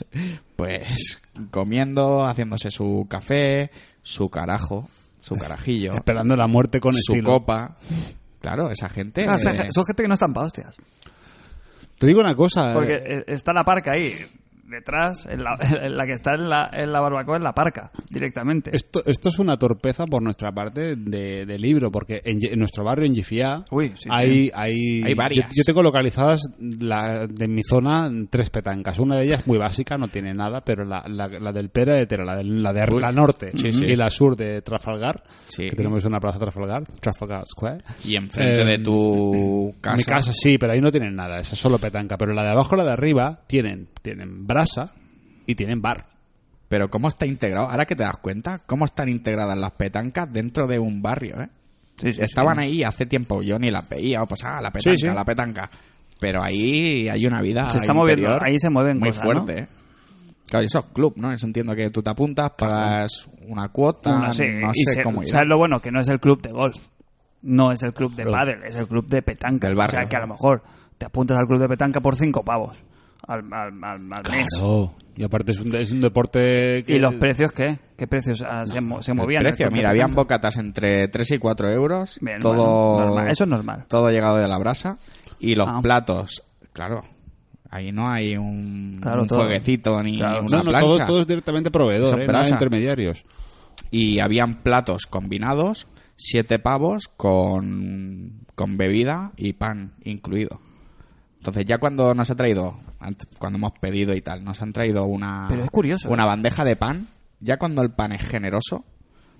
S2: pues comiendo, haciéndose su café, su carajo, su carajillo,
S3: Esperando la muerte con
S2: su
S3: estilo.
S2: copa. Claro, esa gente.
S1: Claro, esta
S2: eh,
S1: Ah, gen- son gente que no están pa' hostias.
S3: Te digo una cosa.
S1: Porque
S3: eh,
S1: eh, está la parca ahí. Detrás, en la, <laughs> en la que está en la, en la barbacoa, es la parca, directamente.
S3: Esto, esto es una torpeza por nuestra parte de, de libro, porque en, Ye- en nuestro barrio, en Gifía,
S1: Uy, sí, sí.
S3: hay, hay,
S2: Hay varias.
S3: Yo, yo tengo localizadas la, de mi zona tres petancas. Una de ellas muy básica, no tiene nada, pero la, la, la del Pera de Tera, la, del- la de
S2: Uy.
S3: la norte
S2: Sí, sí.
S3: y la sur de Trafalgar,
S2: Sí.
S3: que tenemos una plaza Trafalgar, Trafalgar Square.
S2: Y enfrente de
S3: Eh,
S2: tu casa.
S3: Mi casa sí, pero ahí no tienen nada, esa es solo petanca. Pero la de abajo y la de arriba tienen, tienen brasa y tienen bar.
S2: Pero cómo está integrado, ahora que te das cuenta, cómo están integradas las petancas dentro de un barrio, ¿eh?
S1: Sí, sí,
S2: Estaban
S1: sí.
S2: ahí hace tiempo, yo ni las veía, o pues, ah, la petanca,
S3: Sí, sí.
S2: la petanca. Pero ahí hay una vida
S1: Se está
S2: interior
S1: moviendo, ahí se mueven
S2: muy
S1: cosas,
S2: fuerte,
S1: ¿no?
S2: ¿eh? Claro, y eso es club, ¿no? Eso entiendo que tú te apuntas, pagas una cuota,
S1: Una, sí,
S2: no
S1: y
S2: sé
S1: se-
S2: cómo irá.
S1: ¿Sabes lo bueno? Que no es el club de golf. No es el club de pádel, es el club de petanca.
S2: Del barrio.
S1: O sea, que a lo mejor te apuntas al club de petanca por cinco pavos al, al, al- al mes.
S3: Claro. Y aparte es un, es un deporte que...
S1: ¿Y los precios qué? ¿Qué precios ah, se, mo- se
S2: El
S1: movían? en el
S2: precio,
S1: club de
S2: mira, habían
S1: petanca?
S2: bocatas entre 3 y 4 euros,
S1: Bien,
S2: todo...
S1: bueno, normal. Eso es normal.
S2: Todo llegado de la brasa. Y los
S1: Ah.
S2: platos, claro, ahí no hay un,
S1: Claro,
S2: un
S1: todo.
S2: jueguecito ni
S1: Claro.
S2: una
S3: no, no,
S2: plancha.
S3: todo, todo es directamente proveedor,
S2: Son
S3: ¿eh? Nada de
S2: brasa.
S3: intermediarios.
S2: y habían platos combinados, siete pavos con, con bebida y pan incluido. Entonces ya cuando nos ha traído, ant- cuando hemos pedido y tal, nos han traído una,
S1: Pero es curioso,
S2: una
S1: ¿eh?
S2: bandeja de pan, ya cuando el pan es generoso,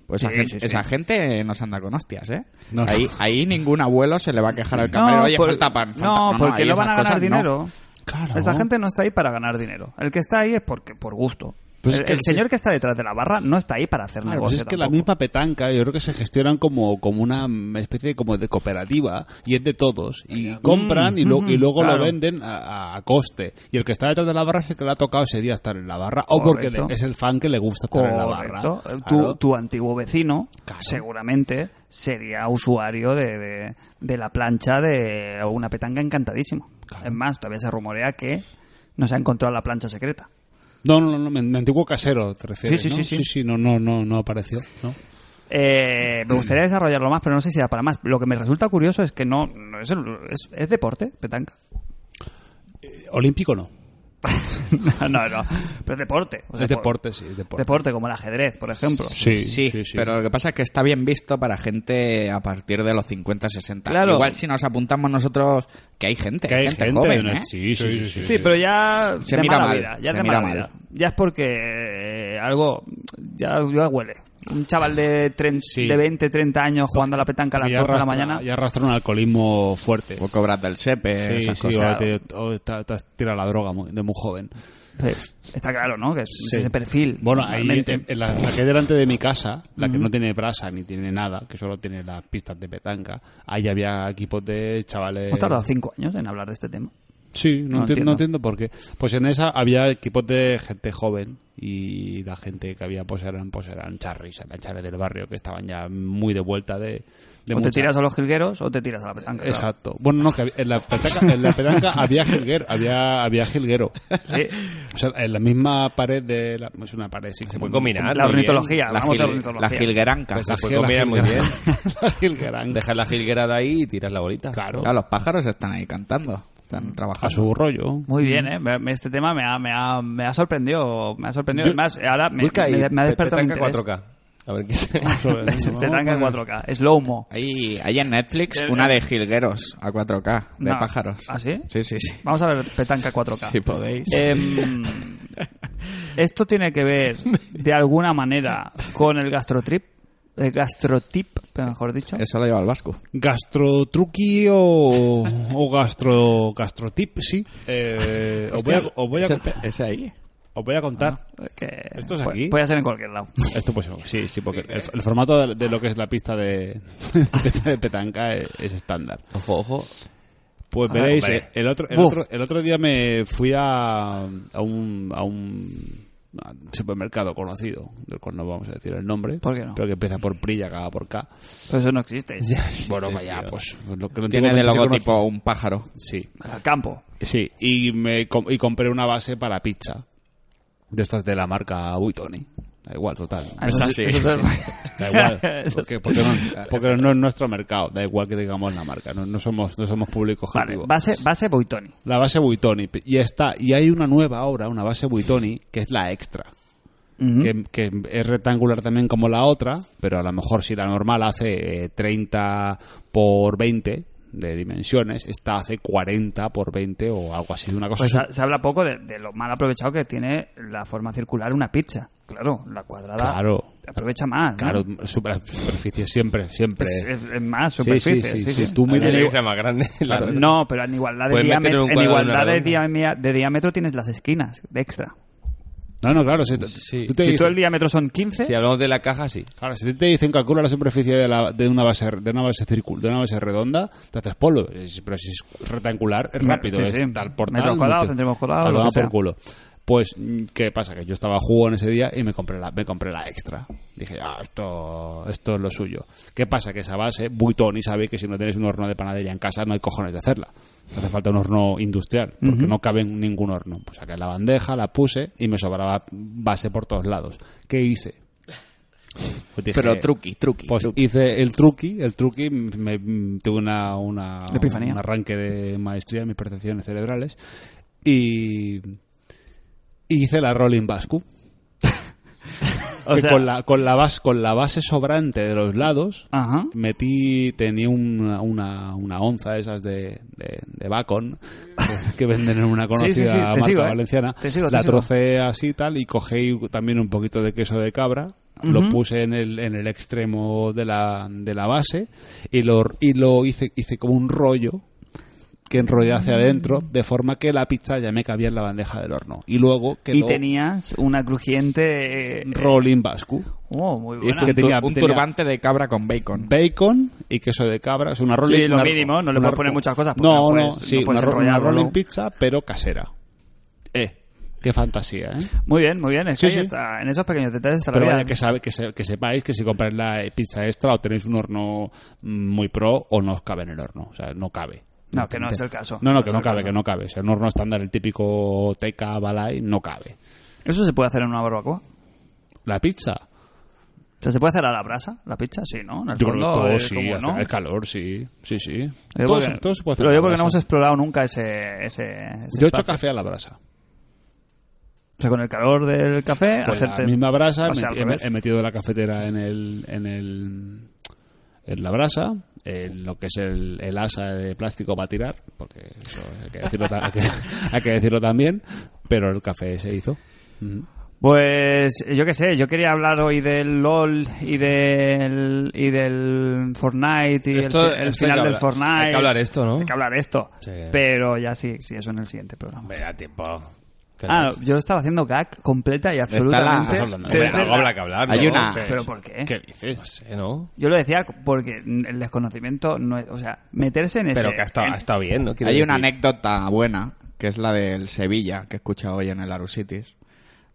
S2: pues esa,
S1: Sí,
S2: gen-
S1: sí, sí.
S2: esa gente nos anda con hostias, ¿eh?
S3: No, no.
S2: ahí, ahí ningún abuelo se le va a quejar al camarero, oye,
S1: por-
S2: falta pan. falta-".
S1: No, porque
S2: ahí
S1: no van a ganar
S2: esas cosas no.
S1: dinero.
S3: Claro.
S1: Esta gente no está ahí para ganar dinero. El que está ahí es porque por gusto.
S3: Pues
S1: el
S3: es que
S1: el
S3: sí.
S1: señor que está detrás de la barra no está ahí para hacer
S3: Claro, pues
S1: negocio.
S3: es que la
S1: tampoco.
S3: misma petanca yo creo que se gestionan como, como una especie de, como de cooperativa y es de todos y compran y, luego y luego
S1: claro.
S3: lo venden a, a coste y el que está detrás de la barra es el que le ha tocado ese día estar en la barra o porque
S1: Correcto.
S3: le- es el fan que le gusta estar en la barra
S1: Correcto. Eh, Tu,
S3: Claro.
S1: tu antiguo vecino
S3: Claro.
S1: seguramente sería usuario de, de- de la plancha de una petanca encantadísimo. Es más, todavía se rumorea que no se ha encontrado la plancha secreta.
S3: no no no, no, mi, mi antiguo casero te refieres
S1: Sí, sí,
S3: ¿no?
S1: sí, sí.
S3: no no no no apareció no
S1: Eh, me gustaría desarrollarlo más, pero no sé si da para más. Lo que me resulta curioso es que no, no es, el- es- es deporte, petanca.
S3: Eh, olímpico no
S1: <laughs> no, no, no, pero es deporte. O sea,
S3: es
S1: por-
S3: deporte sí es deporte,
S1: Deporte como el ajedrez, por ejemplo.
S3: Sí,
S2: Sí, pero lo que pasa es que está bien visto para gente a partir de los 50, 60.
S1: Claro.
S2: Igual si nos apuntamos nosotros, que hay gente,
S3: que hay
S2: gente,
S3: gente,
S2: joven,
S3: ¿no?
S2: ¿eh?
S3: sí, sí, sí, sí,
S1: Sí, pero ya
S2: Se
S1: de
S2: mira
S1: mala
S2: mal,
S1: vida, ya
S2: se
S1: de
S2: mira
S1: mala
S2: mal.
S1: vida. Ya es porque eh, algo ya, ya huele. un chaval de, tren-
S3: Sí.
S1: de 20, 30 años jugando a la petanca a las 12 de la mañana.
S3: ya arrastra un alcoholismo fuerte.
S2: O cobras del SEPE,
S3: Sí,
S2: esas
S3: sí,
S2: cosas.
S3: o te, o te- te has tirado la droga muy- de muy joven.
S1: Pues, está claro, ¿no? Que es
S3: Sí.
S1: ese perfil.
S3: Bueno, ahí, eh,
S1: normalmente.
S3: en- en la, la que hay delante de mi casa, la que no tiene brasa ni tiene nada, que solo tiene las pistas de petanca, ahí había equipos de chavales...
S1: Hemos tardado 5 años en hablar de este tema. No
S3: Sí, no, enti- no
S1: entiendo.
S3: entiendo. por qué. Pues en esa había equipos de gente joven y la gente que había pues eran, pues eran charris, eran charris del barrio que estaban ya muy de vuelta de... de
S1: o
S3: mucha-
S1: te tiras a los jilgueros o te tiras a la petanca. claro.
S3: Exacto. Bueno, no, que había- en la petanca, en la <laughs> petanca había jilguero, había, había jilguero.
S1: Sí.
S3: O sea, en la misma pared de... La, es una pared, sí.
S4: Se puede combinar.
S1: La
S4: muy bien. <laughs>
S1: ornitología,
S4: La
S1: vamos a
S4: gil-
S1: la ornitología.
S2: La jilgueranca.
S3: Pues
S4: Se
S3: la
S4: puede
S3: gil- la
S4: combinar muy bien.
S3: jilguera- la jilgueranga.
S4: Dejas la jilguerada ahí y tiras la bolita.
S3: Claro.
S2: Ah, los pájaros están ahí cantando. Están
S3: A
S2: trabajando.
S3: su rollo.
S1: Muy bien, ¿eh? Me- me- Este tema me ha, me ha, me ha sorprendido. Me ha sorprendido.
S3: Yo-
S1: Además, ahora me,
S4: Busca ahí,
S1: me- me ha
S4: pe-
S1: despertado un
S4: petanca
S1: interés.
S4: 4K. A ver
S1: <laughs>
S4: qué se...
S3: <laughs>
S1: Petanca 4K. Slow-mo.
S2: Hay, hay en Netflix
S1: El-
S2: una de jilgueros a 4K, de
S1: No.
S2: pájaros.
S1: ¿Ah, sí?
S2: Sí, sí, sí.
S1: Vamos a ver Petanca 4K.
S2: Si podéis.
S1: Em, esto tiene que ver, de alguna manera, con el gastrotrip. El gastrotip, mejor dicho.
S2: Eso lo lleva al vasco.
S3: Gastrotruqui o, o gastro, gastrotip, sí. Eh, os, voy a, os voy a-
S2: Ese- ese ahí.
S3: os voy a contar.
S1: que
S3: ¿Esto es
S1: pu-
S3: aquí?
S1: Puede ser en cualquier lado.
S3: Esto pues sí, sí, porque el, el formato de, de lo que es la pista de, <laughs> de petanca es, es estándar.
S4: Ojo, ojo.
S3: Pues
S1: Ah,
S3: veréis,
S4: hombre.
S3: eh, el otro, el,
S1: Buf.
S3: otro, el otro día me fui a, a un... A un a un supermercado conocido, del cual no vamos a decir el nombre,
S1: ¿Por qué no?
S3: pero que empieza por Pri y acaba por K.
S1: Pero eso no existe.
S3: Bueno,
S4: sí,
S3: vaya,
S4: tío.
S3: pues lo que no
S2: Tiene de
S3: entiendo por qué se
S2: logotipo un pájaro.
S3: conoce- Sí,
S1: Al campo.
S3: Sí, y, me, com- y compré una base para pizza. De estas de la marca Buitoni. Da igual, total.
S1: Ah, eso sí, eso es-
S3: <laughs> Da igual.
S1: Eso es-
S3: Porque, porque no, porque no es nuestro mercado. Da igual que digamos la marca. No, no somos, no somos público
S1: <laughs> Vale,
S3: objetivo.
S1: base, base Boitoni.
S3: La base Buitoni. Y está. Y hay una nueva ahora, una base Buitoni, que es la extra. que, que es rectangular también como la otra, pero a lo mejor si la normal hace eh, 30 por 20 de dimensiones, esta hace 40 por 20 o algo así, una cosa
S1: Pues
S3: así.
S1: ha- se habla poco de, de lo mal aprovechado que tiene la forma circular una pizza. Claro, la cuadrada
S3: Claro.
S1: aprovecha más. ¿no?
S3: Claro, super- superficie siempre, siempre.
S1: Es, es- es más
S3: Sí,
S1: superficie.
S3: sí, sí,
S1: sí,
S3: sí.
S1: sí.
S3: Tú
S4: Hay
S3: mides-
S4: que sea más grande. la
S1: <laughs> Claro,
S4: red.
S1: No, pero en igualdad de
S4: Puedes meter
S1: diámetro,
S4: un
S1: en
S4: cuadrado en una
S1: igualdad de,
S4: redonda.
S1: diamia- de diámetro tienes las esquinas de extra.
S3: No, no, claro. Si,
S4: Sí.
S3: tú te
S1: si
S3: dices-
S1: todo el diámetro son 15,
S4: Si hablamos de la caja, sí.
S3: claro, si te dicen calcula la superficie de, la- de una base de una base circular, de una base redonda, te haces polo. Es- Pero si es rectangular, es
S1: Claro,
S3: rápido,
S1: sí,
S3: es
S1: sí.
S3: tal por
S1: Metros
S3: tal,
S1: cuadrados,
S3: multi-
S1: centímetros cuadrados,
S3: a
S1: lo
S3: tomar
S1: que sea.
S3: por culo. Pues, mm, ¿qué pasa? Que yo estaba jugón ese día y me compré la, me compré la extra. Dije, ah, esto, esto es lo suyo. ¿Qué pasa? Que esa base, Buitón, y sabéis que si no tenéis un horno de panadería en casa, no hay cojones de hacerla. Hace falta un horno industrial, porque no cabe en ningún horno. Pues saqué la bandeja, la puse y me sobraba base por todos lados. ¿Qué hice? Pues dije,
S2: Pero truqui, truqui.
S3: pues hice el truqui, el truqui, me, me- tuve una, una-
S1: Epifanía.
S3: un arranque de maestría en mis percepciones cerebrales y, y hice la rolling bascu.
S1: <laughs> O
S3: Que
S1: sea-
S3: con, la, con, la base, con la base sobrante de los lados
S1: Ajá.
S3: metí, tenía una, una, una onza de esas de, de, de Bacon que venden en una
S1: Mm. Sí,
S3: conocida
S1: sí, sí, te
S3: marca
S1: sigo, eh.
S3: valenciana.
S1: Te sigo, te
S3: la
S1: sigo.
S3: trocé así tal y cogí también un poquito de queso de cabra. Lo puse en el, en el extremo de la, de la base y lo, y lo hice, hice como un rollo que enrollé hacia
S1: Mm.
S3: adentro de forma que la pizza ya me cabía en la bandeja del horno. Y luego quedó
S1: y tenías una crujiente... eh,
S3: rolling bascu.
S1: Oh, muy
S2: Hice
S1: buena.
S2: un,
S3: que
S2: tur-
S3: tenía-
S2: un
S3: tenía-
S2: turbante de cabra con bacon.
S3: bacon y queso de cabra. Es una rolling
S1: Sí, lo
S3: una-
S1: mínimo, no le
S3: una-
S1: puedes poner muchas cosas, porque
S3: No,
S1: no
S3: no,
S1: puedes-
S3: sí,
S1: no puedes
S3: una, ro- una
S1: enrollarlo,
S3: rolling
S1: ¿no?
S3: pizza, pero casera. Eh, qué fantasía, ¿eh?
S1: Muy bien, muy bien. Es
S3: Sí,
S1: que ahí
S3: sí.
S1: está, en esos pequeños detalles está la
S3: Pero
S1: vida.
S3: vaya, que, sabe, que, se- que sepáis que si compráis la pizza extra o tenéis un horno mm, muy pro o no os cabe en el horno. O sea, no cabe.
S1: No, que no es el caso.
S3: No, no,
S1: es
S3: que no
S1: el
S3: cabe,
S1: caso.
S3: que no cabe. O sea, un horno estándar, el típico teca, balay, no cabe.
S1: ¿Eso se puede hacer en una barbacoa?
S3: La pizza.
S1: O sea, ¿se puede hacer a la brasa, la pizza? Sí, ¿no? En el
S3: Yo creo que
S1: fondo,
S3: todo
S1: eh,
S3: sí,
S1: como,
S3: hace-
S1: ¿no?
S3: el calor, sí. Sí, sí.
S1: Lo digo
S3: Todo,
S1: porque-
S3: se- todo se puede hacer
S1: Lo
S3: a la
S1: digo porque no hemos
S3: brasa.
S1: explorado nunca ese, ese, ese
S3: Yo he hecho
S1: espacio.
S3: café a la brasa.
S1: O sea, con el calor del café,
S3: Pues
S1: hacerte...
S3: la misma brasa,
S1: o sea, al
S3: he,
S1: revés.
S3: he metido la cafetera en el, en el en la brasa, en lo que es el, el asa de plástico para tirar, porque <laughs> eso hay que decirlo, ta- hay que- hay que decirlo también, pero el café se hizo.
S1: Pues yo qué sé, yo quería hablar hoy del LOL y del, y del Fortnite y el
S4: Esto-
S1: fi- el,
S4: esto hay que
S1: final del
S4: hablar.
S1: Fortnite.
S4: Hay que hablar esto, ¿no?
S1: Hay que hablar esto.
S4: Sí.
S1: Pero ya sí, sí, eso en el siguiente programa.
S4: Me da tiempo.
S1: Ah, yo estaba haciendo gag completa y absolutamente.
S2: estás hablando.
S1: desde
S4: algo
S1: la-
S4: habrá que hablar.
S2: Hay
S4: ¿no?
S2: una-
S4: Sí.
S1: ¿Pero por qué?
S2: ¿Eh?
S4: ¿Qué dices? No sé, ¿no?
S1: Yo lo decía porque el desconocimiento no es. O sea, meterse en ese.
S4: Pero que ha estado,
S1: en-
S4: ha estado bien, ¿no? Quiero
S2: Hay una
S4: decir-
S2: anécdota buena, que es la del Sevilla, que he escuchado hoy en el Arusitis,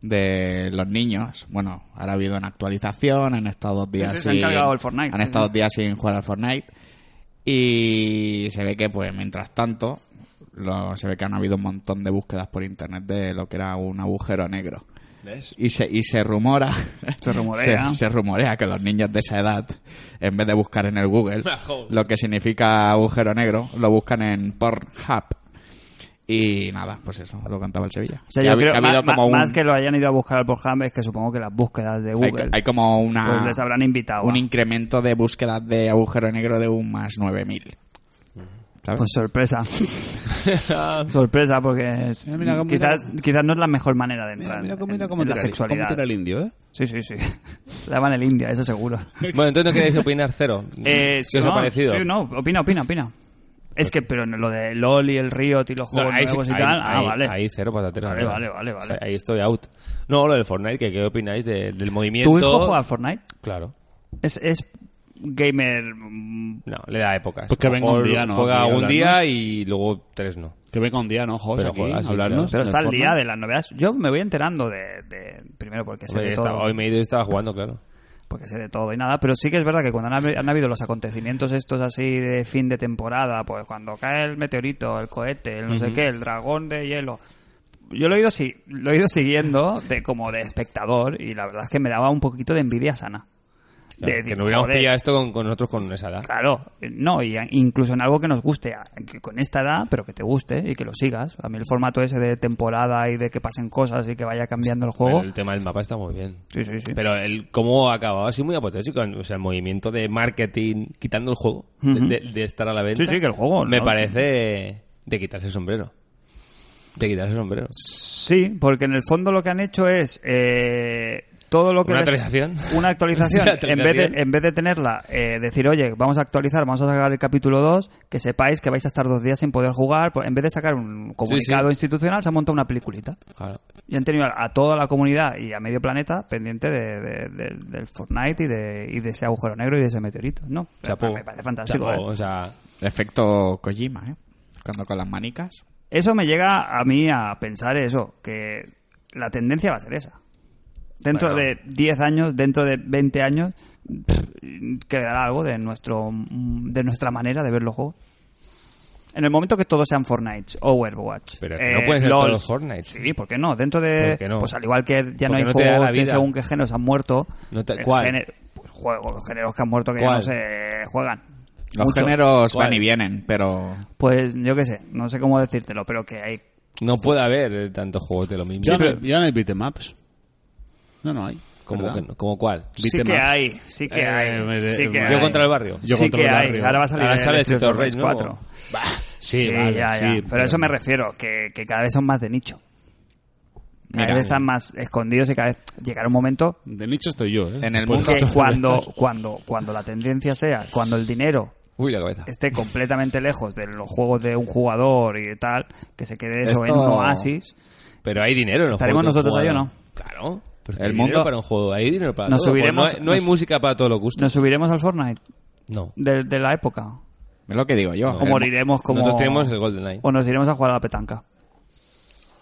S2: de los niños. Bueno, ahora ha habido una actualización, han estado dos días
S1: Sí, se han
S2: sin...
S1: cargado el Fortnite,
S2: han
S1: sí,
S2: estado
S1: sí.
S2: dos días sin jugar al Fortnite. Y se ve que, pues, mientras tanto, lo- se ve que han habido un montón de búsquedas por internet de lo que era un agujero negro.
S5: ¿Ves?
S2: Y se, y se rumora...
S1: Se rumorea.
S2: <laughs> Se, se rumorea que los niños de esa edad, en vez de buscar en el Google
S4: Joder.
S2: lo que significa agujero negro, lo buscan en Pornhub. Y nada, pues eso, lo cantaba el Sevilla.
S1: O sea,
S2: Que
S1: yo
S2: ha-
S1: creo
S2: que ha habido
S1: más,
S2: como
S1: más-
S2: un-
S1: más que lo hayan ido a buscar al Pornhub es que supongo que las búsquedas de
S2: hay,
S1: Google
S2: hay como una,
S1: pues les habrán invitado. a-
S2: un incremento de búsquedas de agujero negro de un más 9000. ¿Sabes?
S1: Pues sorpresa.
S4: <laughs>
S1: sorpresa, porque es-
S3: Mira, mira cómo-
S1: quizás, quizás no es la mejor manera de entrar
S3: Mira, mira,
S1: en-
S3: cómo- mira
S1: en-
S3: cómo
S1: en
S3: te
S1: la
S3: era el-
S1: sexualidad.
S3: cómo te era el indio, ¿eh?
S1: Sí, sí, sí. <laughs> La van el India, eso seguro.
S4: Bueno, entonces no queréis opinar cero.
S1: Eh,
S4: ¿Qué os
S1: no,
S4: ha parecido?
S1: Sí, no, opina, opina, opina. Es que, pero en lo de LOL y el Riot y los
S4: No,
S1: juegos
S4: ahí, sí-
S1: nuevos y
S4: ahí-
S1: tal, ah,
S4: ahí-
S1: vale.
S4: ahí cero patatero.
S1: Vale, vale, vale, vale.
S4: ahí estoy out. No, lo del Fortnite, ¿qué, qué opináis de- del movimiento?
S1: ¿Tu hijo juega al Fortnite?
S4: Claro.
S1: Es, es gamer... mm,
S4: No, le da épocas.
S3: Pues que venga un
S4: Mejor
S3: día, ¿no?
S4: Juega
S3: Aquí
S4: un
S3: hablarnos.
S4: día y luego tres no.
S3: Que venga un día, ¿no, Jos,
S4: Pero
S3: aquí,
S4: joder, sí,
S3: hablarnos.
S1: Pero
S3: de
S1: está al
S3: Fortnite.
S1: día de las novedades. Yo me voy enterando de... de- primero porque sé
S4: Hombre,
S1: de
S4: estaba-
S1: todo.
S4: hoy me he ido y estaba jugando, claro.
S1: porque sé de todo y nada, pero sí que es verdad que cuando han, habi- han habido los acontecimientos estos así de fin de temporada, pues cuando cae el meteorito, el cohete, el no sé qué, el dragón de hielo, yo lo he ido, si- lo he ido siguiendo de como de espectador y la verdad es que me daba un poquito de envidia sana. De
S4: Claro, que
S1: decir,
S4: no hubiéramos
S1: "Joder,
S4: pillado esto con, con nosotros con esa edad.
S1: Claro, no, y incluso en algo que nos guste, a- que con esta edad, pero que te guste y que lo sigas. A mí el formato ese de temporada y de que pasen cosas y que vaya cambiando el juego.
S4: Pues El tema del mapa está muy bien.
S1: Sí, sí, sí.
S4: Pero el cómo ha acabado así muy apoteósico. O sea, el movimiento de marketing quitando el juego, de, de- de estar a la venta.
S1: Sí, sí, que el juego,
S4: Me
S1: ¿no?
S4: parece de quitarse el sombrero. De quitarse el sombrero.
S1: Sí, porque en el fondo lo que han hecho es eh, todo lo que...
S4: ¿Una
S1: les-
S4: actualización? <laughs>
S1: Una actualización.
S4: Una
S1: en,
S4: actualización.
S1: vez de, en vez de tenerla, eh, decir, oye, vamos a actualizar, vamos a sacar el capítulo 2, que sepáis que vais a estar dos días sin poder jugar, pues, en vez de sacar un comunicado
S4: sí.
S1: institucional, se ha montado una peliculita.
S4: Claro.
S1: Y han tenido a toda la comunidad y a medio planeta pendiente de, de- de- del Fortnite y de, y de ese agujero negro y de ese meteorito. No,
S4: Chapó.
S1: me parece fantástico.
S4: Chapó,
S1: ¿eh?
S4: O sea,
S2: Efecto Kojima, ¿eh? Cuando con las manicas.
S1: Eso me llega a mí a pensar eso, que la tendencia va a ser esa. Dentro
S4: Bueno.
S1: de 10 años, dentro de 20 años, pff, quedará algo de nuestro de nuestra manera de ver los juegos. En el momento que todos sean Fortnite, Overwatch, eh,
S4: Pero que no pueden ser todos Fortnite.
S1: Sí, ¿por qué no? Dentro de
S4: ¿Por qué no?
S1: pues al igual que ya no hay
S4: Porque no te da
S1: juegos
S4: la
S1: que
S4: vida.
S1: según qué géneros han muerto.
S4: No te-
S1: eh,
S4: ¿cuál?
S1: géner- pues, juegos, géneros que han muerto que ya
S4: ¿Cuál?
S1: no se juegan.
S2: Los
S1: Muchos.
S2: géneros
S4: ¿Cuál?
S2: van y vienen, pero
S1: Pues yo qué sé, no sé cómo decírtelo, pero que hay
S4: no puede haber eh, tantos juegos de lo mismo.
S3: Ya, no, ya no hay beatemaps. No, no hay.
S4: ¿Como,
S3: ¿verdad?
S4: que no? ¿Como cuál?
S1: Sí
S3: Beat 'em
S1: que
S3: up.
S1: hay, sí que
S3: Eh, me
S1: hay.
S3: de-
S1: Sí que
S3: me-
S1: hay.
S4: Yo contra el barrio.
S3: Yo
S1: sí
S3: contra
S1: que
S3: el
S1: hay.
S3: barrio.
S1: Ahora va a salir
S4: Ahora
S1: el
S4: sale
S1: Street
S4: Street of
S1: of Rage
S4: Rage nuevo.
S1: 4.
S3: Sí,
S1: Sí,
S3: vale,
S1: ya, ya.
S3: sí,
S1: Pero, a eso me refiero, que, que cada vez son más de nicho. Cada
S2: Mira.
S1: vez están más escondidos y cada vez llegará un momento
S3: De nicho estoy yo, ¿eh?
S2: en el
S3: Pues
S2: mundo...
S1: que
S3: <laughs>
S1: cuando, cuando, cuando la tendencia sea, cuando el dinero
S4: Uy, la cabeza.
S1: esté completamente lejos de los juegos de un jugador y tal, que se quede eso en
S2: Esto-
S1: un oasis,
S4: Pero hay dinero en los
S1: ¿Estaremos
S4: juegos de
S1: nosotros ahí o
S4: jugador.
S1: no?
S4: Claro. Porque
S2: El
S4: hay
S2: mundo-
S4: dinero para un juego, hay dinero para
S1: Nos
S4: todo. Pues
S1: subiremos-
S4: no hay, no hay
S1: nos-
S4: música para todos los gustos.
S1: nos subiremos al Fortnite
S4: No.
S1: de, de la época.
S2: Es lo que digo yo.
S1: O
S2: El mu-
S1: moriremos como...
S4: Eh, Nosotros tenemos el Golden Line.
S1: O nos iremos a jugar a la petanca.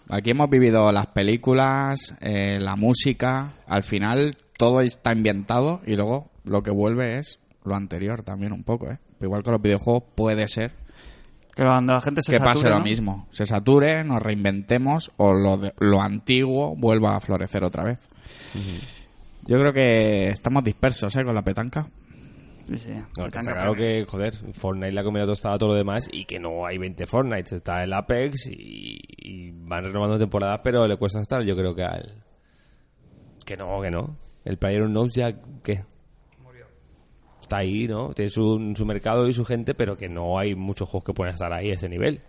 S2: Aquí hemos vivido las películas, eh, la música, al final todo está inventado y luego lo que vuelve es lo anterior también un poco, ¿eh? Igual con los videojuegos puede ser
S1: Que cuando la gente se
S2: que
S1: sature,
S2: pase lo
S1: ¿no?
S2: mismo, se sature, nos reinventemos o lo, de- lo antiguo vuelva a florecer otra vez. Yo creo que estamos dispersos, ¿eh? Con la petanca.
S1: Sí, sí.
S4: No, que
S1: Petanca,
S4: está claro
S1: petanca.
S4: que, joder, Fortnite la comida tostada, todo lo demás, y que no hay 20 Fortnite, está el Apex y, y van renovando temporadas, pero le cuesta estar, yo creo que al... Que no, que no. El Player Knows ya, ¿qué? Murió. Está ahí, ¿no? Tiene su, su mercado y su gente, pero que no hay muchos juegos que puedan estar ahí a ese nivel.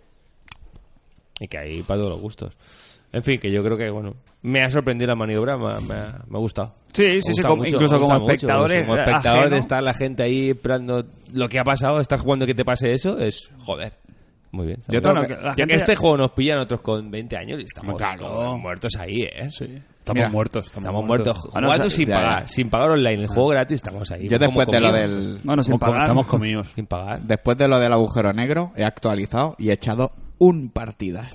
S4: Y que hay para todos los gustos. En fin, que yo creo que, bueno, me ha sorprendido la maniobra, me, ha- me ha, me ha gustado.
S1: Sí,
S4: Me ha
S1: sí, sí,
S4: gustado
S1: como- incluso
S4: me ha
S1: como
S4: gustado mucho,
S1: espectadores,
S4: Como espectadores,
S1: ajeno.
S4: estar la gente ahí esperando lo que ha pasado, estar jugando y que te pase eso, es joder. Muy bien.
S2: Yo
S4: Bueno,
S2: tengo
S1: Bueno,
S2: que-
S1: que la
S4: ya
S1: gente-
S4: que este juego nos pillan otros con 20 años y estamos
S2: Claro.
S4: como muertos ahí, ¿eh?
S3: Estamos
S2: Mira,
S3: muertos.
S4: Estamos, muertos.
S1: Ahora,
S4: jugando
S1: o sea,
S4: sin
S2: ya, ya.
S4: pagar. Sin pagar online. El juego gratis estamos ahí.
S2: Yo
S4: como
S2: después de lo
S4: comidos,
S2: del Eh,
S1: Bueno, sin
S3: Como- como
S1: pagar.
S3: Estamos
S1: ¿no?
S3: comidos.
S4: Sin pagar.
S2: después de lo del agujero negro he actualizado y he echado un partidas.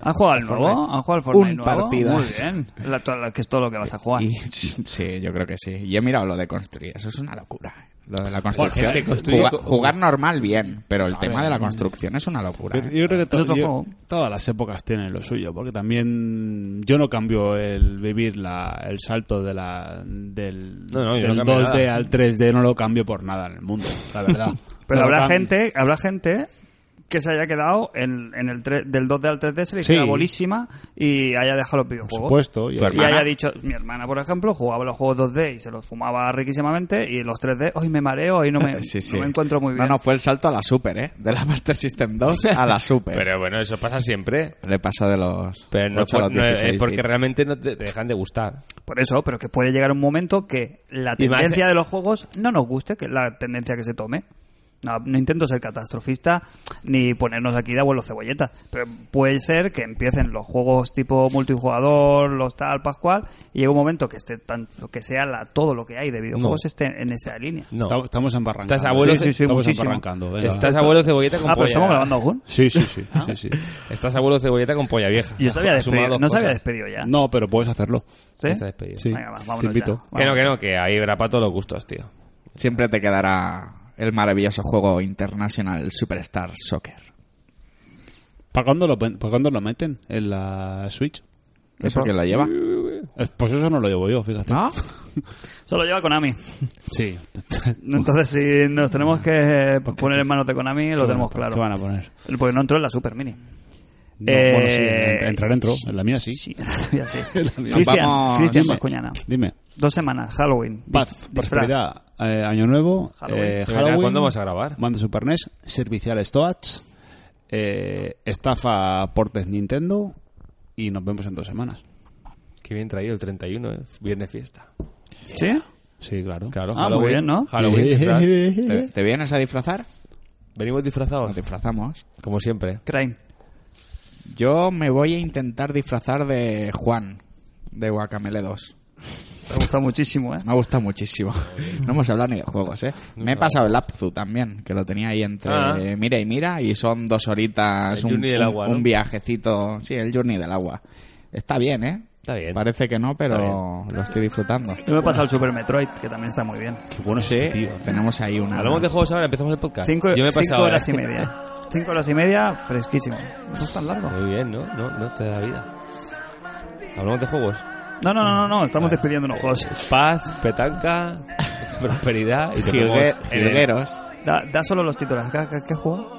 S1: ¿Han jugado al nuevo? ¿Han jugado al Fortnite
S2: Un
S1: nuevo?
S2: partidas.
S1: Muy bien. La- to- la- que es todo lo que vas a jugar.
S2: Y, <laughs> sí, yo creo que sí. Y he mirado lo de construir. Eso es una locura. eh. Lo de la construcción.
S4: gente construye
S2: Juga-
S4: co-
S2: jugar normal bien, pero el tema de la construcción es una locura.
S3: Pero
S2: eh.
S3: yo creo que to-
S1: otro
S3: yo-
S1: juego.
S3: todas las épocas tienen lo suyo, porque también yo no cambio el vivir la, el salto de la, del,
S4: No, no, yo
S3: del
S4: no cambio
S3: 2D
S4: nada.
S3: al 3D, no lo cambio por nada en el mundo, la verdad.
S1: Pero
S3: No lo
S1: habrá
S3: cambio.
S1: gente, habrá gente que se haya quedado en, en el tre- del 2D al 3D se le hizo
S3: Sí.
S1: la bolísima y haya dejado los videojuegos.
S3: Por supuesto. y-
S2: Tu
S1: Y
S2: hermana.
S1: haya dicho, mi hermana, por ejemplo, jugaba los juegos 2D y se los fumaba riquísimamente y los 3D, hoy me mareo, hoy no me,
S2: <laughs> Eh, Sí, sí.
S1: no me encuentro muy bien.
S2: No, no, fue el salto a la Super, ¿eh? De la Master System 2 a la Super.
S4: Pero bueno, eso pasa siempre.
S2: Le pasó de los.
S4: Pero no,
S2: 8 a
S4: por-
S2: los
S4: no, es
S2: 16
S4: porque
S2: bits.
S4: realmente no te, te dejan de gustar.
S1: Por eso, pero que puede llegar un momento que la
S4: Y más-
S1: tendencia de los juegos no nos guste, que la tendencia que se tome. No, no intento ser catastrofista ni ponernos aquí de abuelo cebolleta, pero puede ser que empiecen los juegos tipo multijugador, los tal, pascual, y llega un momento que esté tan, lo que sea la, todo lo que hay de videojuegos
S4: No.
S1: esté en esa línea.
S4: No.
S3: Estamos- Estamos embarrancando.
S4: Estás abuelo
S3: Sí, sí, sí,
S1: muchísimo.
S3: estamos embarrancando. venga.
S4: Estás abuelo cebolleta con
S1: Ah, pero
S4: polla.
S1: estamos grabando aún.
S3: Sí, sí, sí. sí, sí.
S4: Estás abuelo cebolleta con polla vieja.
S1: Yo se había
S4: Has <laughs> sumado
S1: despedido.
S4: dos
S1: No se había
S4: cosas.
S1: despedido ya.
S3: No, pero puedes hacerlo.
S1: ¿Sí?
S4: Se ha despedido.
S3: Sí.
S1: Venga, va, vámonos
S3: Te invito.
S1: ya.
S4: Que no, que no, que ahí verá para todos los gustos, tío.
S2: Siempre te quedará el maravilloso juego International Superstar Soccer.
S3: ¿Para cuándo lo, pen- para cuándo lo meten en la Switch?
S2: ¿Eso quién lo lleva?
S3: Es- Pues eso no lo llevo yo, fíjate.
S2: ¿No?
S1: Solo lleva Konami. <laughs>
S3: Sí.
S1: Entonces, si nos
S4: <laughs>
S1: tenemos que poner en manos de Konami, lo tenemos claro.
S3: ¿Qué van a poner?
S1: Porque no entró en la Super Mini.
S3: No,
S1: Eh,
S3: Bueno, sí, en- entrar entro. En la mía
S1: <laughs>
S3: sí.
S1: Sí, en la suya sí.
S2: mía.
S1: Cristian,
S2: Vamos,
S1: Cristian
S2: dime.
S1: Bascuñana.
S3: Dime.
S1: Dos semanas, Halloween. dis-
S3: Paz,
S1: disfraz.
S3: prosperidad, eh, año nuevo,
S1: Halloween.
S3: eh,
S1: De
S4: verdad,
S3: Halloween,
S4: ¿cuándo vamos a grabar?
S3: Mando Super NES, serviciales Toads, eh, estafa portes Nintendo y nos vemos en dos semanas.
S4: Qué bien traído el 31, ¿eh? Viernes fiesta.
S1: ¿Sí?
S3: Sí, claro.
S4: Claro,
S1: Ah, muy
S4: Halloween,
S1: bien, ¿no?
S4: Halloween, disfraz.
S3: <laughs>
S2: ¿Te, te vienes a disfrazar?
S4: <laughs> Venimos
S2: Nos
S4: disfrazados,
S2: disfrazamos.
S4: como siempre.
S1: Crane.
S2: Yo me voy a intentar disfrazar de Juan, de Guacamele 2.
S1: Me ha gustado muchísimo, ¿eh?
S2: Me ha gustado muchísimo. <laughs> No hemos hablado ni de juegos, ¿eh? Me he pasado el Apzu también, que lo tenía ahí entre
S4: Ah.
S2: mira y mira, y son dos horitas,
S4: El
S2: un,
S4: Journey del
S2: un-
S4: agua, ¿no?
S2: un viajecito. Sí, el Journey del agua. Está bien, ¿eh?
S4: Está bien.
S2: Parece que no, pero lo estoy disfrutando.
S1: Yo me he pasado al Super Metroid, que también está muy bien.
S3: Qué bueno es
S2: Sí,
S3: este tío.
S2: tenemos ahí una...
S4: Hablamos de juegos ahora, empezamos el podcast.
S1: Cinco,
S4: Yo me he
S1: cinco
S4: pasado ¿eh?
S1: horas y
S4: ahora.
S1: media. ¿eh? Cinco horas y media, fresquísimo. No es tan largo.
S4: <laughs> Muy bien, ¿no? No, no te da vida. Hablamos de juegos.
S1: No, no, no, no, no, estamos despidiendo unos juegos.
S4: Paz,
S1: <laughs>
S4: petanca, prosperidad y te
S2: Jilgue-
S4: vemos en el-
S2: Jilgueros.
S1: Da, da solo los títulos. ¿Qué, qué- qué juego?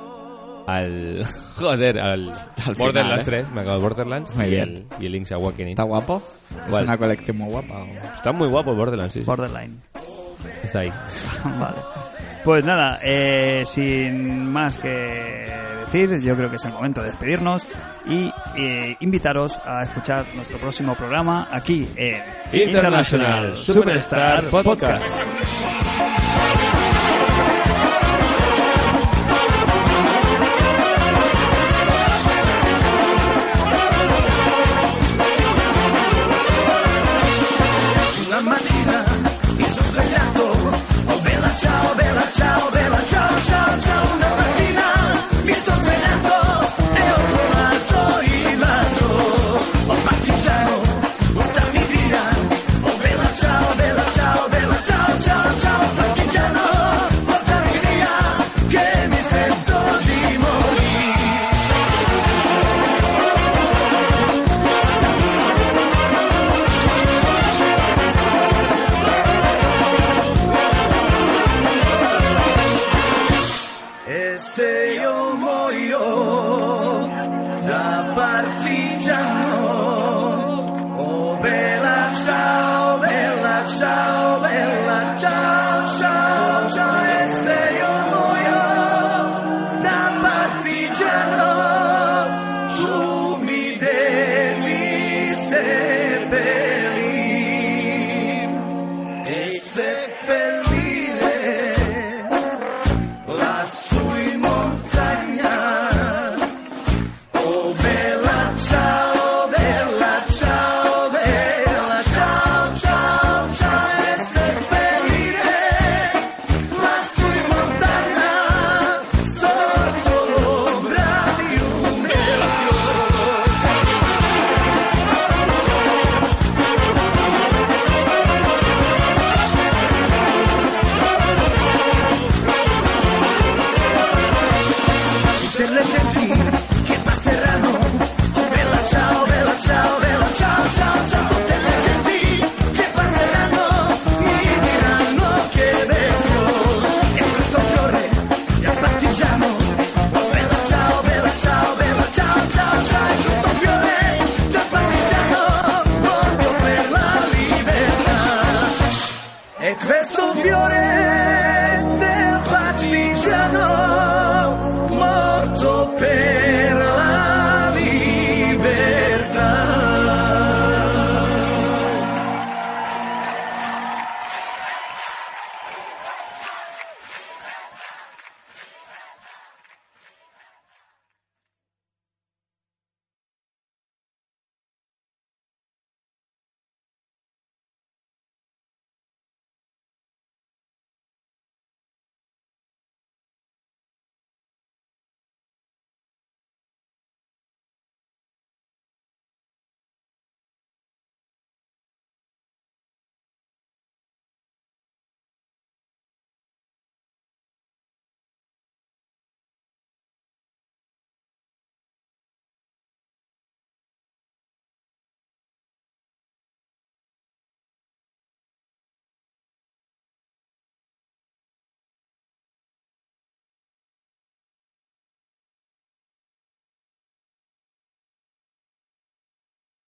S4: al <laughs> joder, al,
S2: final,
S4: Borderlands
S2: ¿eh?
S4: 3, me acabo de Borderlands
S2: Muy
S4: y
S2: bien.
S4: el y el Link's Awakening.
S2: ¿Está guapo? Es
S4: Vale.
S2: una colección muy guapa. ¿o?
S4: Está muy guapo el Borderlands, sí, sí.
S1: Borderline.
S4: Está ahí.
S1: <laughs> vale. Pues nada, eh, sin más que decir, yo creo que es el momento de despedirnos y eh, invitaros a escuchar nuestro próximo programa aquí en
S4: International Superstar Podcast.
S6: La mañana